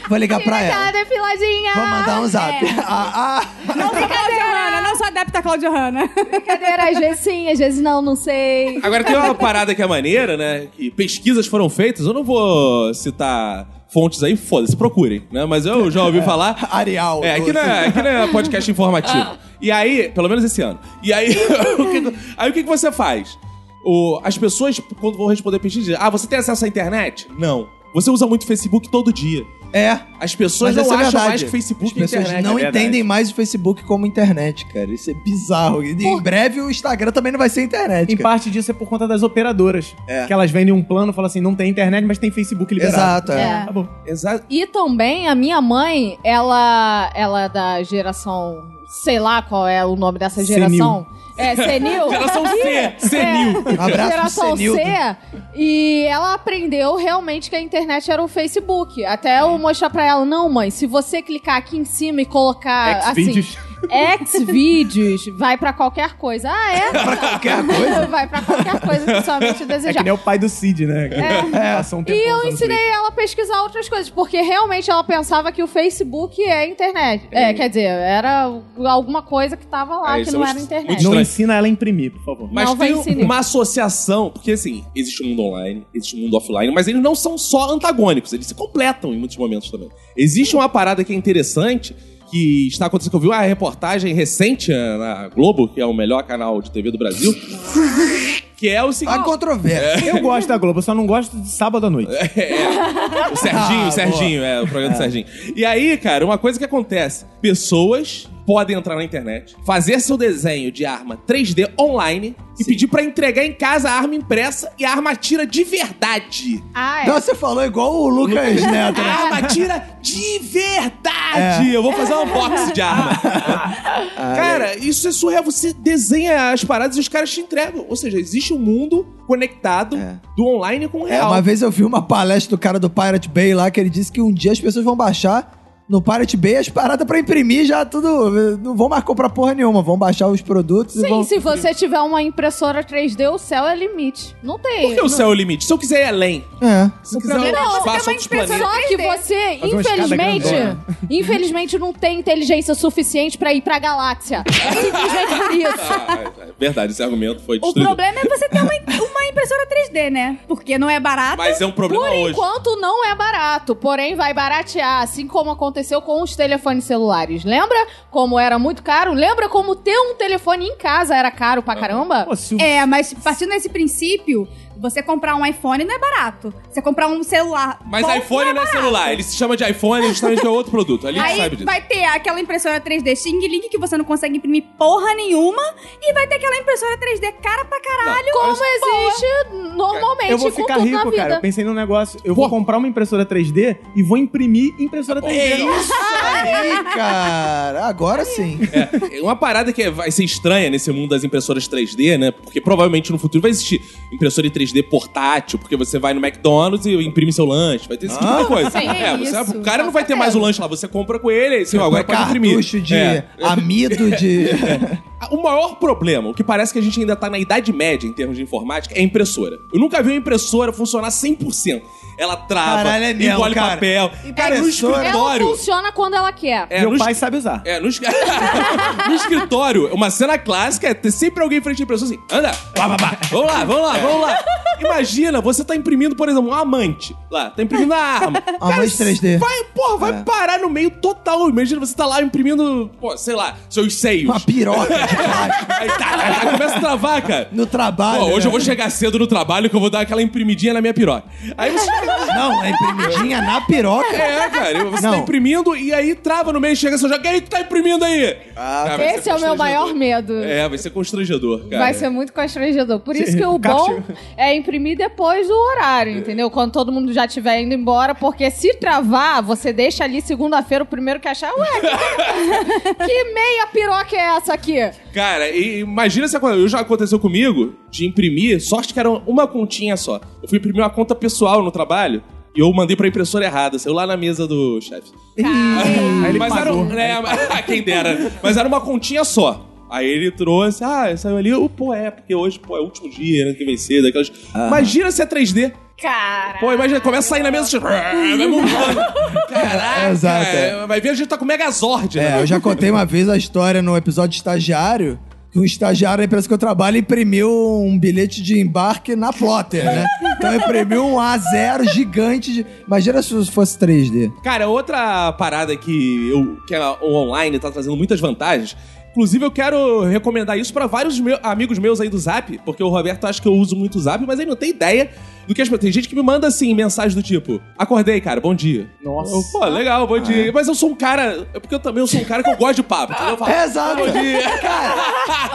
Speaker 2: vou ligar pra ela.
Speaker 3: Obrigada, filadinha.
Speaker 2: Vou mandar um zap.
Speaker 4: É.
Speaker 2: Ah, ah.
Speaker 4: Não sou Claudio Hanna, não sou adepta a Claudio Hanna.
Speaker 3: É, Brincadeira, às vezes sim, às vezes não, não sei.
Speaker 1: Agora tem uma parada que é maneira, né? Que pesquisas foram feitas. Eu não vou citar fontes aí, foda-se, procurem, né? Mas eu já ouvi falar.
Speaker 2: Arial. assim.
Speaker 1: É, aqui não é, aqui não é podcast informativo. E aí, pelo menos esse ano. E aí, o que, aí o que, que você faz? O- as pessoas, quando vão responder pesquisa, dizem: Ah, você tem acesso à internet? Não. Você usa muito Facebook todo dia.
Speaker 2: É,
Speaker 1: As pessoas
Speaker 2: mas
Speaker 1: não
Speaker 2: essa é
Speaker 1: acham
Speaker 2: verdade.
Speaker 1: mais que Facebook
Speaker 2: As pessoas
Speaker 1: é internet.
Speaker 2: não
Speaker 1: É verdade.
Speaker 2: entendem mais o Facebook como internet, cara. Isso é bizarro. E em breve o Instagram também não vai ser internet,
Speaker 5: Em
Speaker 2: cara.
Speaker 5: parte disso é por conta das operadoras.
Speaker 2: É.
Speaker 5: Que elas vendem um plano, falam assim, não tem internet, mas tem Facebook
Speaker 2: Exato,
Speaker 5: liberado.
Speaker 2: é.
Speaker 3: É.
Speaker 5: Tá bom.
Speaker 1: Exato.
Speaker 3: E também a minha mãe, ela, ela é da geração, sei lá qual é o nome dessa
Speaker 5: Senil.
Speaker 3: geração. É, senil?
Speaker 1: Geração C, senil.
Speaker 3: É,
Speaker 2: Um Abraço pro
Speaker 3: geração
Speaker 2: senil.
Speaker 3: C. E ela aprendeu realmente que a internet era o Facebook. Até eu mostrar pra ela, não, mãe, se você clicar aqui em cima e colocar assim,
Speaker 5: Xvideos.
Speaker 3: Xvideos, vai pra qualquer coisa. Ah, é? pra
Speaker 2: qualquer coisa?
Speaker 3: vai pra qualquer coisa que sua mente
Speaker 5: É
Speaker 3: desejar.
Speaker 5: que nem o pai do Cid, né? Que Passou um tempão
Speaker 3: E eu
Speaker 5: usando
Speaker 3: ensinei ela a pesquisar outras coisas, porque realmente ela pensava que o Facebook é a internet. É, quer dizer, era alguma coisa que tava lá,
Speaker 1: É,
Speaker 3: que
Speaker 1: isso
Speaker 3: não
Speaker 1: é muito-
Speaker 3: era
Speaker 5: Twitter.
Speaker 3: internet.
Speaker 5: Não
Speaker 1: Estranho.
Speaker 5: ensina ela a imprimir, por favor.
Speaker 1: Mas
Speaker 3: Não, vai
Speaker 1: tem
Speaker 3: ensinar.
Speaker 1: uma associação, porque assim, existe o mundo online, existe o mundo offline, mas eles não são só antagônicos, eles se completam em muitos momentos também. Existe uma parada que é interessante, que está acontecendo, que eu vi uma reportagem recente eh, na Globo, que é o melhor canal de TV do Brasil, que é o seguinte...
Speaker 2: Há controvérsia.
Speaker 5: Eu gosto da Globo, eu só não gosto de sábado à noite.
Speaker 1: O Serginho,
Speaker 2: Ah,
Speaker 1: o Serginho, é, o programa do Serginho. E aí, cara, uma coisa que acontece: pessoas podem entrar na internet, fazer seu desenho de arma 3D online e pedir pra entregar em casa a arma impressa e a arma tira de verdade.
Speaker 3: Ah, é.
Speaker 2: Não, você falou igual o Lucas Neto.
Speaker 1: A
Speaker 2: né?
Speaker 1: arma tira de verdade! Eu vou fazer um unboxing de arma. Cara, isso é surreal. Você desenha as paradas e os caras te entregam. Ou seja, existe um mundo conectado
Speaker 2: É.
Speaker 1: do online com o
Speaker 2: É,
Speaker 1: real.
Speaker 2: uma vez eu vi uma palestra do cara do Pirate Bay lá que ele disse que um dia as pessoas vão baixar no Pirate Bay as paradas pra imprimir já tudo. Não vão mais comprar porra nenhuma, vão baixar os produtos e
Speaker 3: Sim,
Speaker 2: vão.
Speaker 3: se você tiver uma impressora 3D, o céu é limite. Não tem.
Speaker 1: Por que o céu é o limite? Se eu quiser ir além,
Speaker 2: É.
Speaker 1: se eu quiser
Speaker 3: problema é
Speaker 1: um
Speaker 3: você
Speaker 1: espaço,
Speaker 4: ter uma
Speaker 1: outros
Speaker 4: impressora
Speaker 1: planetas.
Speaker 3: Só que
Speaker 4: 3D.
Speaker 3: você,
Speaker 5: uma escada
Speaker 3: infelizmente,
Speaker 5: grandona.
Speaker 3: infelizmente não tem inteligência suficiente pra ir pra galáxia. É simplesmente por isso.
Speaker 1: Ah, é verdade, esse argumento foi
Speaker 4: O
Speaker 1: destruído.
Speaker 4: problema é você ter uma, uma impressora 3D, né? Porque não é barato.
Speaker 1: Mas é um problema
Speaker 3: Por
Speaker 1: hoje.
Speaker 3: enquanto não é barato, porém vai baratear, assim como aconteceu com os telefones celulares. Lembra como era muito caro? Lembra como ter um telefone em casa era caro pra caramba?
Speaker 5: Pô, se o-
Speaker 4: É, mas partindo desse princípio, Você comprar um iPhone não é barato. Você comprar um celular.
Speaker 1: Mas
Speaker 4: bom,
Speaker 1: iPhone não é
Speaker 4: barato.
Speaker 1: celular. Ele se chama de iPhone, justamente que é outro produto. Ali
Speaker 4: Aí
Speaker 1: sabe disso.
Speaker 4: vai ter aquela impressora 3D Xing Link que você não consegue imprimir porra nenhuma. E vai ter aquela impressora 3D cara pra caralho.
Speaker 3: Como
Speaker 1: é
Speaker 3: existe normalmente
Speaker 5: Eu vou
Speaker 3: com
Speaker 5: ficar
Speaker 3: tudo na
Speaker 5: rico,
Speaker 3: vida.
Speaker 5: cara. Eu pensei num negócio. Eu vou comprar uma impressora 3D e vou imprimir impressora 3D.
Speaker 1: é
Speaker 2: Aí, É. cara, agora sim.
Speaker 1: É uma parada que é- vai ser estranha nesse mundo das impressoras 3D, né? Porque provavelmente no futuro vai existir impressora em 3D portátil, porque você vai no McDonald's e imprime seu lanche. Vai ter esse tipo de coisa.
Speaker 3: Sim,
Speaker 1: é,
Speaker 3: é
Speaker 1: você-
Speaker 3: isso.
Speaker 1: o cara não vai ter mais o lanche lá. Você compra com ele, e você agora pode imprimir.
Speaker 2: Cartucho de
Speaker 1: É.
Speaker 2: amido de...
Speaker 1: O maior problema, o que parece que a gente ainda tá na idade média em termos de informática, é a impressora. Eu nunca vi uma impressora funcionar 100%. Ela trava,
Speaker 2: Caralho, é mesmo,
Speaker 1: engole
Speaker 2: cara.
Speaker 1: papel. Cara, no
Speaker 2: Impressora.
Speaker 3: Ela
Speaker 1: escritório...
Speaker 3: funciona quando ela quer.
Speaker 1: É,
Speaker 5: Meu
Speaker 1: no
Speaker 5: pai sabe usar.
Speaker 1: É, no, es- no escritório, uma cena clássica é ter sempre alguém em frente à impressora assim, anda, pá, pá, pá, vamos lá, vamos lá, vamos lá. Imagina, você tá imprimindo, por exemplo, um amante. Lá, tá imprimindo a arma.
Speaker 2: Amante É. 3D.
Speaker 1: Vai, porra, vai parar no meio total. Imagina, você tá lá imprimindo, pô, sei lá, seus seios.
Speaker 2: Uma piroca de plástico.
Speaker 1: Aí, tá, tá, tá, começa a travar, cara.
Speaker 2: No trabalho.
Speaker 1: Pô, hoje
Speaker 2: né?
Speaker 1: eu vou chegar cedo no trabalho que eu vou dar aquela imprimidinha na minha piroca. Aí você.
Speaker 2: Não, é imprimidinha na piroca.
Speaker 1: É, cara, você tá
Speaker 2: Não.
Speaker 1: imprimindo e aí trava no meio, chega seu jogo. E aí, tu tá imprimindo aí? Ah, vai
Speaker 3: Esse
Speaker 1: ser
Speaker 3: é o meu
Speaker 1: constrangedor.
Speaker 3: maior medo.
Speaker 1: É, vai ser constrangedor, cara.
Speaker 3: Vai ser muito constrangedor. Por isso que o bom é imprimir depois do horário, entendeu? Quando todo mundo já estiver indo embora, porque se travar, você deixa ali segunda-feira o primeiro que achar. Ué, que, que meia piroca é essa aqui?
Speaker 1: Cara, e- imagina se aconte- já aconteceu comigo de imprimir, sorte que era uma continha só. Eu fui imprimir uma conta pessoal no trabalho e eu mandei pra impressora errada, saiu lá na mesa do chefe.
Speaker 5: Aí ele
Speaker 1: Mas era,
Speaker 5: pagou.
Speaker 1: um- né, quem dera. Mas era uma continha só. Aí ele trouxe, ah, saiu ali, oh, pô, é, porque hoje, pô, é o último dia, né, que vencer, daquelas...
Speaker 2: Ah.
Speaker 1: Imagina se é 3D.
Speaker 3: Cara.
Speaker 1: Pô, imagina, começa a sair na mesa, tipo, vai montando. Caraca,
Speaker 2: Exato,
Speaker 1: é, vai ver, a gente tá com Megazord, né?
Speaker 2: É, eu já contei uma vez a história no episódio de estagiário. Que o estagiário da empresa que eu trabalho imprimiu um bilhete de embarque na Plotter, né? Então imprimiu um A0 gigante de. Imagina se fosse 3D.
Speaker 1: Cara, outra parada que, eu, que a- o online tá trazendo muitas vantagens. Inclusive, eu quero recomendar isso pra vários meu- amigos meus aí do Zap, porque o Roberto acha que eu uso muito o Zap, mas ele não tem ideia do que as pessoas. Tem gente que me manda assim, mensagem do tipo: Acordei, cara, bom dia.
Speaker 5: Nossa.
Speaker 1: Eu, Pô, legal, bom dia. Mas eu sou um cara. é Porque eu também eu sou um cara que eu gosto de papo. Entendeu? Eu falo,
Speaker 2: É, Exato.
Speaker 1: Bom dia.
Speaker 2: Cara,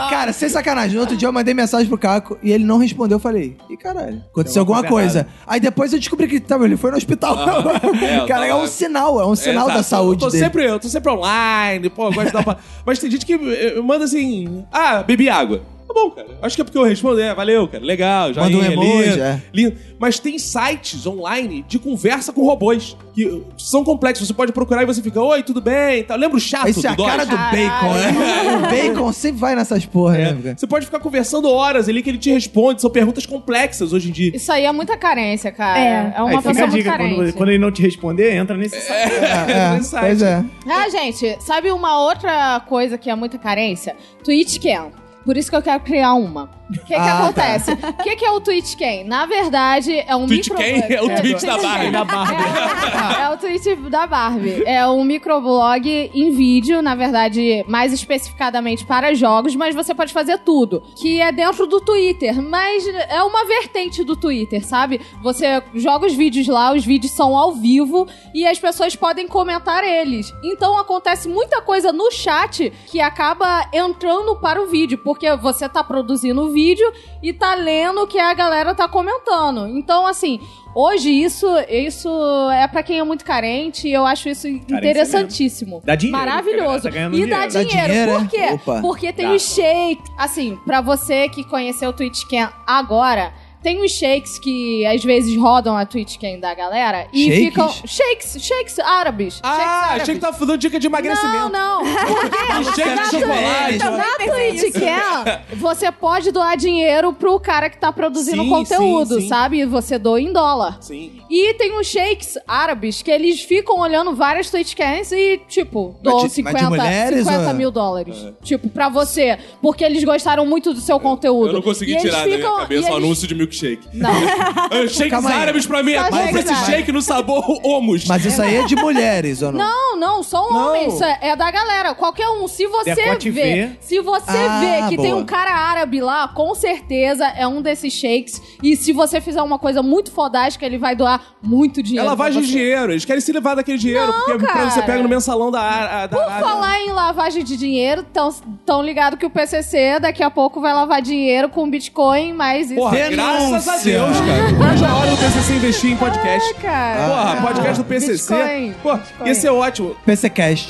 Speaker 2: cara, sem sacanagem. No outro dia eu mandei mensagem pro Caco e ele não respondeu. Eu falei, e caralho, aconteceu alguma coisa. Aí depois eu descobri que tá, meu, ele foi no hospital.
Speaker 1: é, eu
Speaker 2: cara, é
Speaker 1: tava-
Speaker 2: um sinal, é um sinal
Speaker 1: Exato.
Speaker 2: da saúde
Speaker 1: eu tô
Speaker 2: dele.
Speaker 1: Sempre, eu tô sempre online, pô, eu gosto de dar uma... Mas tem gente que eh, manda assim, ah, bebi água. Tá bom, cara. Acho que é porque eu respondo, é, valeu, cara, legal, já
Speaker 2: Manda um emoji,
Speaker 1: lindo,
Speaker 2: é.
Speaker 1: lindo. Mas tem sites online de conversa com robôs, que são complexos. Você pode procurar e você fica, oi, tudo bem? e tal. Lembra o chato
Speaker 2: Isso é a
Speaker 1: do
Speaker 2: cara do
Speaker 1: Dodge?
Speaker 2: bacon, né? O bacon sempre vai nessas porra, né, cara?
Speaker 1: Você pode ficar conversando horas ali que ele te responde. São perguntas complexas hoje em dia.
Speaker 3: Isso aí é muita carência, cara. É,
Speaker 4: É.
Speaker 3: uma
Speaker 5: Aí fica
Speaker 3: pessoa
Speaker 5: a
Speaker 3: muito
Speaker 5: dica,
Speaker 3: carente.
Speaker 5: quando, quando ele não te responder, entra nesse site.
Speaker 2: É,
Speaker 1: Esse site.
Speaker 2: pois é.
Speaker 3: Ah, gente, sabe uma outra coisa que é muita carência? Twitch Cam. Por isso que eu quero criar uma. O que, que
Speaker 2: Ah, tá.
Speaker 3: acontece? O que, que é o Twitch Cam? Na verdade, é um
Speaker 1: Twitch Cam
Speaker 3: microblog.
Speaker 1: é o Twitch da Barbie.
Speaker 3: Da Barbie. É, o Twitch da Barbie. É um microblog em vídeo, na verdade, mais especificadamente para jogos, mas você pode fazer tudo. Que é dentro do Twitter, mas é uma vertente do Twitter, sabe? Você joga os vídeos lá, os vídeos são ao vivo e as pessoas podem comentar eles. Então acontece muita coisa no chat que acaba entrando para o vídeo, porque você tá produzindo o vídeo e tá lendo o que a galera tá comentando. Então, assim, hoje isso, isso é para quem é muito carente e eu acho isso interessantíssimo.
Speaker 5: Dá dinheiro,
Speaker 3: Maravilhoso.
Speaker 5: cara, tá ganhando
Speaker 3: e dá
Speaker 5: dinheiro.
Speaker 2: Dá
Speaker 3: dinheiro.
Speaker 2: dinheiro,
Speaker 3: Por
Speaker 2: é?
Speaker 3: quê?
Speaker 2: Opa.
Speaker 3: Porque tem
Speaker 5: Dá.
Speaker 3: os shakes. Assim, pra você que conheceu o Twitchcam agora, tem os shakes que às vezes rodam a Twitchcam da galera e
Speaker 2: Shakes?
Speaker 3: ficam. Shakes, shakes árabes. shakes
Speaker 1: Ah,
Speaker 3: árabes.
Speaker 1: achei que tava falando dica de emagrecimento.
Speaker 3: Não, não. Porque
Speaker 1: Shake de
Speaker 2: Ah,
Speaker 1: chocolate.
Speaker 3: É, então,
Speaker 2: então,
Speaker 3: na Twitchcam, você pode doar dinheiro pro cara que tá produzindo
Speaker 1: Sim,
Speaker 3: conteúdo,
Speaker 1: sim, sim.
Speaker 3: sabe? Você doa em dólar.
Speaker 1: Sim.
Speaker 3: E tem uns shakes árabes que eles ficam olhando várias Twitchcams e, tipo, dou
Speaker 2: de- mas de
Speaker 3: 50,
Speaker 2: mulheres, ah?
Speaker 3: 50
Speaker 2: ou-
Speaker 3: mil dólares. Tipo, pra você. Porque eles gostaram muito do seu conteúdo.
Speaker 1: É. Eu não consegui
Speaker 3: E eles
Speaker 1: tirar da minha
Speaker 3: ficam-
Speaker 1: cabeça
Speaker 3: e
Speaker 1: o
Speaker 3: eles-
Speaker 1: anúncio de milkshake.
Speaker 3: Não.
Speaker 1: Ah, Shakes
Speaker 2: Calma aí.
Speaker 1: árabes pra mim.
Speaker 3: Só
Speaker 1: Compra
Speaker 3: shakes
Speaker 1: esse
Speaker 3: árabes.
Speaker 1: shake no sabor homus.
Speaker 2: Mas isso aí é de mulheres, ou não?
Speaker 3: Não, não, só um
Speaker 2: Não.
Speaker 3: homem. Isso é, é da galera. Qualquer um.
Speaker 1: É
Speaker 3: Se você
Speaker 5: Decote
Speaker 3: vê.
Speaker 5: V.
Speaker 3: Se você
Speaker 2: Ah,
Speaker 3: vê que
Speaker 2: boa.
Speaker 3: tem um cara árabe lá, com certeza é um desses shakes. E se você fizer uma coisa muito fodástica, ele vai doar muito
Speaker 1: É
Speaker 3: dinheiro.
Speaker 1: lavagem
Speaker 3: pra
Speaker 1: de
Speaker 3: você.
Speaker 1: dinheiro. Eles querem se livrar daquele dinheiro, porque pra
Speaker 3: cara.
Speaker 1: você pega no mensalão da, a- da
Speaker 3: Por
Speaker 1: Arábia.
Speaker 3: falar em lavagem de dinheiro, tão, tão ligado que o PCC daqui a pouco vai lavar dinheiro com Bitcoin, mas isso...
Speaker 1: Porra,
Speaker 2: Denúncia.
Speaker 1: graças a Deus, cara. Mas já hora do PCC investir em podcast.
Speaker 3: Ah, cara.
Speaker 1: Porra, podcast do PCC.
Speaker 3: Bitcoin,
Speaker 1: Pô, é
Speaker 3: Bitcoin.
Speaker 1: ia ser ótimo.
Speaker 2: PCcast.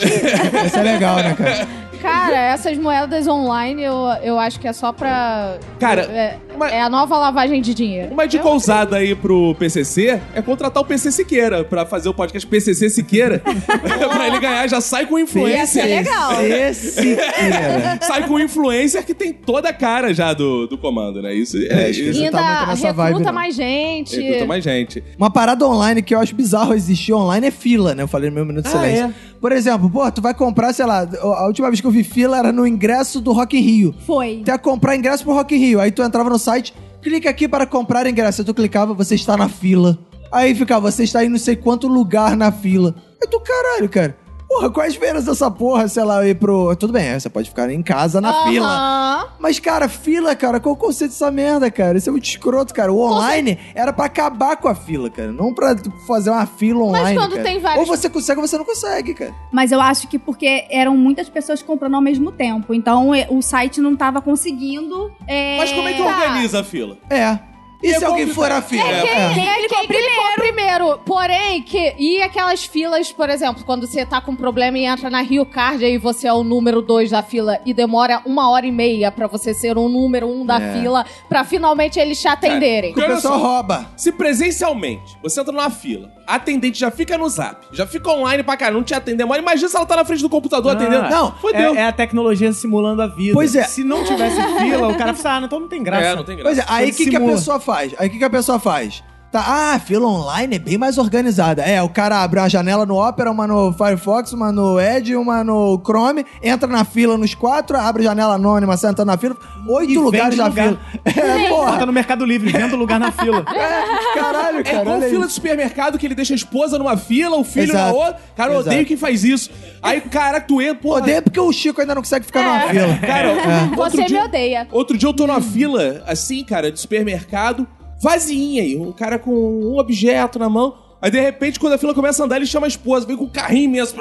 Speaker 2: Isso é legal, né, cara?
Speaker 3: Cara, essas moedas online eu, eu acho que é só pra.
Speaker 1: Cara,
Speaker 3: É,
Speaker 1: uma-
Speaker 3: é a nova lavagem de dinheiro.
Speaker 1: Uma dica ousada aí pro PCC é contratar o PC Siqueira pra fazer o podcast PCC Siqueira. pra ele ganhar, já sai com influencer.
Speaker 3: é legal.
Speaker 2: Esse cara.
Speaker 1: É, né? Sai com um influencer que tem toda a cara já do, do comando, né? Isso é,
Speaker 2: É,
Speaker 1: isso
Speaker 3: E
Speaker 2: Você
Speaker 3: ainda
Speaker 2: tá muito nessa
Speaker 3: recruta
Speaker 2: vibe, não.
Speaker 3: mais gente.
Speaker 1: recruta mais gente.
Speaker 2: Uma parada online que eu acho bizarro existir online é fila, né? Eu falei no meu
Speaker 3: Ah,
Speaker 2: minuto de silêncio.
Speaker 3: é?
Speaker 2: Por exemplo, pô, tu vai comprar, sei lá, a última vez que eu vi fila era no ingresso do Rock in Rio.
Speaker 4: Foi.
Speaker 2: Tu ia comprar ingresso pro Rock in Rio. Aí tu entrava no site, clica aqui para comprar ingresso. Aí tu clicava, você está na fila. Aí ficava, você está em não sei quanto lugar na fila. Aí tu, caralho, cara. Porra, qual a esperança dessa porra, sei lá, ir pro... Tudo bem, você pode ficar em casa na
Speaker 3: Aham.
Speaker 2: fila. Mas, cara, fila, cara, qual o conceito dessa merda, cara? Isso é muito escroto, cara. O online era pra acabar com a fila, cara. Não pra fazer uma fila online.
Speaker 3: quando
Speaker 2: cara.
Speaker 3: tem vários-
Speaker 2: Ou você consegue ou você não consegue, cara.
Speaker 4: Mas eu acho que porque eram muitas pessoas comprando ao mesmo tempo. Então e- o site não tava conseguindo. é,
Speaker 1: Mas como é que
Speaker 3: Tá.
Speaker 1: organiza a fila?
Speaker 2: É. E
Speaker 1: É
Speaker 2: se alguém
Speaker 1: complicado.
Speaker 2: for a fila?
Speaker 3: É, quem,
Speaker 2: É.
Speaker 3: é quem clicou primeiro. Porém, que, e aquelas filas, por exemplo, quando você tá com problema e entra na Rio Card, aí você é o número dois da fila e demora uma hora e meia pra você ser o número um da fila, pra finalmente eles te atenderem.
Speaker 2: O
Speaker 1: Olha
Speaker 2: pessoal
Speaker 1: só.
Speaker 2: rouba.
Speaker 1: Se presencialmente você entra numa fila, a atendente já fica no zap, já fica online pra caramba, não te atende demora. Imagina se ela tá na frente do
Speaker 2: Ah,
Speaker 1: computador atendendo.
Speaker 2: Não,
Speaker 1: fodeu.
Speaker 5: É, é a tecnologia simulando a vida.
Speaker 2: Pois é.
Speaker 5: Se não tivesse fila, o cara fala, ah, não, então não tem graça.
Speaker 1: É, não tem
Speaker 2: Pois
Speaker 1: graça.
Speaker 2: é, aí o
Speaker 5: Ele
Speaker 2: que, que a
Speaker 5: simula.
Speaker 2: pessoa faz? Aí o que, que a pessoa faz? Tá, ah, a fila online é bem mais organizada. É, o cara abre uma janela no Opera, uma no Firefox, uma no Edge, uma no Chrome, entra na fila nos quatro, abre janela anônima, senta na fila, oito
Speaker 5: E
Speaker 2: lugares
Speaker 5: vende
Speaker 2: na
Speaker 5: lugar.
Speaker 2: fila. É, porra.
Speaker 5: Tá no Mercado Livre, vendo lugar na fila.
Speaker 2: É, caralho,
Speaker 1: É
Speaker 2: cara.
Speaker 1: igual
Speaker 2: olha
Speaker 1: fila
Speaker 2: isso.
Speaker 1: de supermercado que ele deixa a esposa numa fila, o filho na
Speaker 2: Exato.
Speaker 1: outra. Cara, eu
Speaker 2: Exato.
Speaker 1: odeio quem faz isso. Aí, cara, tu entra, porra.
Speaker 2: Odeio porque o Chico ainda não consegue ficar numa fila. É.
Speaker 1: Cara, outro
Speaker 3: Você me
Speaker 1: dia-
Speaker 3: odeia.
Speaker 1: Outro dia eu tô numa fila, assim, cara, de supermercado, vazinha, e um cara com um objeto na mão. Aí, de repente, quando a fila começa a andar, ele chama a esposa, vem com um carrinho mesmo.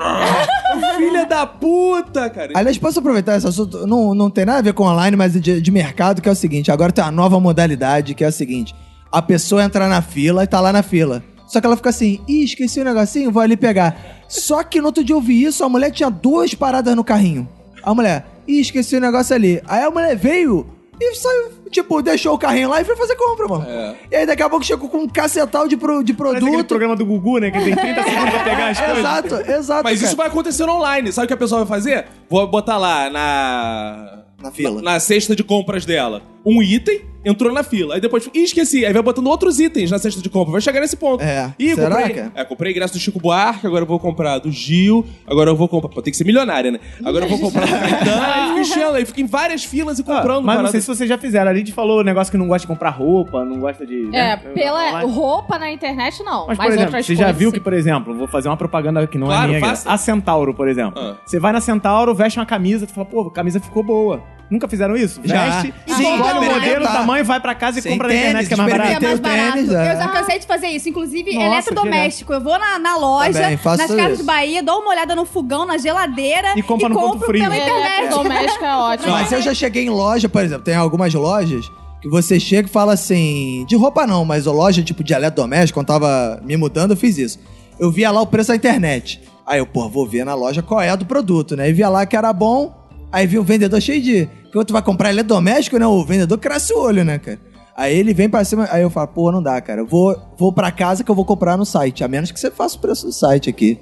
Speaker 1: Filha da puta, cara.
Speaker 2: Aliás, posso aproveitar esse assunto? Não, não tem nada a ver com online, mas de, de mercado, que é o seguinte: agora tem uma nova modalidade, que é o seguinte: a pessoa entra na fila e tá lá na fila. Só que ela fica assim, ih, esqueci o negocinho, vou ali pegar. Só que no outro dia eu vi isso, a mulher tinha duas paradas no carrinho. A mulher, ih, esqueci o negócio ali. Aí a mulher veio e saiu, tipo, deixou o carrinho lá e foi fazer compra, mano. E aí daqui a pouco chegou com um cacetal de, pro, de
Speaker 5: Parece aquele
Speaker 2: produto.
Speaker 5: programa do Gugu, né? Que tem 30 segundos pra pegar as coisas.
Speaker 2: Exato, exato.
Speaker 1: Mas isso
Speaker 2: cara.
Speaker 1: vai acontecer online. Sabe o que a pessoa vai fazer? Vou botar lá na.
Speaker 2: Na fila.
Speaker 1: Na cesta de compras dela. Um item, entrou na fila. Aí depois. Ih, esqueci. Aí vai botando outros itens na cesta de compra. Vai chegar nesse ponto.
Speaker 2: É.
Speaker 1: Ih,
Speaker 2: Será,
Speaker 1: comprei.
Speaker 2: cara?
Speaker 1: É, comprei ingresso do Chico Buarque, agora eu vou comprar do Gil. Agora eu vou comprar. Pô, tem que ser milionária, né? Agora eu vou comprar do Caetano. Aí fica enchendo, aí fica em várias filas e
Speaker 5: Ah,
Speaker 1: comprando.
Speaker 5: mas não
Speaker 1: parada. assim.
Speaker 5: sei se vocês já fizeram. A Lid falou o negócio que não gosta de comprar roupa, não gosta de.
Speaker 3: É,
Speaker 5: né,
Speaker 3: pela
Speaker 5: online.
Speaker 3: roupa na internet, não. Mas,
Speaker 5: Mas, por exemplo,
Speaker 3: outras
Speaker 5: você
Speaker 3: coisas.
Speaker 5: já viu que,
Speaker 3: sim.
Speaker 5: por exemplo, vou fazer uma propaganda que não
Speaker 1: Claro,
Speaker 5: é minha.
Speaker 1: faça.
Speaker 5: A Centauro, por exemplo.
Speaker 1: Ah.
Speaker 5: Você vai na Centauro, veste uma camisa, tu fala, pô, a camisa ficou boa. Nunca fizeram isso?
Speaker 2: Já.
Speaker 5: Veste,
Speaker 2: Sim,
Speaker 5: compra o
Speaker 2: vai
Speaker 5: modelo,
Speaker 2: experimentar.
Speaker 5: tamanho, vai pra casa e
Speaker 2: Sim,
Speaker 5: compra na
Speaker 2: tênis,
Speaker 5: internet, que é mais
Speaker 2: experimenta.
Speaker 5: barato.
Speaker 4: Que é mais
Speaker 2: Tem o
Speaker 4: barato.
Speaker 2: tênis, é.
Speaker 4: eu já cansei de fazer isso. Inclusive,
Speaker 5: Nossa, Tá
Speaker 4: eletrodoméstico. Eu vou na, na loja,
Speaker 2: Também, faço
Speaker 4: nas casas
Speaker 2: isso.
Speaker 4: do Bahia, dou uma olhada no fogão, na geladeira
Speaker 5: E compra no ponto
Speaker 4: compro
Speaker 5: frio.
Speaker 4: pela
Speaker 5: É,
Speaker 3: É,
Speaker 4: internet.
Speaker 3: doméstica é ótimo.
Speaker 2: Mas eu já cheguei em loja, por exemplo, tem algumas lojas que você chega e fala assim, de roupa não, mas ó, loja tipo de eletrodoméstico, quando tava me mudando, eu fiz isso. Eu via lá o preço na internet. Aí eu, pô, vou ver na loja qual é a do produto, né? E via lá que era bom, aí vi o vendedor cheio de. Quando tu vai comprar eletrodoméstico, né? O vendedor cresce o olho, né, cara? Aí ele vem pra cima, aí eu falo, pô, não dá, cara. Eu vou, vou pra casa que eu vou comprar no site, a menos que você faça o preço do site aqui.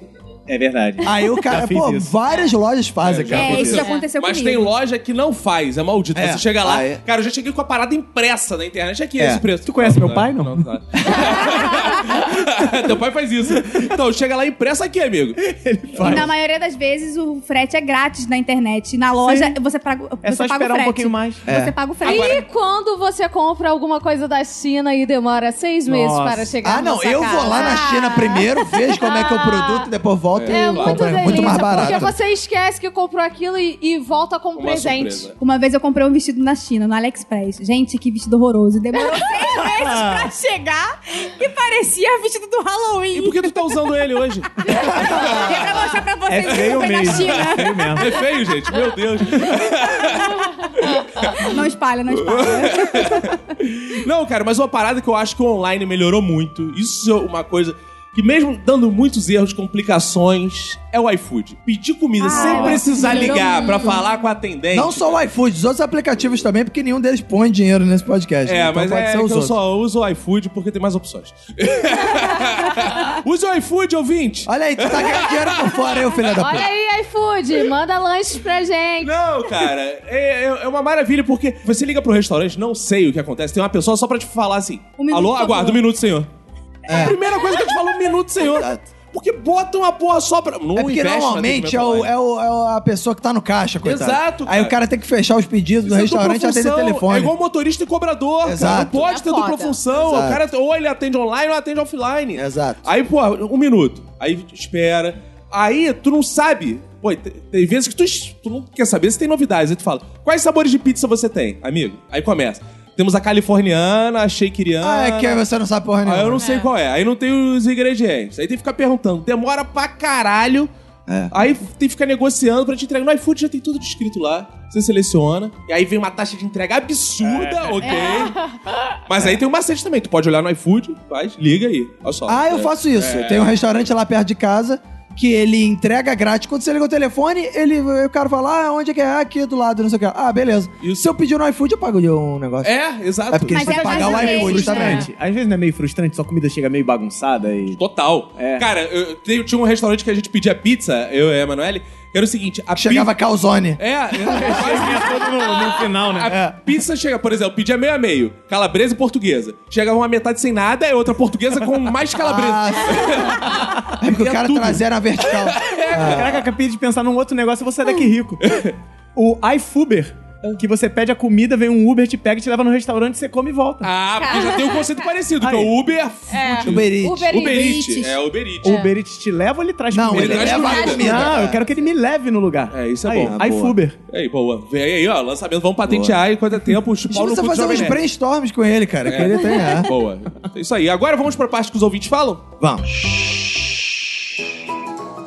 Speaker 5: É verdade.
Speaker 2: Aí o cara,
Speaker 5: Já fiz
Speaker 2: pô,
Speaker 5: isso.
Speaker 2: várias lojas fazem,
Speaker 1: É, já
Speaker 2: cara.
Speaker 4: É, isso já aconteceu
Speaker 1: Mas tem
Speaker 4: comigo.
Speaker 1: loja que não faz, é maldito.
Speaker 2: É.
Speaker 1: Você chega lá,
Speaker 2: Ah, é.
Speaker 1: cara, eu já cheguei com a parada impressa na internet. Aqui,
Speaker 5: É.
Speaker 1: esse preço.
Speaker 5: Tu conhece meu
Speaker 1: tá.
Speaker 5: pai, não?
Speaker 1: tá. Teu pai faz isso. Então, chega lá impressa aqui, amigo.
Speaker 4: E na maioria das vezes o frete é grátis na internet. Na loja você paga,
Speaker 5: É
Speaker 4: você
Speaker 5: só
Speaker 4: paga o
Speaker 5: esperar um
Speaker 4: frete.
Speaker 5: pouquinho mais.
Speaker 4: Você paga o frete.
Speaker 3: E quando você compra alguma coisa da China e demora seis meses
Speaker 5: Nossa.
Speaker 3: para chegar
Speaker 2: Ah, não,
Speaker 3: na sua
Speaker 2: eu
Speaker 3: casa? Ah.
Speaker 2: vou lá na China primeiro, vejo como é que é o produto, e depois volto
Speaker 3: É
Speaker 2: e
Speaker 3: muito
Speaker 2: compro.
Speaker 3: delícia,
Speaker 2: Muito mais barato.
Speaker 3: porque você esquece que comprou aquilo e, e volta com um
Speaker 1: Uma
Speaker 3: presente.
Speaker 1: surpresa.
Speaker 4: Uma vez eu comprei um vestido na China, no AliExpress. Gente, que vestido horroroso. Demorou seis meses
Speaker 5: Ah.
Speaker 4: pra chegar e parecia vestido do
Speaker 1: E
Speaker 4: Halloween.
Speaker 1: por que tu tá usando ele hoje?
Speaker 4: É pra mostrar pra vocês
Speaker 5: É
Speaker 4: que eu
Speaker 5: feio
Speaker 4: comprei na
Speaker 5: mesmo. É
Speaker 4: China.
Speaker 5: feio mesmo.
Speaker 1: É feio, gente. Meu Deus.
Speaker 4: Não espalha, não espalha.
Speaker 1: Não, cara, mas uma parada que eu acho que o online melhorou muito. Isso é uma coisa que, mesmo dando muitos erros, complicações, é o iFood. Pedir comida
Speaker 4: Ah,
Speaker 1: sem precisar
Speaker 4: melhorou
Speaker 1: ligar pra
Speaker 4: muito.
Speaker 1: falar com a atendente.
Speaker 2: Não só o iFood, os outros aplicativos também, porque nenhum deles põe dinheiro nesse podcast.
Speaker 1: É,
Speaker 2: né? Então
Speaker 1: mas
Speaker 2: pode
Speaker 1: é
Speaker 2: ser
Speaker 1: que
Speaker 2: os
Speaker 1: eu
Speaker 2: outros.
Speaker 1: só uso o iFood porque tem mais opções. Use o iFood, ouvinte!
Speaker 2: Olha aí, tu tá ganhando dinheiro por fora, hein, filha da puta.
Speaker 3: Olha aí, iFood, manda lanches pra gente.
Speaker 1: Não, cara, é, é- é uma maravilha porque você liga pro restaurante, não sei o que acontece, tem uma pessoa só pra te falar assim:
Speaker 4: Um minuto,
Speaker 1: alô,
Speaker 4: por favor."
Speaker 1: aguarda um minuto, senhor. É. A primeira coisa que eu te falo, um minuto, senhor.
Speaker 2: Exato.
Speaker 1: Porque botam a porra só pra. Não
Speaker 2: É porque
Speaker 1: investe na
Speaker 2: normalmente é, o,
Speaker 1: atendimento
Speaker 2: é, o- é o- a pessoa que tá no caixa, coitado.
Speaker 1: Exato,
Speaker 2: Aí
Speaker 1: cara.
Speaker 2: o cara tem que fechar os pedidos do
Speaker 1: Isso é
Speaker 2: restaurante e
Speaker 1: dupla
Speaker 2: atender
Speaker 1: função.
Speaker 2: telefone.
Speaker 1: É igual motorista e cobrador, cara. Não
Speaker 2: Exato.
Speaker 1: pode
Speaker 3: É
Speaker 1: ter dupla
Speaker 3: foda.
Speaker 1: função. O
Speaker 2: Exato.
Speaker 1: cara, ou ele atende online ou atende offline.
Speaker 2: Exato.
Speaker 1: Aí, pô, um minuto. Aí espera. Aí tu não sabe. Pô, te- tem vezes que tu, es- tu não quer saber se tem novidades. Aí tu fala, quais sabores de pizza você tem, amigo? Aí começa. Temos a californiana, a shakeriana.
Speaker 2: Ah, é que aí você não sabe porra
Speaker 1: Aí
Speaker 2: nenhuma.
Speaker 1: eu não sei qual é. Aí não tem os ingredientes. Aí tem que ficar perguntando. Demora pra caralho.
Speaker 2: É.
Speaker 1: Aí tem que ficar negociando pra te entregar. No iFood já tem tudo descrito lá. Você seleciona. E aí vem uma taxa de entrega absurda, ok? Mas aí tem um macete também. Tu pode olhar no iFood, faz, liga aí. Olha só.
Speaker 2: Ah, eu
Speaker 1: É.
Speaker 2: faço isso. Tem um restaurante lá perto de casa que ele entrega grátis. Quando você liga o telefone, ele, o cara fala, ah, onde é que é? Ah, Aqui do lado, não sei o que. Ah, beleza.
Speaker 1: Isso.
Speaker 2: Se eu pedir no iFood, eu pago um negócio.
Speaker 1: É, exato.
Speaker 2: É porque eles
Speaker 4: Mas
Speaker 2: têm que
Speaker 4: é mais
Speaker 2: pagar o
Speaker 4: ou menos,
Speaker 2: iFood também.
Speaker 4: né?
Speaker 5: Às vezes não é meio frustrante, sua comida chega meio bagunçada e.
Speaker 1: Total.
Speaker 5: É.
Speaker 1: Cara, eu, eu tinha um restaurante que a gente pedia pizza, eu e a Emanuele, que era o seguinte: a
Speaker 2: Chegava calzone.
Speaker 1: pizza. É, é,
Speaker 5: no, final,
Speaker 1: a
Speaker 2: É.
Speaker 1: pizza chega, por exemplo, pedia meio a meio, calabresa e portuguesa. Chegava uma metade sem nada e outra portuguesa com mais
Speaker 2: Ah,
Speaker 1: calabresa.
Speaker 2: sim. é porque o
Speaker 1: É
Speaker 2: cara
Speaker 1: tudo. É.
Speaker 2: trazia na vertical.
Speaker 5: Caraca, acabei de pensar num outro negócio e você é daqui rico. o iFuber, que você pede a comida, vem um Uber, te pega, te leva no restaurante, você come e volta.
Speaker 1: Ah, porque já tem um conceito parecido, que é o Uber é.
Speaker 2: Uber Eats.
Speaker 3: Uber
Speaker 1: Uber
Speaker 3: Eats.
Speaker 1: Eats. É, Uber Eats.
Speaker 5: O Uber Eats te leva ou ele traz
Speaker 2: Não,
Speaker 5: comida?
Speaker 2: ele
Speaker 1: Ele traz
Speaker 2: leva a
Speaker 1: comida.
Speaker 2: comida.
Speaker 5: Não, eu quero que ele me leve no lugar.
Speaker 1: É, isso é
Speaker 5: aí,
Speaker 1: bom.
Speaker 2: Ah, boa.
Speaker 5: iFuber.
Speaker 1: Aí, boa. Vem aí, ó, lançamento. Vamos patentear aí quanto é tempo, chupar
Speaker 2: Deixa
Speaker 1: no
Speaker 2: você
Speaker 1: cu do
Speaker 2: fazer
Speaker 1: Jovem
Speaker 2: uns
Speaker 1: Nerd.
Speaker 2: brainstorms com ele, cara. Que ele tem, é.
Speaker 1: Boa. É isso aí. Agora vamos pra parte que os ouvintes falam?
Speaker 2: Vamos.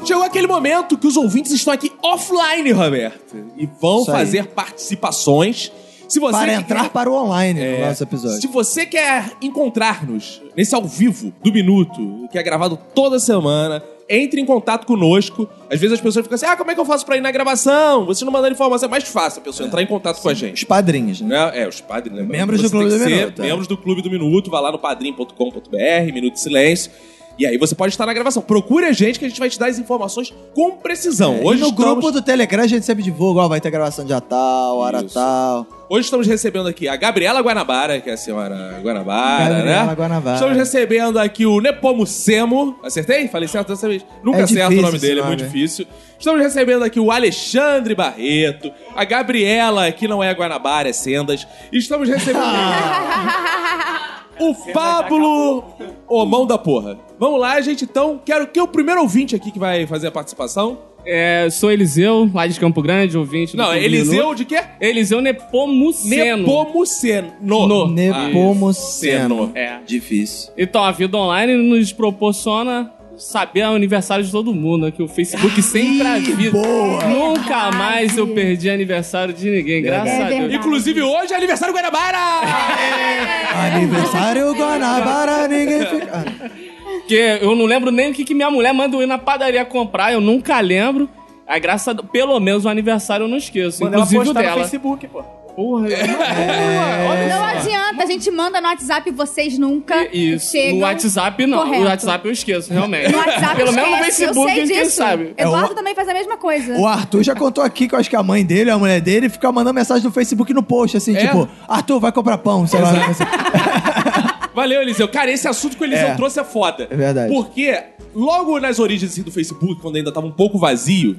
Speaker 1: Chegou aquele momento que os ouvintes estão aqui offline, Roberto. E vão
Speaker 2: Isso aí.
Speaker 1: fazer participações. Se você
Speaker 2: Para
Speaker 1: quer-
Speaker 2: entrar para o online
Speaker 1: É,
Speaker 2: no nosso episódio.
Speaker 1: Se você quer encontrar-nos nesse ao vivo do Minuto, que é gravado toda semana, entre em contato conosco. Às vezes as pessoas ficam assim: ah, como é que eu faço pra ir na gravação? Vocês não mandaram informação. É mais fácil a pessoa entrar em contato com a gente.
Speaker 2: Os padrinhos, né?
Speaker 1: Né? É, os padres, né?
Speaker 2: Membros
Speaker 1: Você
Speaker 2: do Clube
Speaker 1: tem que
Speaker 2: do
Speaker 1: ser
Speaker 2: Minuto, é.
Speaker 1: Membros do Clube do Minuto, vai lá no padrim.com.br, Minuto de Silêncio. E aí você pode estar na gravação. Procure a gente que a gente vai te dar as informações com
Speaker 2: É,
Speaker 1: precisão. hoje,
Speaker 2: e no
Speaker 1: estamos,
Speaker 2: grupo do Telegram a gente sempre divulga, ó, vai ter gravação de Natal, hora
Speaker 1: Isso.
Speaker 2: tal.
Speaker 1: hoje estamos recebendo aqui a Gabriela Guanabara, que é a senhora Guanabara,
Speaker 2: Gabriela
Speaker 1: né?
Speaker 2: Guanabara.
Speaker 1: Estamos recebendo aqui o Nepomucemo. Acertei? Falei certo dessa vez? Nunca
Speaker 2: É
Speaker 1: acerto o
Speaker 2: difícil
Speaker 1: nome
Speaker 2: esse
Speaker 1: dele, é
Speaker 2: nome,
Speaker 1: muito
Speaker 2: é.
Speaker 1: difícil. Estamos recebendo aqui o Alexandre Barreto, a Gabriela, que não é Guanabara, é Sendas. E Estamos recebendo... O Pablo Ô, mão da porra. Vamos lá, gente. Então, quero que o primeiro ouvinte aqui que vai fazer a participação.
Speaker 7: É, sou Eliseu, lá de Campo Grande, ouvinte do
Speaker 1: Não,
Speaker 7: Clube
Speaker 1: Eliseu
Speaker 7: Minuto.
Speaker 1: de quê?
Speaker 7: Eliseu Nepomuceno.
Speaker 1: Nepomuceno. No. Ah,
Speaker 2: Nepomuceno.
Speaker 7: É.
Speaker 2: Difícil.
Speaker 7: Então, a vida online nos proporciona saber o aniversário de todo mundo, né? Que o Facebook sempre avisa.
Speaker 2: boa!
Speaker 7: Nunca
Speaker 4: Verdade.
Speaker 7: mais eu perdi aniversário de ninguém, graças
Speaker 4: É
Speaker 7: a Deus.
Speaker 4: verdade.
Speaker 1: Inclusive, hoje é aniversário do Guanabara!
Speaker 2: Aniversário Guanabara, ninguém fica. Ah,
Speaker 7: Porque eu não lembro nem o que, que minha mulher manda eu ir na padaria comprar, eu nunca lembro. A graça, pelo menos o aniversário eu não esqueço,
Speaker 5: Quando ela
Speaker 7: inclusive o
Speaker 5: postar no
Speaker 7: dela.
Speaker 5: Facebook, pô.
Speaker 7: Porra, eu não-
Speaker 4: Não adianta, a gente manda no WhatsApp e vocês nunca
Speaker 7: É. Isso,
Speaker 4: chegam.
Speaker 7: no WhatsApp não.
Speaker 4: Correto.
Speaker 7: No WhatsApp eu esqueço, realmente.
Speaker 4: No WhatsApp
Speaker 7: pelo menos no
Speaker 4: esquece, eu
Speaker 7: Facebook,
Speaker 4: sei
Speaker 7: quem
Speaker 4: disso.
Speaker 7: sabe. É
Speaker 4: Eduardo também faz a mesma coisa.
Speaker 2: O Arthur já contou aqui que eu acho que a mãe dele, a mulher dele, fica mandando mensagem no Facebook no post, assim,
Speaker 1: É?
Speaker 2: tipo, Arthur, vai comprar pão, sei lá. Assim.
Speaker 1: Valeu, Eliseu. Cara, esse assunto que o Eliseu
Speaker 2: É.
Speaker 1: trouxe é foda.
Speaker 2: É verdade.
Speaker 1: Porque logo nas origens assim, do Facebook, quando ainda tava um pouco vazio,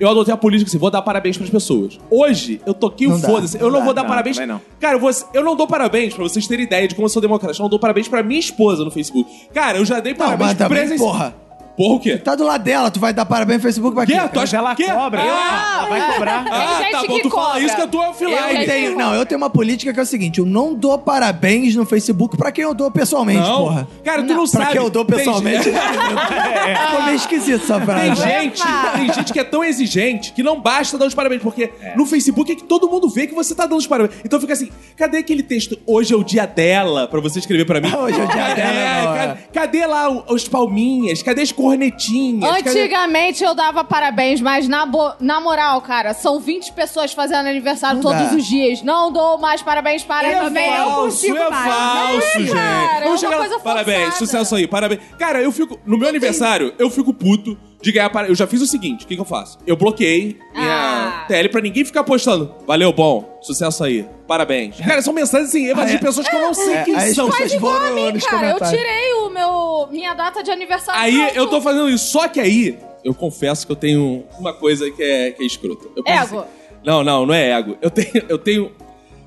Speaker 1: eu adotei a política assim, vou dar parabéns pras pessoas. Hoje, eu toquei o
Speaker 2: Não dá,
Speaker 1: foda-se. Eu
Speaker 2: não
Speaker 1: não,
Speaker 2: dá,
Speaker 1: vou dar
Speaker 5: não,
Speaker 1: parabéns.
Speaker 5: também não.
Speaker 1: Cara, eu, vou- eu não dou parabéns, pra vocês terem ideia de como eu sou democrata. Eu não dou parabéns pra minha esposa no Facebook. Cara, eu já dei
Speaker 2: Não,
Speaker 1: parabéns
Speaker 2: mas
Speaker 1: pro
Speaker 2: também,
Speaker 1: presencial.
Speaker 2: porra.
Speaker 1: Porra, o quê?
Speaker 2: Tá do lado dela, tu vai dar parabéns no Facebook pra quê?
Speaker 1: Quê? Tu acha
Speaker 5: Ela
Speaker 1: que-
Speaker 5: cobra,
Speaker 1: Ah,
Speaker 5: ela vai cobrar.
Speaker 1: ah,
Speaker 3: gente
Speaker 1: tá
Speaker 3: que
Speaker 1: bom, tu fala
Speaker 3: cobra.
Speaker 1: isso que eu tô offline.
Speaker 2: Eu tenho, não, eu tenho uma política que é o seguinte: eu não dou parabéns no Facebook pra quem eu dou pessoalmente,
Speaker 1: Não.
Speaker 2: porra.
Speaker 1: Cara, tu não, sabe.
Speaker 2: Pra quem eu dou
Speaker 1: Tem
Speaker 2: pessoalmente. é.
Speaker 1: gente-
Speaker 2: Ficou meio esquisito essa
Speaker 1: Tem
Speaker 2: frase.
Speaker 1: gente, tem gente que é tão exigente que não basta dar os parabéns, porque no Facebook é que todo mundo vê que você tá dando os parabéns. Então fica assim, cadê aquele texto hoje é o dia dela pra você escrever pra mim?
Speaker 2: Hoje é o dia dela, não, é.
Speaker 1: ca- cadê lá o- os palminhas? Cadê as cornetinhas? Cadê...
Speaker 3: Antigamente eu dava parabéns, mas na, bo- na moral, cara, são 20 pessoas fazendo aniversário
Speaker 2: Não
Speaker 3: todos
Speaker 2: dá.
Speaker 3: os dias. Não dou mais parabéns para
Speaker 1: É
Speaker 3: ninguém.
Speaker 1: falso,
Speaker 4: consigo
Speaker 1: é
Speaker 4: mais.
Speaker 1: falso, gente.
Speaker 3: cara, é uma
Speaker 1: chegar lá.
Speaker 3: coisa
Speaker 1: Parabéns,
Speaker 3: forçada.
Speaker 1: sucesso aí, parabéns. Cara, eu fico. No meu aniversário, eu fico puto de ganhar para. Eu já fiz o seguinte: o que, que eu faço? Eu bloqueei minha
Speaker 3: Ah.
Speaker 1: TL pra ninguém ficar postando. Valeu, bom, sucesso aí, parabéns. Cara, são mensagens assim, evas de pessoas que eu não sei quem
Speaker 2: aí as
Speaker 1: são.
Speaker 2: pessoas
Speaker 3: Mas igual
Speaker 2: foram
Speaker 3: a mim,
Speaker 2: nos
Speaker 3: cara, eu
Speaker 2: comentários.
Speaker 3: tirei o meu, minha data de aniversário.
Speaker 1: Aí
Speaker 3: pronto.
Speaker 1: eu tô fazendo isso. Só que aí, eu confesso que eu tenho uma coisa que é, que é escrota. Eu penso
Speaker 3: Ego.
Speaker 1: Não, não, não é ego. Eu tenho, eu tenho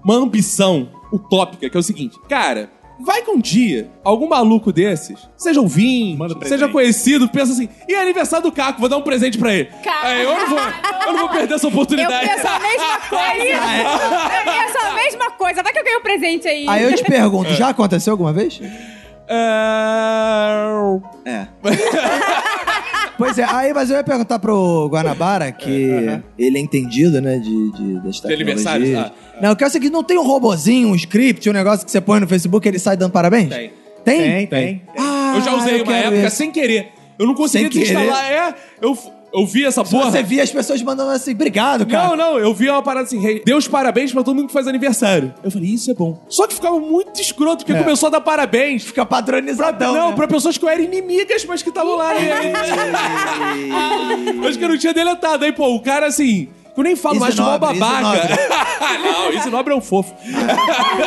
Speaker 1: uma ambição utópica, que é o seguinte. Cara, vai que um dia algum maluco desses, seja ouvinte,
Speaker 2: um
Speaker 5: Manda presente.
Speaker 1: seja conhecido, pensa assim, e é aniversário do Caco, vou dar um presente pra ele.
Speaker 3: Cara.
Speaker 1: Aí eu não vou, eu não vou perder essa
Speaker 4: Eu
Speaker 1: oportunidade.
Speaker 4: penso a mesma
Speaker 7: É.
Speaker 4: coisa. Eu penso
Speaker 1: Ah,
Speaker 4: a mesma coisa. Vai que eu ganho um
Speaker 3: é
Speaker 4: presente aí.
Speaker 2: Aí eu te pergunto, já aconteceu alguma vez?
Speaker 1: É...
Speaker 2: É. pois é, aí, mas eu ia perguntar pro Guanabara, que ele é entendido, né, de, de, das
Speaker 1: De aniversário,
Speaker 2: tecnologias.
Speaker 1: tá.
Speaker 2: Não, eu quero saber, não tem um robozinho, um script, um negócio que você põe no Facebook e ele sai dando parabéns?
Speaker 1: Tem.
Speaker 2: Tem?
Speaker 5: Tem, tem.
Speaker 2: Ah,
Speaker 1: eu já usei
Speaker 2: eu
Speaker 1: uma
Speaker 2: quero
Speaker 1: época
Speaker 2: esse.
Speaker 1: sem querer. Eu não conseguia
Speaker 2: Sem querer.
Speaker 1: desinstalar. É, eu, eu vi essa porra.
Speaker 2: Você via as pessoas mandando assim, obrigado, cara.
Speaker 1: Não, não, eu vi uma parada assim, hey, deu os parabéns pra todo mundo que faz aniversário. Eu falei, isso é bom. Só que ficava muito escroto, porque começou a dar parabéns.
Speaker 2: Fica padronizadão.
Speaker 1: não,
Speaker 2: né?
Speaker 1: pra pessoas que eu era inimigas, mas que estavam lá. Né? mas que eu não tinha deletado. Aí, pô, o cara assim. Que eu nem falo,
Speaker 2: Isso é
Speaker 1: mas acho mó
Speaker 2: nobre, isso
Speaker 1: babaca. não, isso nobre é um fofo.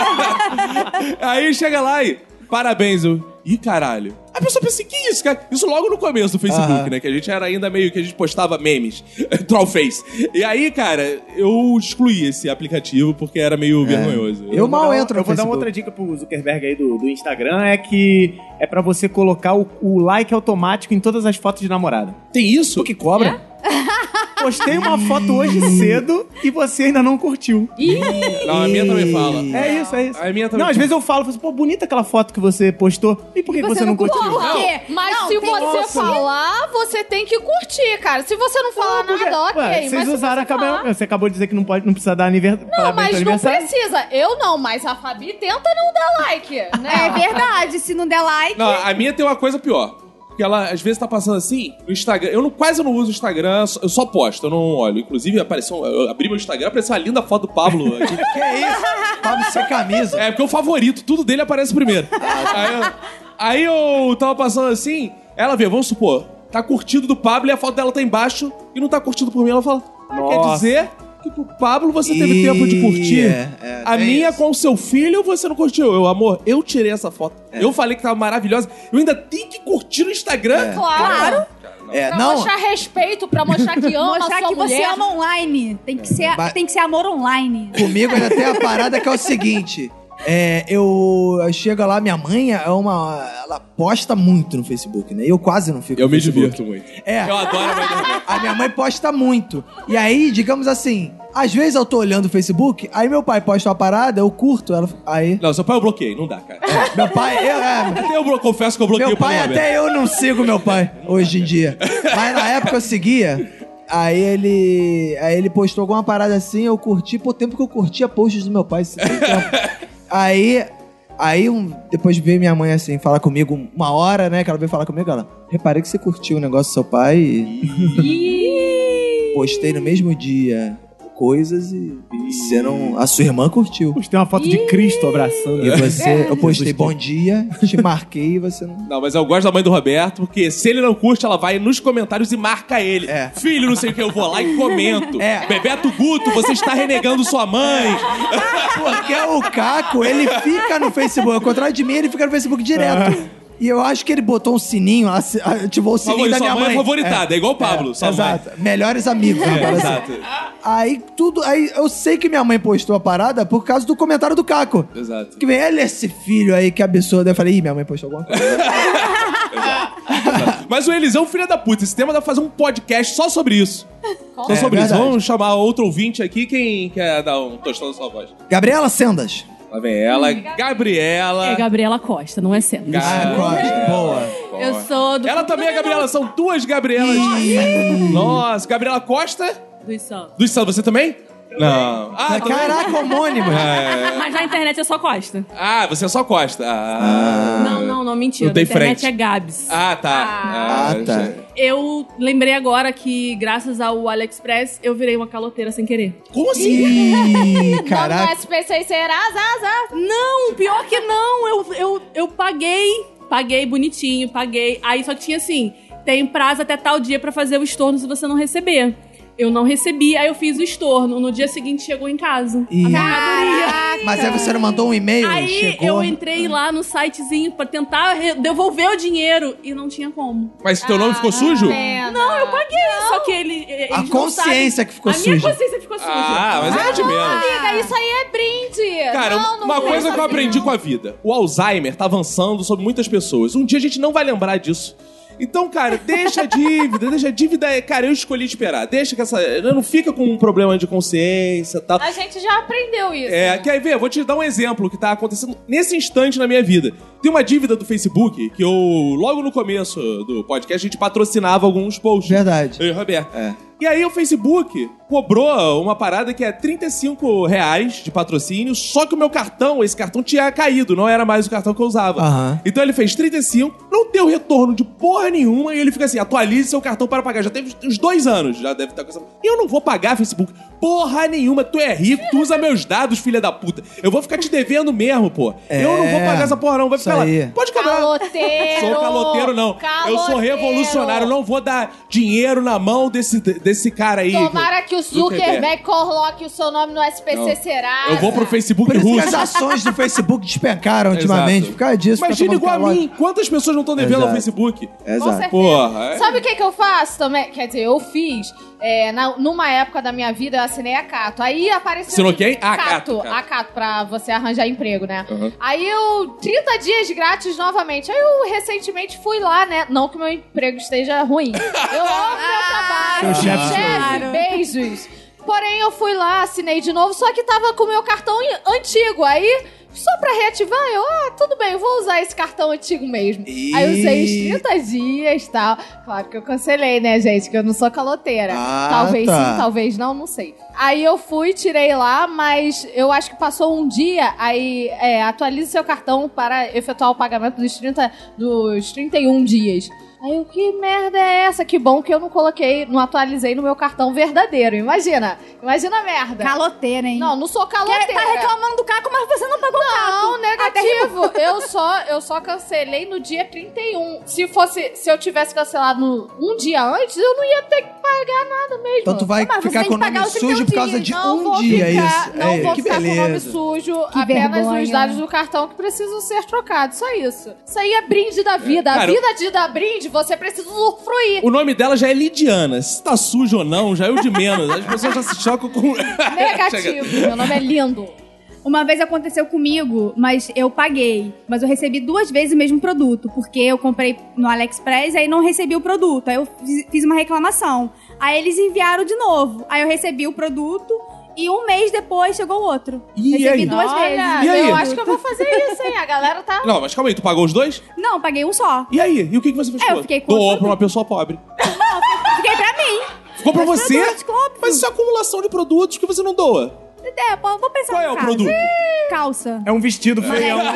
Speaker 1: Aí chega lá e. Parabéns, eu. Ih, caralho. A pessoa pensa assim, que isso, cara? Isso logo no começo do Facebook,
Speaker 2: Aham.
Speaker 1: né? Que a gente era ainda meio que a gente postava memes. Trollface. E aí, cara, eu excluí esse aplicativo porque era meio vergonhoso.
Speaker 2: É. Eu
Speaker 5: vou
Speaker 2: mal
Speaker 5: dar- um
Speaker 2: entro no
Speaker 5: Eu vou dar uma
Speaker 2: Facebook.
Speaker 5: outra dica pro Zuckerberg aí do, do Instagram, é que é pra você colocar o, o like automático em todas as fotos de namorada.
Speaker 1: Tem isso?
Speaker 5: Tu que cobra? Postei uma foto hoje cedo e você ainda não curtiu.
Speaker 2: É?
Speaker 1: Não, a minha também fala.
Speaker 5: É isso, é isso.
Speaker 1: A minha também
Speaker 5: Não, às vezes eu falo, falo assim, pô, bonita aquela foto que você postou. E por que, que você, não curtiu?
Speaker 4: Por quê?
Speaker 3: Mas
Speaker 4: Não, tem-
Speaker 3: se você
Speaker 4: Nossa.
Speaker 3: falar, você tem que curtir, cara. Se você não falar
Speaker 5: Porque-
Speaker 3: nada, ok.
Speaker 5: Ué,
Speaker 3: mas
Speaker 5: vocês
Speaker 3: se
Speaker 5: usaram a
Speaker 3: você falar-
Speaker 5: cabeça. Você acabou de dizer que não, pode, não precisa dar aniversário.
Speaker 3: Não, mas não precisa. Eu não, mas a Fabi tenta não dar like, né?
Speaker 4: É verdade, se não der like.
Speaker 1: Não, a minha tem uma coisa pior. Porque ela, às vezes, tá passando assim no Instagram. Eu não, quase não uso o Instagram, só- eu só posto, eu não olho. Inclusive, apareceu, um, eu abri meu Instagram, apareceu uma linda foto do Pablo aqui.
Speaker 2: Que é isso? Pablo sem camisa.
Speaker 1: É, porque o favorito, tudo dele aparece primeiro. aí, eu, aí eu tava passando assim, ela vê, vamos supor, tá curtido do Pablo e a foto dela tá embaixo e não tá curtido por mim. Ela fala, "Ah, quer
Speaker 5: Nossa.
Speaker 1: dizer que pro Pablo você teve tempo de curtir?
Speaker 2: É, é,
Speaker 1: a
Speaker 2: tem
Speaker 1: minha
Speaker 2: isso.
Speaker 1: com o seu filho você não curtiu? Eu, amor, eu tirei essa foto.
Speaker 2: É.
Speaker 1: Eu falei que tava maravilhosa. Eu ainda tenho que curtir no Instagram?
Speaker 3: Claro.
Speaker 2: É,
Speaker 3: Pra
Speaker 2: não,
Speaker 3: mostrar respeito, pra mostrar que ama a
Speaker 4: Mostrar
Speaker 3: sua
Speaker 4: que você
Speaker 3: mulher.
Speaker 4: ama online. Tem que ser,
Speaker 2: Ba-
Speaker 4: tem que ser amor online.
Speaker 2: comigo ainda tem a parada que é o seguinte. É, eu, eu chego lá, minha mãe é uma. Ela posta muito no Facebook, né? Eu quase não fico.
Speaker 1: Eu
Speaker 2: no
Speaker 1: me
Speaker 2: Facebook.
Speaker 1: divirto muito.
Speaker 2: É.
Speaker 1: Eu adoro mas-
Speaker 2: A minha mãe posta muito. E aí, digamos assim, às vezes eu tô olhando o Facebook, aí meu pai posta uma parada, eu curto, ela. Aí.
Speaker 1: Não, seu pai eu bloqueei, não dá, cara.
Speaker 2: Meu pai, eu, é,
Speaker 1: Até eu blo- confesso que eu bloqueei
Speaker 2: meu
Speaker 1: o
Speaker 2: pai
Speaker 1: Pablo
Speaker 2: até eu não sigo meu pai hoje em dia. Mas na época eu seguia. Aí ele. Aí ele postou alguma parada assim, eu curti, por tempo que eu curtia posts do meu pai. esse tempo. aí. Aí um- depois veio minha mãe assim falar comigo uma hora, né? Que ela veio falar comigo, ela. Reparei que você curtiu o negócio do seu pai e. postei no mesmo dia coisas e disseram. A sua irmã curtiu.
Speaker 5: Postei uma foto de Cristo abraçando.
Speaker 2: E você, eu postei
Speaker 5: Jesus
Speaker 2: bom dia, te marquei e você não.
Speaker 1: Não, mas eu gosto da mãe do Roberto, porque se ele não curte, ela vai nos comentários e marca ele.
Speaker 2: É.
Speaker 1: Filho, não sei o que, eu vou lá e comento.
Speaker 2: É.
Speaker 1: Bebeto Guto, você está renegando sua mãe.
Speaker 2: Porque o Caco, ele fica no Facebook. Ao contrário de mim, ele fica no Facebook direto. E eu acho que ele botou um sininho, assi- ativou o sininho
Speaker 1: Favori-
Speaker 2: da
Speaker 1: sua
Speaker 2: minha
Speaker 1: mãe
Speaker 2: mãe.
Speaker 1: é favoritada, é igual o Pablo, sua mãe. É,
Speaker 2: exato. Melhores amigos. uma parada assim.
Speaker 1: exato.
Speaker 2: Aí tudo. Aí eu sei que minha mãe postou a parada por causa do comentário do Caco.
Speaker 1: Exato.
Speaker 2: Que vem, olha esse filho aí, que absurdo. Eu falei, ih, minha mãe postou alguma coisa.
Speaker 1: Mas o Elisão, filha da puta, esse tema dá pra fazer um podcast só sobre isso. Só
Speaker 2: É,
Speaker 1: sobre isso.
Speaker 2: verdade.
Speaker 1: Vamos chamar outro ouvinte aqui, quem quer dar um tostão na sua voz?
Speaker 2: Gabriela Sendas.
Speaker 1: Lá vem ela, Gabriela.
Speaker 8: É Gabriela Costa, não é sendo.
Speaker 2: Ah, Costa, boa.
Speaker 8: Eu sou do
Speaker 1: Ela também é Gabriela, são duas Gabrielas. Nossa, Gabriela Costa
Speaker 8: dos Santos.
Speaker 1: dos Santos, você também? Não. Ah, também?
Speaker 2: Caraca, homônimo.
Speaker 8: Mas na internet é só Costa.
Speaker 1: ah, você só Costa. Ah,
Speaker 8: Não, não, não, mentira.
Speaker 1: Não tem
Speaker 8: na internet
Speaker 1: frente.
Speaker 8: é Gabs.
Speaker 1: ah tá.
Speaker 2: Ah, tá.
Speaker 8: Eu lembrei agora que, graças ao AliExpress, eu virei uma caloteira sem querer.
Speaker 1: Como assim?
Speaker 2: Ih,
Speaker 3: Quando o
Speaker 2: caraca.
Speaker 3: SPC será, azar,
Speaker 8: Não, pior que não. Eu, eu, eu paguei. Paguei bonitinho, paguei. Aí só tinha assim: tem prazo até tal dia pra fazer o estorno se você não receber. Eu não recebi, aí eu fiz o estorno. No dia seguinte chegou em casa.
Speaker 2: Ih.
Speaker 8: A mercadoria.
Speaker 2: Mas aí você não mandou um e-mail?
Speaker 8: Aí
Speaker 2: chegou.
Speaker 8: eu entrei lá no sitezinho pra tentar re- devolver o dinheiro e não tinha como.
Speaker 1: Mas teu nome ficou sujo?
Speaker 3: Não, eu
Speaker 8: Paguei, só que ele. eles
Speaker 2: A
Speaker 8: não
Speaker 2: consciência que ficou
Speaker 8: sabem. A minha
Speaker 2: suja.
Speaker 8: consciência ficou suja.
Speaker 1: Ah, mas é de menos.
Speaker 3: Amiga, isso aí é brinde.
Speaker 1: Cara,
Speaker 3: Não, não
Speaker 1: uma
Speaker 3: foi
Speaker 1: coisa que eu
Speaker 3: assim,
Speaker 1: aprendi
Speaker 3: não.
Speaker 1: com a vida: o Alzheimer tá avançando sobre muitas pessoas. Um dia a gente não vai lembrar disso. Então, cara, deixa a dívida, deixa a dívida. é, Cara, eu escolhi esperar. Deixa que essa. Não fica com um problema de consciência e tal.
Speaker 3: A gente já aprendeu isso.
Speaker 1: É, quer ver? Vou te dar um exemplo que tá acontecendo nesse instante na minha vida. Tem uma dívida do Facebook que eu, logo no começo do podcast, a gente patrocinava alguns posts.
Speaker 2: Verdade. É.
Speaker 1: Eu e o Roberto. E aí o Facebook cobrou uma parada que é 35 reais de patrocínio, só que o meu cartão, esse cartão tinha caído, não era mais o cartão que eu usava.
Speaker 2: Aham.
Speaker 1: Então ele fez 35, não deu retorno de porra nenhuma, e ele fica assim, atualize seu cartão para pagar. Já teve uns dois anos, já deve estar com essa... Eu não vou pagar, Facebook. Porra nenhuma, tu é rico, tu usa meus dados, filha da puta. Eu vou ficar te devendo mesmo, pô. Eu não vou pagar essa porra não,
Speaker 2: É,
Speaker 1: vai
Speaker 2: Isso
Speaker 1: ficar
Speaker 2: aí.
Speaker 1: lá. Pode quebrar.
Speaker 3: Caloteiro.
Speaker 1: Sou caloteiro, não. Eu sou
Speaker 3: Caloteiro.
Speaker 1: revolucionário. Eu não vou dar dinheiro na mão desse, desse cara aí.
Speaker 3: Tomara que o Zuckerberg
Speaker 1: Zuckerberg.
Speaker 3: coloque o seu nome no SPC
Speaker 1: Não.
Speaker 3: será.
Speaker 1: Eu vou pro Facebook
Speaker 2: Por isso que
Speaker 1: russo.
Speaker 2: as ações do Facebook despencaram ultimamente.
Speaker 1: Exato.
Speaker 2: Por causa disso. um
Speaker 1: Imagina igual a mim. Quantas pessoas não estão devendo ao
Speaker 2: Exato.
Speaker 1: Facebook?
Speaker 3: Com certeza.
Speaker 1: Porra, é.
Speaker 3: Sabe o que, que eu faço também? Quer dizer, eu fiz. é, na- numa época da minha vida, eu assinei a Cato. Aí apareceu.
Speaker 1: Assinou quem? Ah,
Speaker 3: A
Speaker 1: Cato,
Speaker 3: Cato.
Speaker 1: Cato.
Speaker 3: A Cato, pra você arranjar emprego, né?
Speaker 1: Aham.
Speaker 3: Aí eu. 30 dias grátis novamente. Aí eu recentemente fui lá, né? Não que meu emprego esteja ruim. Eu amo
Speaker 4: Ah,
Speaker 3: meu trabalho.
Speaker 2: Seu chefe
Speaker 3: chefe, beijos. Porém, eu fui lá, assinei de novo, só que tava com o meu cartão i- antigo. Aí, só pra reativar, eu, ah, tudo bem, eu vou usar esse cartão antigo mesmo. Aí eu usei os 30 dias e tal. Claro que eu cancelei, né, gente? Que eu não sou caloteira.
Speaker 2: Ah,
Speaker 3: talvez
Speaker 2: tá.
Speaker 3: sim, talvez não, não sei. Aí eu fui, tirei lá, mas eu acho que passou um dia, aí é, atualize seu cartão para efetuar o pagamento dos, 30, dos 31 dias. Aí eu, que merda é essa? Que bom que eu não coloquei, não atualizei no meu cartão verdadeiro. Imagina, imagina a merda.
Speaker 4: Caloteira, hein?
Speaker 3: Não, não sou caloteira.
Speaker 4: Quer- Tá reclamando do caco, mas você não pagou o caco.
Speaker 3: Não, negativo. Eu só, eu só cancelei no dia 31. Se fosse, se eu tivesse cancelado no- um dia antes, eu não ia ter que pagar nada mesmo.
Speaker 2: Então tu vai
Speaker 4: Mas você
Speaker 2: ficar
Speaker 4: tem
Speaker 2: com o
Speaker 4: que pagar
Speaker 2: nome
Speaker 4: os 31
Speaker 2: sujo por causa de
Speaker 3: não
Speaker 2: um
Speaker 3: vou
Speaker 2: dia, é
Speaker 3: ficar,
Speaker 2: isso.
Speaker 3: Não
Speaker 2: é,
Speaker 3: vou
Speaker 2: que
Speaker 3: ficar com o nome
Speaker 2: beleza.
Speaker 3: sujo,
Speaker 4: Que
Speaker 3: apenas os
Speaker 4: vergonha.
Speaker 3: dados do cartão que precisam ser trocados. Só isso. Isso aí é brinde da vida.
Speaker 1: Cara,
Speaker 3: a vida de dar brinde, você precisa usufruir.
Speaker 1: O nome dela já é Lidiana. Se tá sujo ou não, já é o de menos. As pessoas já se chocam com.
Speaker 3: Negativo. Meu nome é lindo.
Speaker 4: Uma vez aconteceu comigo, mas eu paguei. Mas eu recebi duas vezes o mesmo produto, porque eu comprei no AliExpress e aí não recebi o produto. Aí eu fiz- fiz uma reclamação. Aí eles enviaram de novo. Aí eu recebi o produto e um mês depois chegou outro.
Speaker 1: E
Speaker 4: recebi
Speaker 1: aí?
Speaker 4: duas
Speaker 3: Olha,
Speaker 4: vezes.
Speaker 1: E aí?
Speaker 3: eu acho que eu vou fazer isso, hein? A galera tá.
Speaker 1: Não, mas calma aí, tu pagou os dois?
Speaker 4: Não, paguei um só.
Speaker 1: E aí? E o que, que você fez
Speaker 4: É,
Speaker 1: com
Speaker 4: eu
Speaker 1: o outro?
Speaker 4: fiquei com
Speaker 1: Doou
Speaker 4: tudo.
Speaker 1: pra uma pessoa pobre.
Speaker 4: Fiquei pra mim.
Speaker 1: Ficou pra
Speaker 4: Mas
Speaker 1: você?
Speaker 4: produtos, óbvio.
Speaker 1: Mas isso é acumulação de produtos que você não doa.
Speaker 4: É, pô, vou pensar
Speaker 1: Qual
Speaker 4: no
Speaker 1: é o
Speaker 4: caso.
Speaker 1: produto?
Speaker 4: Calça.
Speaker 5: É um vestido feião.
Speaker 3: tipo,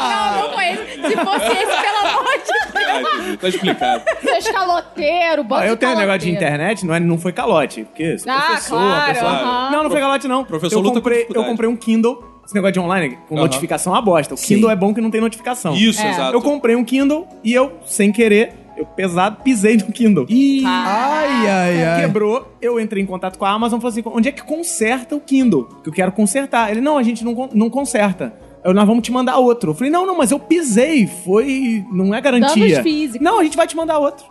Speaker 4: não, não foi esse. Se fosse esse, pelo amor de Deus.
Speaker 1: tá explicado.
Speaker 3: Você é escaloteiro, bando
Speaker 5: Ah, eu
Speaker 3: de
Speaker 5: tenho um negócio de
Speaker 3: caloteiro.
Speaker 5: internet, não, é, não foi calote. Porque sou
Speaker 3: Ah,
Speaker 5: professor,
Speaker 3: claro,
Speaker 5: pessoa-
Speaker 3: aham.
Speaker 5: Não, não foi calote, não.
Speaker 1: Professor
Speaker 5: eu
Speaker 1: luta com
Speaker 5: comprei, Eu
Speaker 1: dificuldade.
Speaker 5: comprei um Kindle. Esse negócio de online, com
Speaker 1: Aham.
Speaker 5: notificação é uma bosta. O Kindle é bom que não tem notificação.
Speaker 1: Isso,
Speaker 3: É.
Speaker 1: exato.
Speaker 5: Eu comprei um Kindle e eu, sem querer, eu pesado, pisei no Kindle.
Speaker 1: Ih,
Speaker 2: Ai, ai,
Speaker 3: É.
Speaker 2: ai.
Speaker 5: Quebrou, eu entrei em contato com a Amazon e falei assim: onde é que conserta o Kindle? Que eu quero consertar. Ele, não, a gente não, con- não conserta. Eu, nós vamos te mandar outro. Eu falei, não, não, mas eu pisei, foi. Não é
Speaker 3: Danos
Speaker 5: garantia.
Speaker 3: físicos.
Speaker 5: Não, a gente vai te mandar outro.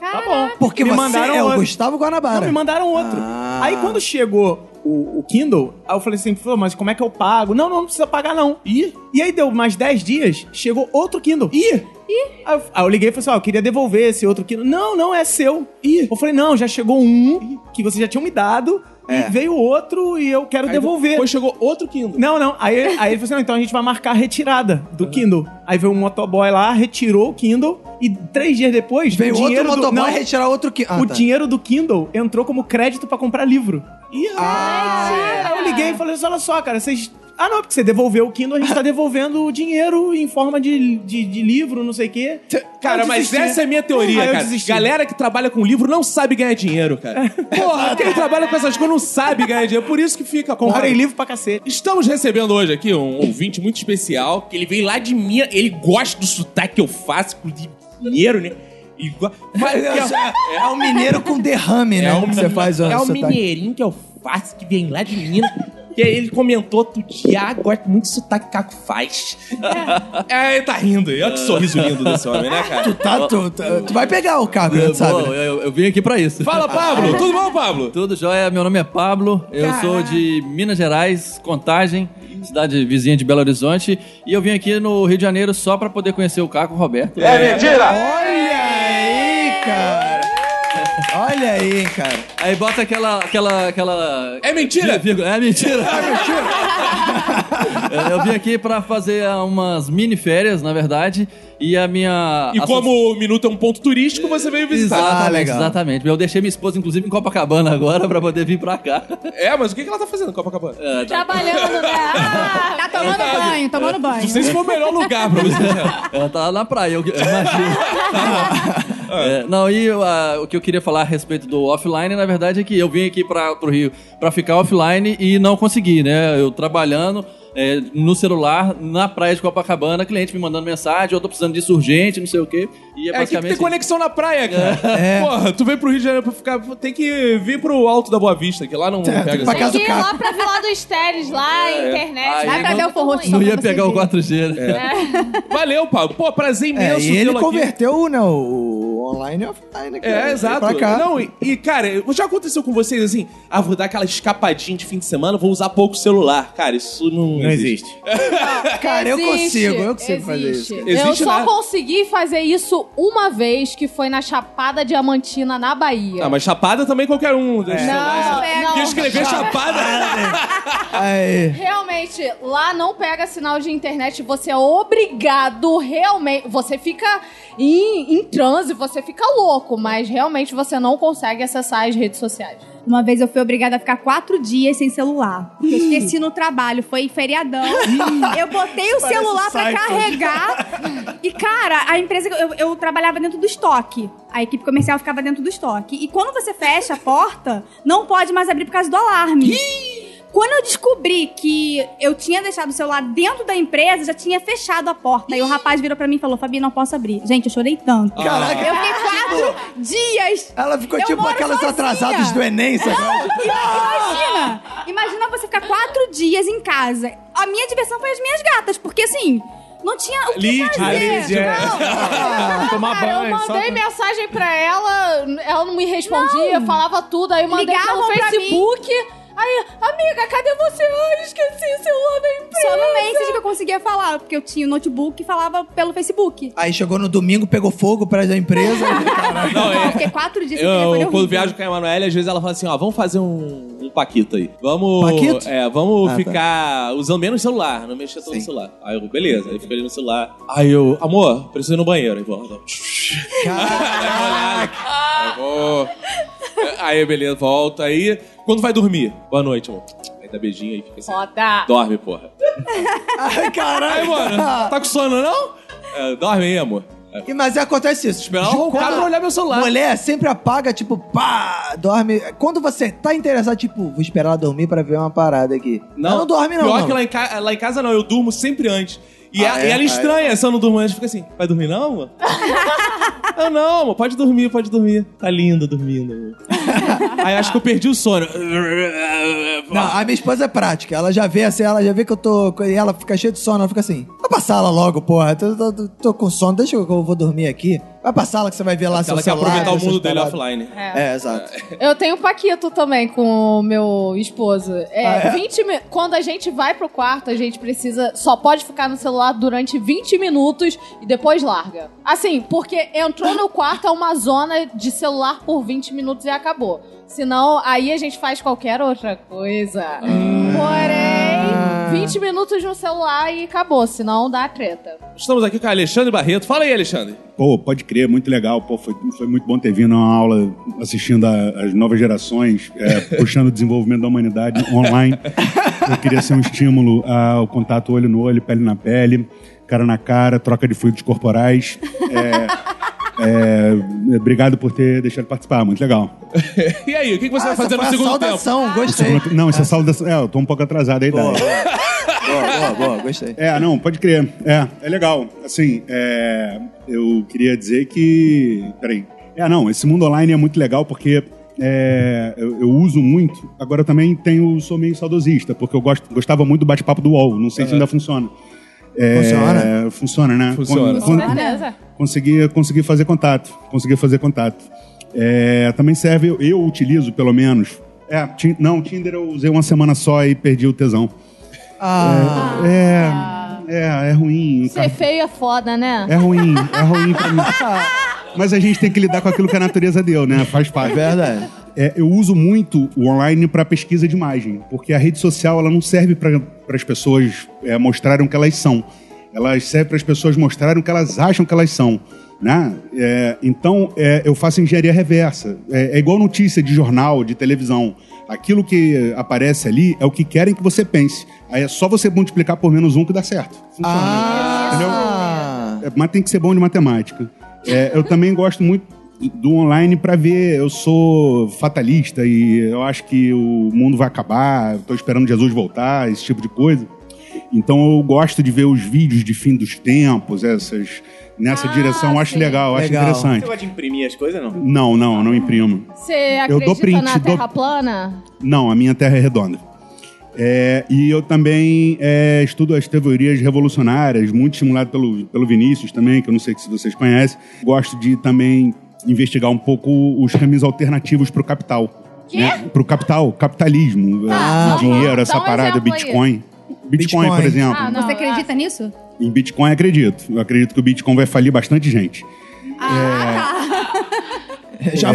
Speaker 5: Tá bom.
Speaker 2: Porque
Speaker 5: Me
Speaker 2: você
Speaker 5: mandaram
Speaker 2: é o
Speaker 5: outro.
Speaker 2: Gustavo
Speaker 5: Não,
Speaker 2: Guanabara.
Speaker 5: me mandaram outro.
Speaker 2: Ah.
Speaker 5: Aí quando chegou o, o Kindle, aí eu falei assim, pô, mas como é que eu pago? Não, não, não precisa pagar não. Ih. E aí deu mais 10 dias, chegou outro Kindle. Ih. Aí eu, aí eu liguei e falei assim, ó, eu queria devolver esse outro Kindle. Não, não, é seu. Ih. Eu falei, não, já chegou um que você já tinha me dado e veio outro e eu quero
Speaker 1: aí
Speaker 5: devolver.
Speaker 1: Depois chegou outro Kindle.
Speaker 5: Não, não. Aí, aí ele falou assim: não, então a gente vai marcar a retirada do Kindle. Aí veio um motoboy lá, retirou o Kindle e três dias depois
Speaker 2: Veio
Speaker 5: o
Speaker 2: outro
Speaker 5: dinheiro do-
Speaker 2: motoboy
Speaker 5: não,
Speaker 2: retirar outro que. Ah,
Speaker 5: o
Speaker 2: tá.
Speaker 5: dinheiro do Kindle entrou como crédito pra comprar livro. E
Speaker 1: Ah, é.
Speaker 5: aí eu liguei e falei assim: olha só, cara, vocês. Ah, não, porque você devolveu o Kindle, a gente tá devolvendo o dinheiro em forma de, de, de livro, não sei o quê.
Speaker 1: Cara,
Speaker 5: Eu
Speaker 1: mas
Speaker 5: desisti.
Speaker 1: essa é a minha teoria,
Speaker 5: Aí eu
Speaker 1: cara.
Speaker 5: desisti.
Speaker 1: Galera que trabalha com livro não sabe ganhar dinheiro, cara. Porra, quem trabalha com essas coisas não sabe ganhar dinheiro. Por isso que fica.
Speaker 5: Comprei
Speaker 1: Claro.
Speaker 5: livro pra cacete.
Speaker 1: Estamos recebendo hoje aqui um ouvinte muito especial, que ele veio lá de Minas, ele gosta do sotaque que eu faço com de dinheiro, né? E go- Mas,
Speaker 2: É, é um mineiro com derrame, né? que você faz
Speaker 1: é um
Speaker 2: você tá-
Speaker 1: mineirinho que eu faço, que vem lá de Minas. Que ele comentou outro dia, ah, gosto muito do sotaque que Caco faz. É, ele tá rindo aí. Olha que sorriso lindo desse homem, né, cara?
Speaker 2: Tá, tu, tu- tu vai pegar o cargo,
Speaker 9: Eu,
Speaker 2: sabe?
Speaker 9: bom, eu, eu vim aqui pra isso.
Speaker 1: né? Fala, Pablo! Tudo bom, Pablo?
Speaker 9: Tudo jóia, meu nome é Pablo, eu sou de Minas Gerais, Contagem, cidade vizinha de Belo Horizonte, e eu vim aqui no Rio de Janeiro só pra poder conhecer o Caco Roberto.
Speaker 2: Olha aí, cara. Olha aí, cara.
Speaker 9: Aí bota aquela, aquela, aquela...
Speaker 1: É mentira?
Speaker 9: Vírgula. É mentira! É, eu vim aqui pra fazer ah, umas mini férias, na verdade, e a minha...
Speaker 1: E
Speaker 9: asso-
Speaker 1: como o minuto é um ponto turístico, você veio visitar.
Speaker 2: Ah,
Speaker 9: Exatamente,
Speaker 2: legal.
Speaker 9: exatamente. Eu deixei minha esposa, inclusive, em Copacabana agora pra poder vir pra cá.
Speaker 1: É, mas o que que ela tá fazendo em Copacabana?
Speaker 9: É, tá-
Speaker 3: Trabalhando, né? Ah,
Speaker 4: Tá tomando banho, tomando banho.
Speaker 1: Não sei se foi o melhor lugar pra você.
Speaker 9: Ela tá lá na praia, eu eu imagino. É, não, e ah, o que eu queria falar a respeito do offline, na verdade, é que eu vim aqui pra, pro Rio pra ficar offline e não consegui, né? Eu trabalhando é, no celular, na praia de Copacabana, cliente me mandando mensagem, eu tô precisando disso urgente, não sei o quê.
Speaker 10: tipo,
Speaker 9: E é,
Speaker 1: É aqui que tem
Speaker 9: basicamente.
Speaker 1: conexão na praia, cara. Porra, tu vem pro Rio de Janeiro pra ficar. Tem que vir pro alto da Boa Vista, que lá não
Speaker 2: tem
Speaker 1: pega
Speaker 2: que pra
Speaker 3: Tem
Speaker 2: casa
Speaker 3: que
Speaker 2: do
Speaker 3: ir
Speaker 2: Caco.
Speaker 3: lá pra Vila dos Teres, lá, internet. né?
Speaker 9: Aí
Speaker 3: Vai pra
Speaker 9: não-
Speaker 3: Del Forro
Speaker 9: não ia pegar o 4G, né?
Speaker 1: Valeu, Pablo. Pô,
Speaker 2: É,
Speaker 1: prazer imenso
Speaker 2: e ele
Speaker 1: tê-lo aqui.
Speaker 2: converteu né, o o online e offline. cara.
Speaker 1: É,
Speaker 2: Veio
Speaker 1: exato.
Speaker 2: Pra cá.
Speaker 1: Não, e, e, cara, já aconteceu com vocês assim? Ah, vou dar aquela escapadinha de fim de semana, vou usar pouco celular. Cara, isso não,
Speaker 5: Não existe.
Speaker 2: Cara, eu
Speaker 3: Existe,
Speaker 2: consigo, eu consigo fazer isso.
Speaker 3: existe.
Speaker 2: cara.
Speaker 3: Eu
Speaker 1: Existe
Speaker 3: só
Speaker 1: nada.
Speaker 3: consegui fazer isso uma vez, que foi na Chapada Diamantina, na Bahia.
Speaker 1: Ah, mas chapada também qualquer um. Deixa eu
Speaker 3: Não,
Speaker 1: falar.
Speaker 3: não.
Speaker 1: E escrever chapada.
Speaker 2: Aí.
Speaker 3: Realmente, lá não pega sinal de internet, você é obrigado realmente. Você fica em, em transe, você fica louco, mas realmente você não consegue acessar as redes sociais.
Speaker 4: Uma vez eu fui obrigada a ficar quatro dias sem celular. Porque eu esqueci no trabalho, foi feriadão. eu botei o
Speaker 2: Parece
Speaker 4: celular pra
Speaker 2: Seinfeld.
Speaker 4: carregar. E, cara, a empresa. que Eu, eu trabalhava dentro do estoque. A equipe comercial ficava dentro do estoque. E quando você fecha a porta, não pode mais abrir por causa do alarme. Quando eu descobri que eu tinha deixado o celular dentro da empresa, já tinha fechado a porta. E o rapaz virou pra mim e falou: Fabi, não posso abrir. Gente, eu chorei tanto.
Speaker 1: Ah.
Speaker 2: Caraca.
Speaker 4: Eu fiquei quatro dias
Speaker 2: Ela ficou
Speaker 4: Eu
Speaker 2: tipo
Speaker 4: moro
Speaker 2: aquelas
Speaker 4: sozinha.
Speaker 2: atrasadas do Enem, sabe?
Speaker 4: Imagina! Imagina você ficar quatro dias em casa. A minha diversão foi as minhas gatas, porque assim, não tinha o que
Speaker 1: Lead,
Speaker 4: fazer.
Speaker 1: né?
Speaker 5: Lead, é.
Speaker 4: Não.
Speaker 5: Tomar
Speaker 3: Cara, eu
Speaker 5: banho, só-
Speaker 3: mandei mensagem pra ela, ela não me respondia, falava tudo, aí eu mandei
Speaker 4: Ligavam
Speaker 3: pelo
Speaker 4: pra
Speaker 3: Facebook. Aí, amiga, cadê você? Ai, esqueci o celular da empresa.
Speaker 4: Só no Messenger que eu conseguia falar, porque eu tinha o notebook e falava pelo Facebook.
Speaker 2: Aí chegou no domingo, pegou fogo pra empresa. Caraca.
Speaker 1: Não, é.
Speaker 4: Eu fiquei quatro dias sem
Speaker 1: Eu,
Speaker 4: telefone é
Speaker 1: quando
Speaker 4: horrível.
Speaker 1: viajo com a Emanuele, às vezes ela fala assim, ó, vamos fazer um, um paquito aí. Vamos...
Speaker 2: Paquito?
Speaker 1: É, vamos
Speaker 2: Ah, tá.
Speaker 1: ficar usando menos celular, não mexer tanto no celular. Aí eu, beleza, aí fica ali no celular. Aí eu, amor, preciso ir no banheiro. Aí vou lá, dá um tchutch.
Speaker 2: Ah!
Speaker 1: Aí vou... Aí, beleza, volta. Aí, quando vai dormir? Boa noite, amor. Aí dá beijinho, aí fica assim...
Speaker 3: Foda.
Speaker 1: Dorme, porra.
Speaker 2: Ai,
Speaker 1: Aí,
Speaker 2: caralho.
Speaker 1: mano, tá com sono, não? É, dorme aí, amor.
Speaker 2: E, mas acontece isso.
Speaker 9: Esperar o cara pra olhar meu celular.
Speaker 2: Mulher sempre apaga, tipo, pá, dorme. Quando você tá interessado, tipo, vou esperar ela dormir pra ver uma parada aqui. Ela não dorme, não.
Speaker 1: Pior
Speaker 2: não.
Speaker 1: que lá em, ca- lá em casa não, eu durmo sempre antes. E,
Speaker 2: Ah,
Speaker 1: a-
Speaker 2: é?
Speaker 1: e ela
Speaker 2: Ah,
Speaker 1: estranha se eu não durmo antes. Fica assim, vai dormir não, amor? eu não, amor, pode dormir, pode dormir. Tá linda dormindo. amor." Aí acho que eu perdi o sono.
Speaker 2: Não, a minha esposa é prática. Ela já vê assim, ela já vê que eu tô. E ela fica cheia de sono, ela fica assim. Vai pra sala logo, porra. Tô, tô- tô- tô com sono, deixa eu, que eu vou dormir aqui. Vai pra sala que você vai ver lá seu
Speaker 1: Ela quer
Speaker 2: celular,
Speaker 1: aproveitar o
Speaker 2: essas
Speaker 1: mundo dele
Speaker 2: paradas.
Speaker 1: offline.
Speaker 2: É, exato.
Speaker 3: Eu tenho Paquito também com o meu esposo. É,
Speaker 2: Ah, é?
Speaker 3: 20 mi- Quando a gente vai pro quarto, a gente precisa. Só pode ficar no celular durante 20 minutos e depois larga. Assim, porque entrou no quarto, é uma zona de celular por 20 minutos e acabou. Senão, aí a gente faz qualquer outra coisa.
Speaker 10: Ah.
Speaker 3: Porém, 20 minutos no celular e acabou, senão dá treta.
Speaker 1: Estamos aqui com a Alexandre Barreto. Fala aí, Alexandre.
Speaker 10: Pô, pode crer, muito legal. Pô, foi, foi muito bom ter vindo a uma aula assistindo a- as novas gerações, é, puxando o desenvolvimento da humanidade online. Eu queria ser um estímulo ao contato olho no olho, pele na pele, cara na cara, troca de fluidos corporais. É, é, obrigado por ter deixado de participar, muito legal.
Speaker 1: E aí, o que que
Speaker 2: Ah,
Speaker 1: você vai fazer no segundo tempo?
Speaker 2: gostei.
Speaker 10: Não, essa sala da. É, eu tô um pouco atrasado aí, idade.
Speaker 2: Boa, boa, boa, gostei.
Speaker 10: É, não, pode crer. É, é legal. Assim, é, eu queria dizer que. Peraí. É, não, esse mundo online é muito legal porque é, eu, eu uso muito. Agora eu também tenho, sou meio saudosista, porque eu gosto, gostava muito do bate-papo do UOL. Não sei se ainda funciona. É,
Speaker 2: Funciona?
Speaker 10: Funciona, né?
Speaker 1: Funciona.
Speaker 10: Con- con- consegui, consegui fazer contato. Consegui fazer contato. É, também serve, eu, eu utilizo pelo menos. É, Tin- não, Tinder eu usei uma semana só e perdi o tesão.
Speaker 2: Ah.
Speaker 10: É, é, é ruim.
Speaker 3: Ser feio é foda, né?
Speaker 10: É ruim, é ruim pra mim. Mas a gente tem que lidar com aquilo que a natureza deu, né? Faz parte. É
Speaker 2: verdade.
Speaker 10: eu uso muito o online para pesquisa de imagem, porque a rede social ela não serve para as pessoas é, mostrarem o que elas são. Ela serve para as pessoas mostrarem o que elas acham que elas são. Né? É, então, é, eu faço engenharia reversa. É, é igual notícia de jornal, de televisão. Aquilo que aparece ali é o que querem que você pense. Aí é só você multiplicar por menos um que dá certo. Funciona.
Speaker 2: Ah,
Speaker 10: É, mas tem que ser bom de matemática. É, eu também gosto muito do- do online pra ver. Eu sou fatalista e eu acho que o mundo vai acabar, eu tô esperando Jesus voltar, esse tipo de coisa. Então eu gosto de ver os vídeos de fim dos tempos, essas nessa direção, eu
Speaker 3: Ah,
Speaker 10: acho legal, eu acho
Speaker 5: Você
Speaker 10: interessante.
Speaker 5: gosta de imprimir as coisas, não?
Speaker 10: Não, não, não imprimo.
Speaker 3: Você
Speaker 10: Eu
Speaker 3: acredita
Speaker 10: dou print,
Speaker 3: na
Speaker 10: dou-
Speaker 3: terra plana?
Speaker 10: Não, a minha terra é redonda. É, e eu também é, estudo as teorias revolucionárias, muito estimulado pelo, pelo Vinícius também, que eu não sei se vocês conhecem. Gosto de também investigar um pouco os caminhos alternativos para o capital. Né? Para o capital, capitalismo,
Speaker 4: Ah,
Speaker 10: é, dinheiro,
Speaker 4: dá
Speaker 10: essa
Speaker 4: um
Speaker 10: parada,
Speaker 4: exemplo aí.
Speaker 10: Bitcoin. Bitcoin. por exemplo.
Speaker 4: Ah, não, Você acredita nisso?
Speaker 10: Em Bitcoin acredito. Eu acredito que o Bitcoin vai falir bastante gente.
Speaker 2: Já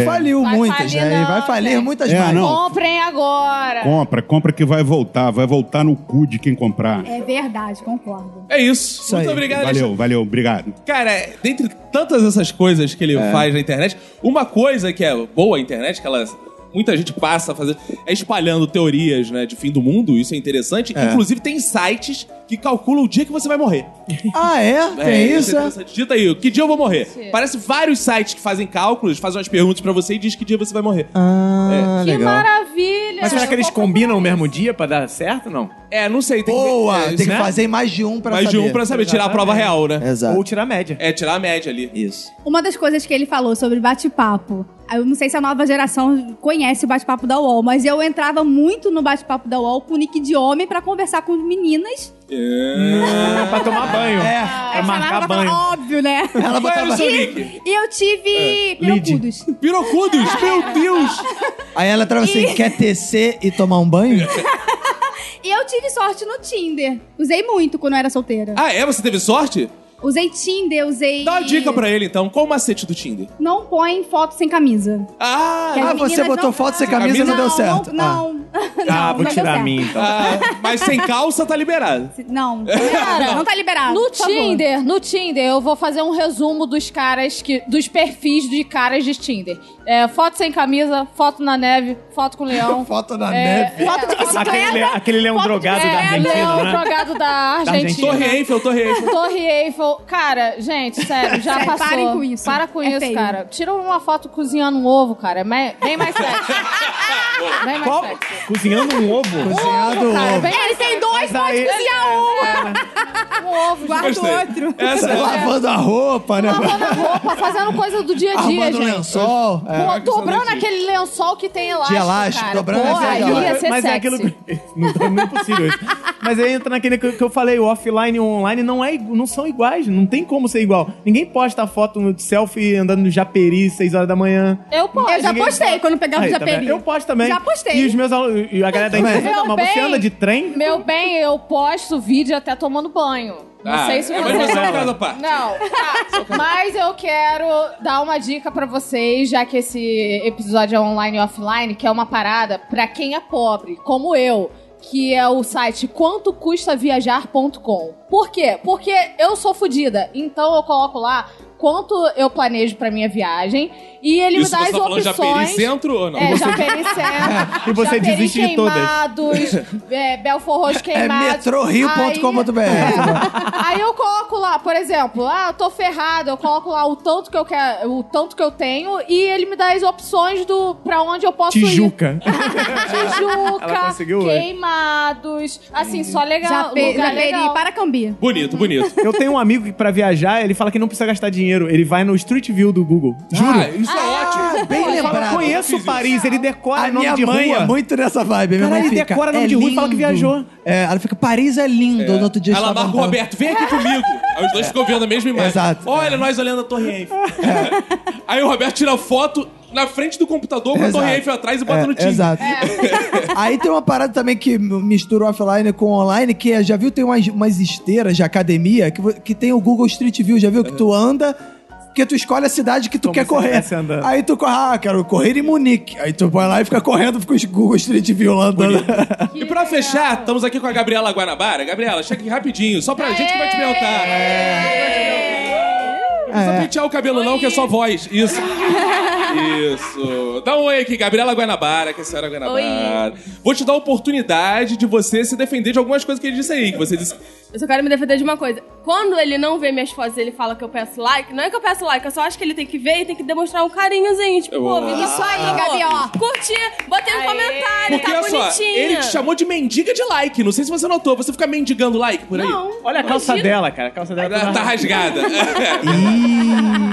Speaker 10: É.
Speaker 2: faliu
Speaker 3: Vai
Speaker 2: muitas,
Speaker 3: falir
Speaker 2: né? E
Speaker 3: não,
Speaker 2: vai falir
Speaker 3: gente.
Speaker 2: muitas
Speaker 10: É,
Speaker 2: mais.
Speaker 10: não.
Speaker 3: Comprem agora!
Speaker 10: Compra, compra que vai voltar, vai voltar no cu de quem comprar.
Speaker 4: É verdade, concordo.
Speaker 1: É isso.
Speaker 10: Isso
Speaker 1: Muito
Speaker 10: aí.
Speaker 1: obrigado,
Speaker 10: Valeu, valeu, obrigado.
Speaker 1: Cara, dentre tantas essas coisas que ele
Speaker 2: É.
Speaker 1: faz na internet, uma coisa que é boa a internet, que ela. Muita gente passa a fazer. É espalhando teorias, né, de fim do mundo, isso é interessante.
Speaker 2: É.
Speaker 1: Inclusive, tem sites que calculam o dia que você vai morrer.
Speaker 2: Ah, é? Tem isso? é?
Speaker 1: interessante. Dita aí, que dia eu vou morrer? Parece vários sites que fazem cálculos, fazem umas perguntas pra você e diz que dia você vai morrer.
Speaker 2: Ah,
Speaker 1: Que
Speaker 2: legal.
Speaker 3: Maravilha!
Speaker 5: Mas será que eles combinam o mesmo dia pra dar certo ou não?
Speaker 1: É, não sei. Tem
Speaker 2: Boa!
Speaker 1: é,
Speaker 2: tem que
Speaker 1: né?
Speaker 2: fazer mais de um pra
Speaker 1: Mais
Speaker 2: saber.
Speaker 1: de um pra saber, tirar a prova real, né?
Speaker 2: Exato.
Speaker 5: Ou tirar a média.
Speaker 1: É, tirar a média ali.
Speaker 2: Isso.
Speaker 4: Uma das coisas que ele falou sobre bate-papo, eu não sei se a nova geração conhece o bate-papo da UOL, mas eu entrava muito no bate-papo da UOL com nick de homem pra conversar com meninas.
Speaker 5: pra tomar banho. É, pra marcar banho.
Speaker 4: Óbvio, né?
Speaker 5: Ela botava-
Speaker 4: E-
Speaker 2: assim,
Speaker 5: Qual era o seu nick?
Speaker 4: E eu tive pirocudos.
Speaker 1: Pirocudos? Meu Deus!
Speaker 2: Aí ela entrava assim,
Speaker 4: E-
Speaker 2: quer tecer e tomar um banho?
Speaker 4: E eu tive sorte no Tinder. Usei muito quando eu era solteira.
Speaker 1: Ah, é? Você teve sorte?
Speaker 4: Usei Tinder, usei...
Speaker 1: Dá uma dica pra ele, então. Qual o macete do Tinder?
Speaker 4: Não põe foto sem camisa.
Speaker 1: Ah,
Speaker 4: Que as
Speaker 2: ah, você
Speaker 4: meninas
Speaker 2: botou
Speaker 4: não-
Speaker 2: foto sem camisa e não deu certo.
Speaker 4: Não, não,
Speaker 3: Ah,
Speaker 4: não, não deu certo.
Speaker 5: então.
Speaker 1: Ah, mas sem calça tá liberado.
Speaker 4: Não.
Speaker 3: Cara,
Speaker 4: não tá liberado.
Speaker 3: No
Speaker 4: por favor.
Speaker 3: Tinder, no Tinder, eu vou fazer um resumo dos caras que. dos perfis de caras de Tinder. É, foto sem camisa, foto na neve, foto com leão.
Speaker 2: foto na
Speaker 3: neve. Foto de bicicleta.
Speaker 5: Aquele, aquele leão drogado da
Speaker 3: É,
Speaker 5: Argentina,
Speaker 3: leão
Speaker 5: né?
Speaker 3: drogado da
Speaker 5: Da Argentina.
Speaker 3: Argentina.
Speaker 5: Torre
Speaker 1: Eiffel, Torre Eiffel.
Speaker 3: Torre Eiffel, eu. Cara, gente, sério, já
Speaker 4: Sério,
Speaker 3: passou.
Speaker 4: parem com isso.
Speaker 3: Para com
Speaker 4: É
Speaker 3: isso,
Speaker 4: feio.
Speaker 3: cara. Tira uma foto cozinhando um ovo, cara. É me- Bem mais sexy. Bem mais
Speaker 5: Qual?
Speaker 3: sexy.
Speaker 5: Cozinhando um ovo?
Speaker 3: Cozinhado um cara, ovo. bem mais
Speaker 4: tem dois,
Speaker 3: Mas aí- um. Um ovo,
Speaker 4: Guarda
Speaker 3: gente.
Speaker 4: o outro.
Speaker 3: Essa é-
Speaker 2: Lavando a roupa, né?
Speaker 3: Lavando a roupa, tá um fazendo coisa do dia a dia,
Speaker 2: Arrumando um
Speaker 3: gente.
Speaker 2: lençol, é.
Speaker 3: Pô, dobrando aquele lençol que tem elástico.
Speaker 2: elástico,
Speaker 3: cara.
Speaker 2: dobrando
Speaker 3: Pô,
Speaker 2: esse
Speaker 3: aí
Speaker 2: elástico.
Speaker 3: ia ser
Speaker 5: Mas
Speaker 3: sexy.
Speaker 5: é aquilo que. Não, dá- não é possível isso. Mas aí entra naquele que que eu falei, o offline e o online não, é, igu- não são iguais, não tem como ser igual. Ninguém posta foto de selfie andando no Japeri 6 horas da manhã.
Speaker 3: Eu posto.
Speaker 4: Eu já postei quando pegava o
Speaker 5: Aí, tá vendo?
Speaker 4: um japeri.
Speaker 5: eu posto também.
Speaker 4: Já postei.
Speaker 5: E os meus alunos, e a galera da
Speaker 3: Meu
Speaker 5: empresa, mas você
Speaker 3: bem.
Speaker 5: anda de trem?
Speaker 3: Meu bem, eu posto vídeo até tomando banho. Não
Speaker 5: Ah,
Speaker 3: sei se
Speaker 5: é,
Speaker 3: você...
Speaker 1: tá
Speaker 5: mas você é um caso à parte.
Speaker 3: Não, tá. Mas eu quero dar uma dica pra vocês, já que esse episódio é online e offline, que é uma parada pra quem é pobre, como eu. Que é o site quantocustaviajar.com. Por quê? Porque eu sou fodida, então eu coloco lá quanto eu planejo pra minha viagem e ele
Speaker 1: Isso
Speaker 3: me dá
Speaker 1: você
Speaker 3: as
Speaker 1: tá falando
Speaker 3: opções.
Speaker 1: Japeri Centro ou não?
Speaker 3: É,
Speaker 1: E você- tá
Speaker 3: Japeri Centro.
Speaker 5: E você
Speaker 3: Japeri
Speaker 5: desiste de todas.
Speaker 3: queimados, é, Belfor Roxo
Speaker 2: É
Speaker 3: queimados.
Speaker 2: metrorio.com.br.
Speaker 3: Aí eu coloco lá, por exemplo, ah, eu tô ferrado, eu coloco lá o tanto que eu quero, o tanto que eu tenho e ele me dá as opções do para onde eu posso
Speaker 5: Tijuca.
Speaker 3: ir. Tijuca.
Speaker 5: Ela conseguiu hoje.
Speaker 3: queimados, assim, só legal,
Speaker 4: Jape-
Speaker 3: lugar
Speaker 4: Japeri,
Speaker 3: legal.
Speaker 4: Paracambi.
Speaker 1: Bonito, bonito.
Speaker 5: Eu tenho um amigo que pra viajar, ele fala que não precisa gastar dinheiro. Ele vai no Street View do Google. Juro.
Speaker 1: Ah, isso é ótimo.
Speaker 2: Bem
Speaker 5: ele fala,
Speaker 2: lembrado.
Speaker 5: eu conheço Paris, ele decora
Speaker 2: A
Speaker 5: nome
Speaker 2: minha
Speaker 5: de
Speaker 2: mãe
Speaker 5: rua.
Speaker 2: é muito nessa vibe. Minha
Speaker 5: Caralho,
Speaker 2: mãe
Speaker 5: ele
Speaker 2: fica,
Speaker 5: decora nome
Speaker 2: é
Speaker 5: de rua e fala que
Speaker 2: lindo.
Speaker 5: viajou.
Speaker 2: É, ela fica, Paris é lindo. No outro dia
Speaker 1: Ela
Speaker 2: estava
Speaker 1: marca o
Speaker 2: andando.
Speaker 1: Roberto, vem aqui comigo. Aí os dois ficam vendo a mesma imagem.
Speaker 2: Exato. É.
Speaker 1: Olha, nós olhando a Torre Eiffel. Aí o Roberto tira foto na frente do computador com a Torre
Speaker 2: Exato.
Speaker 1: Eiffel atrás e bota
Speaker 2: É,
Speaker 1: no Tinder.
Speaker 2: Exato. Aí tem uma parada também que mistura o offline com o online, que é, já viu, tem umas, umas esteiras de academia que, vo- que tem o Google Street View, já viu? Que
Speaker 1: Uhum.
Speaker 2: tu anda, que tu escolhe a cidade que tu
Speaker 5: Como
Speaker 2: quer
Speaker 5: você
Speaker 2: correr.
Speaker 5: desce andando.
Speaker 2: Aí tu corre, ah, quero correr em Munique. Aí tu vai lá e fica correndo, fica o Google Street View lá andando.
Speaker 1: E pra fechar, estamos aqui com a Gabriela Guanabara. Gabriela, chega aqui rapidinho, só pra gente que vai te perguntar. Não precisa pentear o cabelo, não, que é só voz. Isso. Isso. Dá um oi aqui, Gabriela Guanabara, que é a senhora Guanabara. Vou te dar a oportunidade de você se defender de algumas coisas que ele disse aí. Que você disse.
Speaker 8: Eu só quero me defender de uma coisa. Quando ele não vê minhas fotos e ele fala que eu peço like, não é que eu peço like, eu só acho que ele tem que ver e tem que demonstrar um carinhozinho. Tipo,
Speaker 1: Eu
Speaker 8: pô,
Speaker 1: amo.
Speaker 8: me dá
Speaker 4: Isso
Speaker 3: Ah.
Speaker 4: aí,
Speaker 8: amor.
Speaker 4: Gabi, ó.
Speaker 8: Curtir, botei um comentário,
Speaker 1: Porque
Speaker 8: tá
Speaker 1: olha só,
Speaker 8: bonitinha.
Speaker 1: ele te chamou de mendiga de like. Não sei se você notou. Você fica mendigando like por aí?
Speaker 8: Não.
Speaker 5: Olha a calça
Speaker 8: Imagina.
Speaker 5: dela, cara. A calça dela
Speaker 1: Ela Tá rasgada.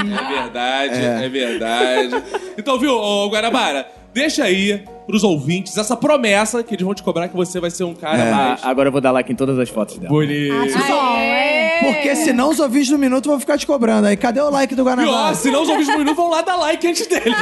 Speaker 1: é verdade, é. verdade. Então, viu, ô, Guarabara, deixa aí pros ouvintes essa promessa que eles vão te cobrar que você vai ser um cara mais
Speaker 5: Ah, agora eu vou dar like em todas as fotos dela.
Speaker 4: tá
Speaker 1: bonito.
Speaker 4: é
Speaker 2: Porque senão os ouvintes do minuto vão ficar te cobrando. Aí cadê o like do
Speaker 1: Pior,
Speaker 2: Guanabara?
Speaker 1: Ah, senão os ouvintes do Minuto vão lá dar like antes dele.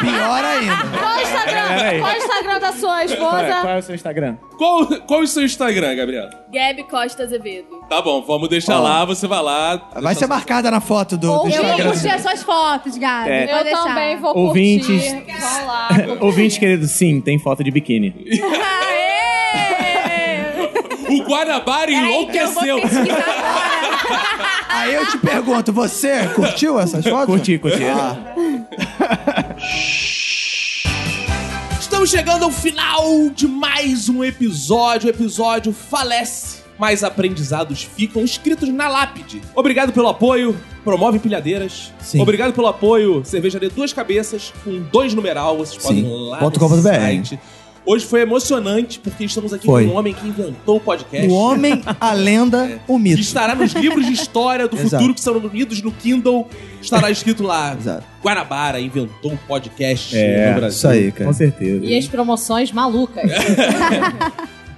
Speaker 2: Pior ainda.
Speaker 3: Qual o Instagram?
Speaker 5: Peraí.
Speaker 3: Qual o Instagram da sua
Speaker 5: Qual é, qual
Speaker 3: esposa?
Speaker 5: é o seu Instagram?
Speaker 1: Qual, qual é o seu Instagram, Gabriela?
Speaker 8: Gabi Costa Azevedo.
Speaker 1: Tá bom, vamos deixar
Speaker 2: Ó.
Speaker 1: lá, você vai lá.
Speaker 2: Vai ser marcada na foto do, do
Speaker 3: Ou
Speaker 4: Eu vou
Speaker 2: Instagram.
Speaker 4: curtir as suas fotos, Gabi.
Speaker 5: É.
Speaker 4: Vou
Speaker 3: Eu
Speaker 4: deixar.
Speaker 3: também vou
Speaker 5: Ouvintes.
Speaker 3: curtir. Vão lá.
Speaker 5: Ouvinte querido, sim, tem foto de biquíni.
Speaker 1: O Guarabara enlouqueceu.
Speaker 2: Aí eu te pergunto, você curtiu essas fotos? Ah,
Speaker 5: Curti, curti.
Speaker 1: Estamos chegando ao final de mais um episódio. O episódio falece, mas aprendizados ficam escritos na lápide. Obrigado pelo apoio. Promove pilhadeiras.
Speaker 2: Sim.
Speaker 1: Obrigado pelo apoio. Cervejaria Duas Cabeças, com dois numeral. Vocês podem
Speaker 2: Sim.
Speaker 1: ir lá
Speaker 2: Ponto
Speaker 1: no
Speaker 2: com.br.
Speaker 1: site. Hoje foi emocionante, porque estamos aqui
Speaker 2: Foi.
Speaker 1: com um homem que inventou o podcast.
Speaker 2: O homem, a lenda, o
Speaker 1: Que
Speaker 2: mito.
Speaker 1: estará nos livros de história do
Speaker 2: Exato.
Speaker 1: futuro que serão unidos no Kindle. Estará escrito lá.
Speaker 2: Exato.
Speaker 1: Guanabara inventou um podcast no
Speaker 5: É,
Speaker 1: Brasil.
Speaker 2: Isso aí,
Speaker 5: com
Speaker 2: cara.
Speaker 5: certeza.
Speaker 3: E as promoções malucas.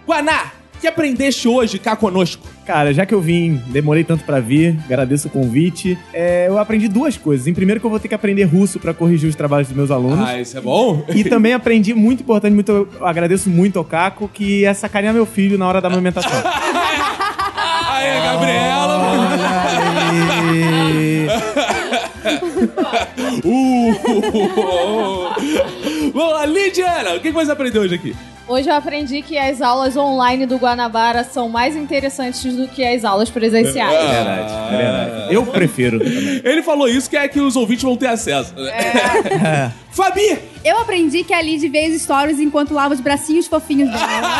Speaker 1: Guaná, o que aprendeste hoje cá conosco?
Speaker 5: Cara, já que eu vim, demorei tanto pra vir, agradeço o convite. É, eu aprendi duas coisas. Em primeiro que eu vou ter que aprender russo pra corrigir os trabalhos dos meus alunos.
Speaker 1: Ah, isso é bom?
Speaker 5: E também aprendi muito importante, muito, eu agradeço muito ao Caco, que é sacanear meu filho na hora da amamentação.
Speaker 1: Aê, Gabriela! mano. Uh, Vamos lá, Lidiana, o que você aprendeu hoje aqui?
Speaker 3: Hoje eu aprendi que as aulas online do Guanabara são mais interessantes do que as aulas presenciais.
Speaker 5: verdade, é verdade. Eu prefiro. também.
Speaker 1: Ah. Ele falou isso que é que os ouvintes vão ter acesso. né? Fabi!
Speaker 4: Eu aprendi que é a Lid vê os stories enquanto lava os bracinhos fofinhos dela.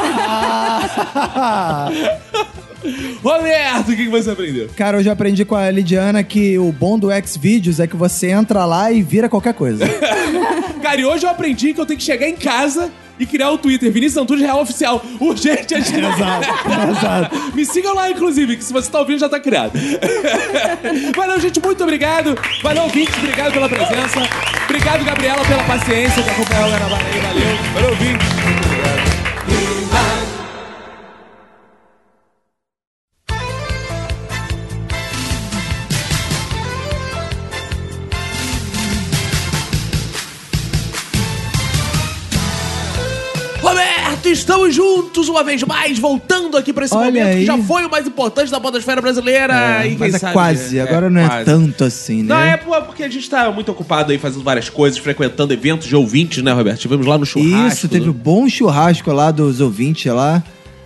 Speaker 1: Roberto, o que que você aprendeu?
Speaker 2: Cara, eu já aprendi com a Lidiana que o bom do Xvideos é que você entra lá e vira qualquer coisa.
Speaker 1: Cara, e hoje eu aprendi que eu tenho que chegar em casa e criar o Twitter. Vinícius Antunes Real Oficial. Urgente, agente.
Speaker 2: Exato, exato.
Speaker 1: Me sigam lá, inclusive, que se você tá ouvindo já tá criado. Valeu, gente, muito obrigado. Valeu, ouvintes, obrigado pela presença. Obrigado, Gabriela, pela paciência que acompanhou o Guanabara aí. Valeu. Valeu, ouvintes. Muito obrigado. Roberto, estamos juntos uma vez mais, voltando aqui pra esse
Speaker 2: Olha
Speaker 1: momento que
Speaker 2: aí.
Speaker 1: já foi o mais importante da podosfera brasileira. e quem
Speaker 2: Mas é
Speaker 1: sabe- né?
Speaker 2: quase, agora não é
Speaker 1: quase.
Speaker 2: tanto assim, né?
Speaker 1: Não, é por- porque a gente tá muito ocupado aí fazendo várias coisas, frequentando eventos de ouvintes, né, Roberto? Tivemos lá no churrasco. né?
Speaker 2: Isso, teve um bom churrasco lá dos ouvintes lá,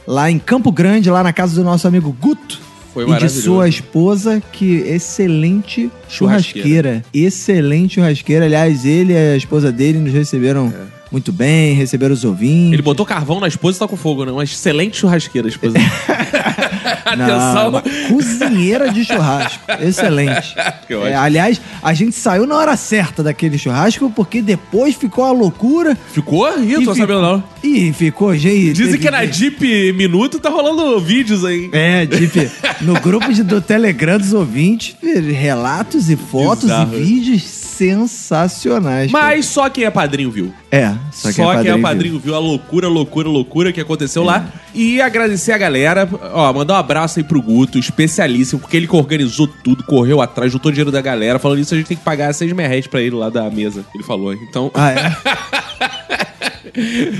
Speaker 2: lá em Campo Grande, lá na casa do nosso amigo Guto.
Speaker 1: Foi
Speaker 2: e de
Speaker 1: maravilhoso.
Speaker 2: sua esposa, que excelente
Speaker 1: Churrasqueira.
Speaker 2: churrasqueira. Excelente churrasqueira. Aliás, ele e a esposa dele nos receberam
Speaker 1: É.
Speaker 2: muito bem, receberam os ouvintes.
Speaker 1: Ele botou carvão na esposa e tá com fogo, né? Uma excelente churrasqueira, a esposa. Atenção.
Speaker 2: uma cozinheira de churrasco. Excelente.
Speaker 1: Que ótimo.
Speaker 2: É, aliás, a gente saiu na hora certa daquele churrasco, porque depois ficou a loucura.
Speaker 1: Ficou? Ih, eu tô sabendo não.
Speaker 2: Ih, ficou, gente.
Speaker 1: Dizem
Speaker 2: teve-
Speaker 1: que na Deep Minuto tá rolando vídeos aí.
Speaker 2: É, Dip, no grupo de- do Telegram dos ouvintes, relatos e fotos
Speaker 1: Bizarro.
Speaker 2: e vídeos sensacionais. cara.
Speaker 1: Mas só quem é padrinho viu.
Speaker 2: É, só
Speaker 1: Só,
Speaker 2: que é padrinho.
Speaker 1: quem é padrinho viu É. a loucura, loucura, loucura que aconteceu lá. E agradecer a galera, ó, mandar um abraço aí pro Guto, especialíssimo, porque ele que organizou tudo, correu atrás, juntou dinheiro da galera. Falando isso, a gente tem que pagar seis merréis pra ele lá da mesa. Ele falou, então.
Speaker 2: Ah, é?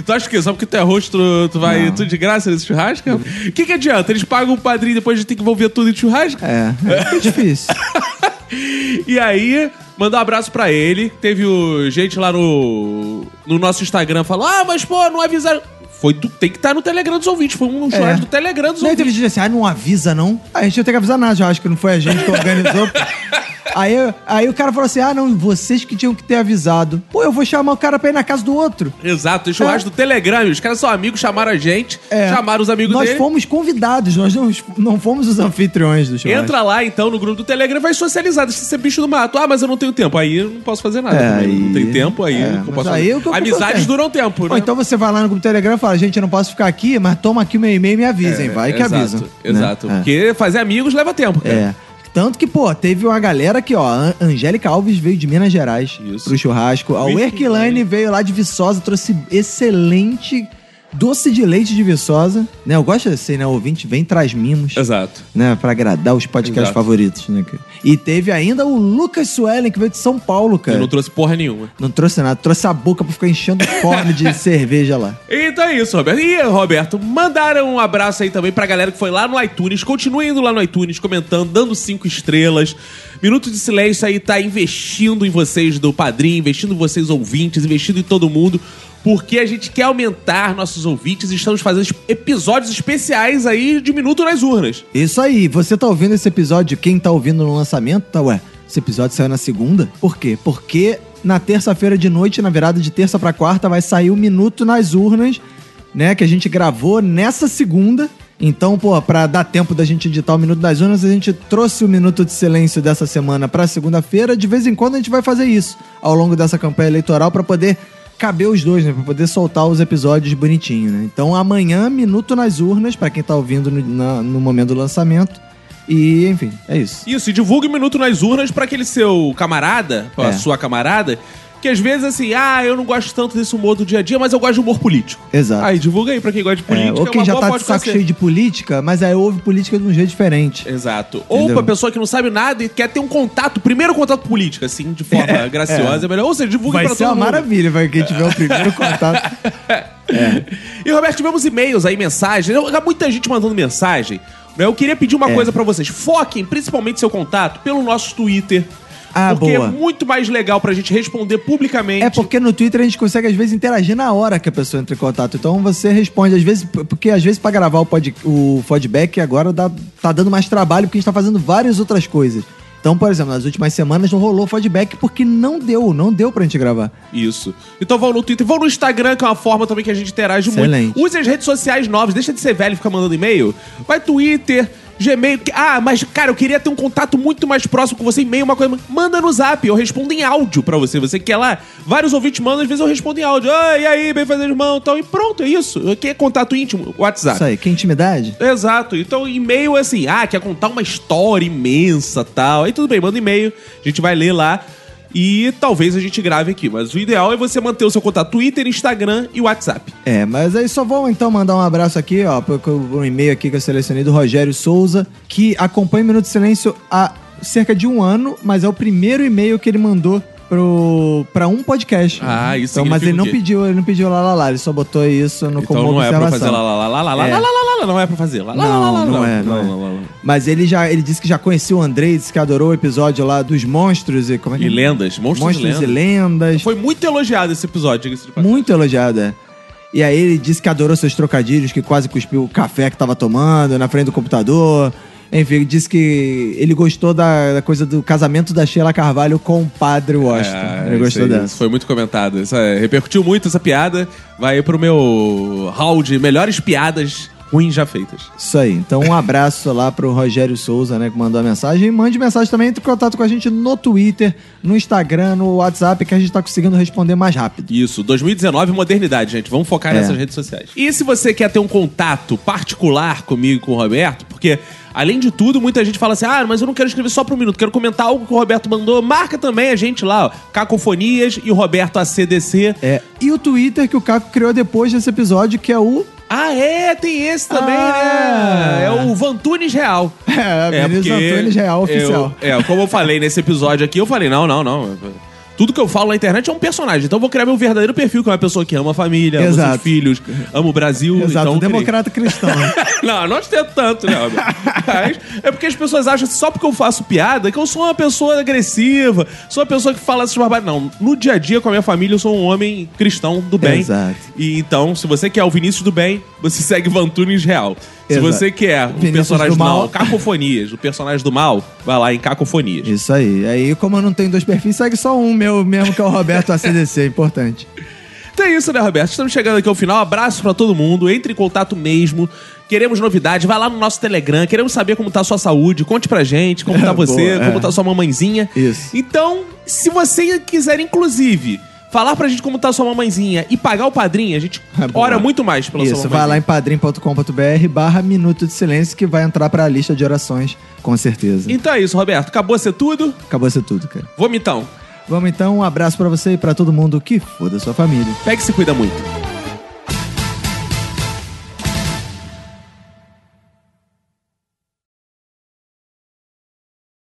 Speaker 1: tu acha que só porque tu é rosto, tu, tu vai tudo de graça nesse churrasco? O que, que adianta? Eles pagam o padrinho e depois a gente tem que envolver tudo em churrasco?
Speaker 2: É, é difícil.
Speaker 1: E aí, mandar um abraço pra ele. Teve o gente lá no, no nosso Instagram falando: Ah, mas pô, não avisaram. Foi do- tem que estar no Telegram dos ouvintes. Foi um churrasco do Telegram dos
Speaker 2: É. Não,
Speaker 1: ouvintes.
Speaker 2: teve gente assim, ah, não avisa não. Ah, A gente não tem que avisar nada, já acho que não foi a gente que organizou. pô. aí, aí o cara falou assim, ah, não, vocês que tinham que ter avisado. Pô, eu vou chamar o cara pra ir na casa do outro.
Speaker 1: Exato, o churrasco do Telegram. Os caras são amigos, chamaram a gente,
Speaker 2: É.
Speaker 1: chamaram os amigos
Speaker 2: nós
Speaker 1: dele.
Speaker 2: fomos convidados, nós não, não fomos os anfitriões do show.
Speaker 1: Entra lá então no grupo do Telegram e vai socializar. Deixa de ser bicho do mato. Ah, mas eu não tenho tempo. Aí eu não posso fazer nada.
Speaker 2: É,
Speaker 1: também. Não
Speaker 2: aí-
Speaker 1: tem tempo, aí
Speaker 2: É,
Speaker 1: eu não
Speaker 2: mas
Speaker 1: posso
Speaker 2: aí
Speaker 1: fazer.
Speaker 2: o que eu-
Speaker 1: Amizades
Speaker 2: eu-
Speaker 1: duram tempo, né?
Speaker 2: Ou então você vai lá no grupo do Telegram e fala, gente, eu não posso ficar aqui, mas toma aqui o meu e-mail e me avisem.
Speaker 1: É,
Speaker 2: vai que
Speaker 1: exato,
Speaker 2: avisam. né?
Speaker 1: Exato.
Speaker 2: É.
Speaker 1: Porque fazer amigos leva tempo, cara.
Speaker 2: É. Tanto que, pô, teve uma galera aqui, ó. a Angélica Alves veio de Minas Gerais pro churrasco. A Werkline veio lá de Viçosa, trouxe excelente doce de leite de Viçosa. Né? Eu gosto assim, né? O ouvinte vem e traz mimos.
Speaker 1: Exato.
Speaker 2: Né? Pra agradar os podcasts
Speaker 1: Exato.
Speaker 2: favoritos, né, cara? E teve ainda o Lucas Suelen, que veio de São Paulo, cara.
Speaker 1: Eu não trouxe porra nenhuma.
Speaker 2: Não trouxe nada, trouxe a boca pra ficar enchendo o forno de cerveja lá.
Speaker 1: Então é isso, Roberto. E, Roberto, mandaram um abraço aí também pra galera que foi lá no iTunes. Continue indo lá no iTunes, comentando, dando cinco estrelas. Minuto de Silêncio aí tá investindo em vocês do Padrim, investindo em vocês ouvintes, investindo em todo mundo. Porque a gente quer aumentar nossos ouvintes e estamos fazendo episódios especiais aí de Minuto nas Urnas.
Speaker 2: Isso aí, você tá ouvindo esse episódio, quem tá ouvindo no lançamento, tá, ué, esse episódio saiu na segunda? Por quê? Porque na terça-feira de noite, na virada de terça pra quarta, vai sair o Minuto nas Urnas, né, que a gente gravou nessa segunda. Então, pô, pra dar tempo da gente editar o Minuto das Urnas, a gente trouxe o Minuto de Silêncio dessa semana pra segunda-feira. De vez em quando a gente vai fazer isso ao longo dessa campanha eleitoral pra poder caber os dois, né? Pra poder soltar os episódios bonitinho, né? Então amanhã, minuto nas urnas, pra quem tá ouvindo no, na- no momento do lançamento. E, enfim, é isso.
Speaker 1: Isso, e divulgue o Minuto nas Urnas pra aquele seu camarada, pra
Speaker 2: É.
Speaker 1: sua camarada, que às vezes assim, ah, eu não gosto tanto desse humor do dia a dia, mas eu gosto de humor político.
Speaker 2: Exato.
Speaker 1: Aí, divulga aí pra quem gosta de política.
Speaker 2: É, ou
Speaker 1: é
Speaker 2: quem
Speaker 1: uma
Speaker 2: já
Speaker 1: boa
Speaker 2: tá de
Speaker 1: pode
Speaker 2: saco
Speaker 1: ser.
Speaker 2: cheio de política, mas aí ouve política de um jeito diferente.
Speaker 1: Exato. Ou pra pessoa que não sabe nada e quer ter um contato, primeiro contato com política, assim, de forma
Speaker 2: É, é.
Speaker 1: graciosa, é melhor. Ou seja, divulgue
Speaker 2: Vai
Speaker 1: pra
Speaker 2: ser
Speaker 1: todo
Speaker 2: uma
Speaker 1: mundo.
Speaker 2: maravilha, vai quem tiver o primeiro contato.
Speaker 1: E, Roberto, tivemos e-mails aí, mensagens. Eu- Muita gente mandando mensagem. né? Eu queria pedir
Speaker 2: É.
Speaker 1: uma coisa pra vocês. Foquem principalmente seu contato pelo nosso Twitter.
Speaker 2: Ah,
Speaker 1: porque
Speaker 2: boa.
Speaker 1: é muito mais legal pra gente responder publicamente.
Speaker 2: É porque no Twitter a gente consegue, às vezes, interagir na hora que a pessoa entra em contato. Então você responde, às vezes, p- porque às vezes pra gravar o, pod, o feedback agora dá- tá dando mais trabalho porque a gente tá fazendo várias outras coisas. Então, por exemplo, nas últimas semanas não rolou feedback porque não deu, não deu pra gente gravar.
Speaker 1: Isso. Então vão no Twitter, vão no Instagram, que é uma forma também que a gente interage
Speaker 2: Excelente.
Speaker 1: muito. Use as redes sociais novas, deixa de ser velho e ficar mandando e-mail. Vai Twitter, Gmail. que- Ah, mas, cara, eu queria ter um contato muito mais próximo com você, e-mail, uma coisa. Manda no zap, eu respondo em áudio pra você. Você quer lá? Vários ouvintes mandam, às vezes eu respondo em áudio. Ah, e aí, bem fazer irmão, tal. E pronto, é isso. Aqui é contato íntimo, WhatsApp.
Speaker 2: Isso aí, que intimidade.
Speaker 1: Exato. Então, e-mail é assim, ah, quer contar uma história imensa tal. Aí tudo bem, manda e-mail, a gente vai ler lá e talvez a gente grave aqui. Mas o ideal é você manter o seu contato Twitter, Instagram e WhatsApp.
Speaker 2: É, mas aí só vou então mandar um abraço aqui, ó, pro- pro- um e-mail aqui que eu selecionei do Rogério Souza, que acompanha o Minuto de Silêncio há cerca de um ano, mas é o primeiro e-mail que ele mandou pro para um podcast.
Speaker 1: Ah, isso
Speaker 2: Então, mas
Speaker 1: significa
Speaker 2: ele não
Speaker 1: o quê?
Speaker 2: pediu, ele não pediu lá, lá, lá, ele só botou isso no
Speaker 1: Então
Speaker 2: como
Speaker 1: não é pra
Speaker 2: observação.
Speaker 1: fazer lá, lá, lá, lá, lá, lá,
Speaker 2: É.
Speaker 1: lá, lá, lá, lá, não é pra fazer. Lá, lá, lá, lá, lá,
Speaker 2: Não, não é, não é. Mas ele já ele disse que já conhecia o Andrei, disse que adorou o episódio lá dos monstros e como é que
Speaker 1: E lendas, monstros,
Speaker 2: Monstros
Speaker 1: e
Speaker 2: e
Speaker 1: lendas.
Speaker 2: lendas.
Speaker 1: Foi muito elogiado esse episódio, diga-se de
Speaker 2: Muito elogiada. E aí ele disse que adorou seus trocadilhos, que quase cuspiu o café que tava tomando na frente do computador. Enfim, ele disse que ele gostou da, da coisa do casamento da Sheila Carvalho com o padre Washington.
Speaker 1: Ah,
Speaker 2: ele
Speaker 1: isso
Speaker 2: gostou
Speaker 1: aí,
Speaker 2: dessa.
Speaker 1: isso foi muito comentado. Isso é, repercutiu muito essa piada. Vai pro meu hall de melhores piadas ruins já feitas.
Speaker 2: Isso aí. Então, um abraço lá pro Rogério Souza, né, que mandou a mensagem. E mande mensagem também, entre em contato com a gente no Twitter, no Instagram, no WhatsApp, que a gente tá conseguindo responder mais rápido.
Speaker 1: Isso, 2019 modernidade, gente. Vamos focar
Speaker 2: É.
Speaker 1: nessas redes sociais. E se você quer ter um contato particular comigo e com o Roberto, porque além de tudo, muita gente fala assim: "Ah, mas eu não quero escrever só para um minuto, quero comentar algo que o Roberto mandou". Marca também a gente lá, ó, Cacofonias e o Roberto ACDC.
Speaker 2: É. E o Twitter que o Caco criou depois desse episódio, que é o.
Speaker 1: Ah, é, tem esse também, né? É o Vantunes Real.
Speaker 2: É, Vinícius
Speaker 1: porque
Speaker 2: Antunes Real oficial.
Speaker 1: Eu, é, como eu falei nesse episódio aqui, eu falei, não, não, não. Tudo que eu falo na internet é um personagem. Então eu vou criar meu verdadeiro perfil, que é uma pessoa que ama a família, ama
Speaker 2: Exato.
Speaker 1: seus filhos, ama o Brasil.
Speaker 2: Exato,
Speaker 1: então eu criei.
Speaker 2: democrata cristão. né?
Speaker 1: Não, não tento tanto, né, Roberto? Mas é porque as pessoas acham que só porque eu faço piada que eu sou uma pessoa agressiva, sou uma pessoa que fala essas barbaridades. Não, no dia a dia com a minha família eu sou um homem cristão do bem.
Speaker 2: Exato.
Speaker 1: E então, se você quer o Vinícius do bem, você segue Vantunes Real. Se
Speaker 2: Exato.
Speaker 1: você quer o
Speaker 2: Vinícius
Speaker 1: personagem
Speaker 2: do
Speaker 1: do mal,
Speaker 2: mal.
Speaker 1: Cacofonias, o personagem do mal, vai lá em Cacofonias.
Speaker 2: Isso aí. Aí, como eu não tenho dois perfis, segue só um meu mesmo, que é o Roberto ACDC, importante.
Speaker 1: Então é isso, né, Roberto? Estamos chegando aqui ao final. Abraço pra todo mundo. Entre em contato mesmo. Queremos novidade. Vai lá no nosso Telegram. Queremos saber como tá a sua saúde. Conte pra gente como tá
Speaker 2: É,
Speaker 1: você,
Speaker 2: boa, é.
Speaker 1: como tá a sua mamãezinha.
Speaker 2: Isso.
Speaker 1: Então, se você quiser, inclusive, falar pra gente como tá a sua mamãezinha e pagar o padrinho, a gente ora muito mais pela
Speaker 2: É Isso,
Speaker 1: sua
Speaker 2: vai lá
Speaker 1: mamãezinha.
Speaker 2: em padrim.com.br barra Minuto de Silêncio que vai entrar pra lista de orações, com certeza.
Speaker 1: Então é isso, Roberto. Acabou ser tudo.
Speaker 2: Acabou ser tudo, cara.
Speaker 1: Vamos então.
Speaker 2: Vamos então, um abraço pra você e pra todo mundo que foda sua família.
Speaker 1: Pega e se cuida muito.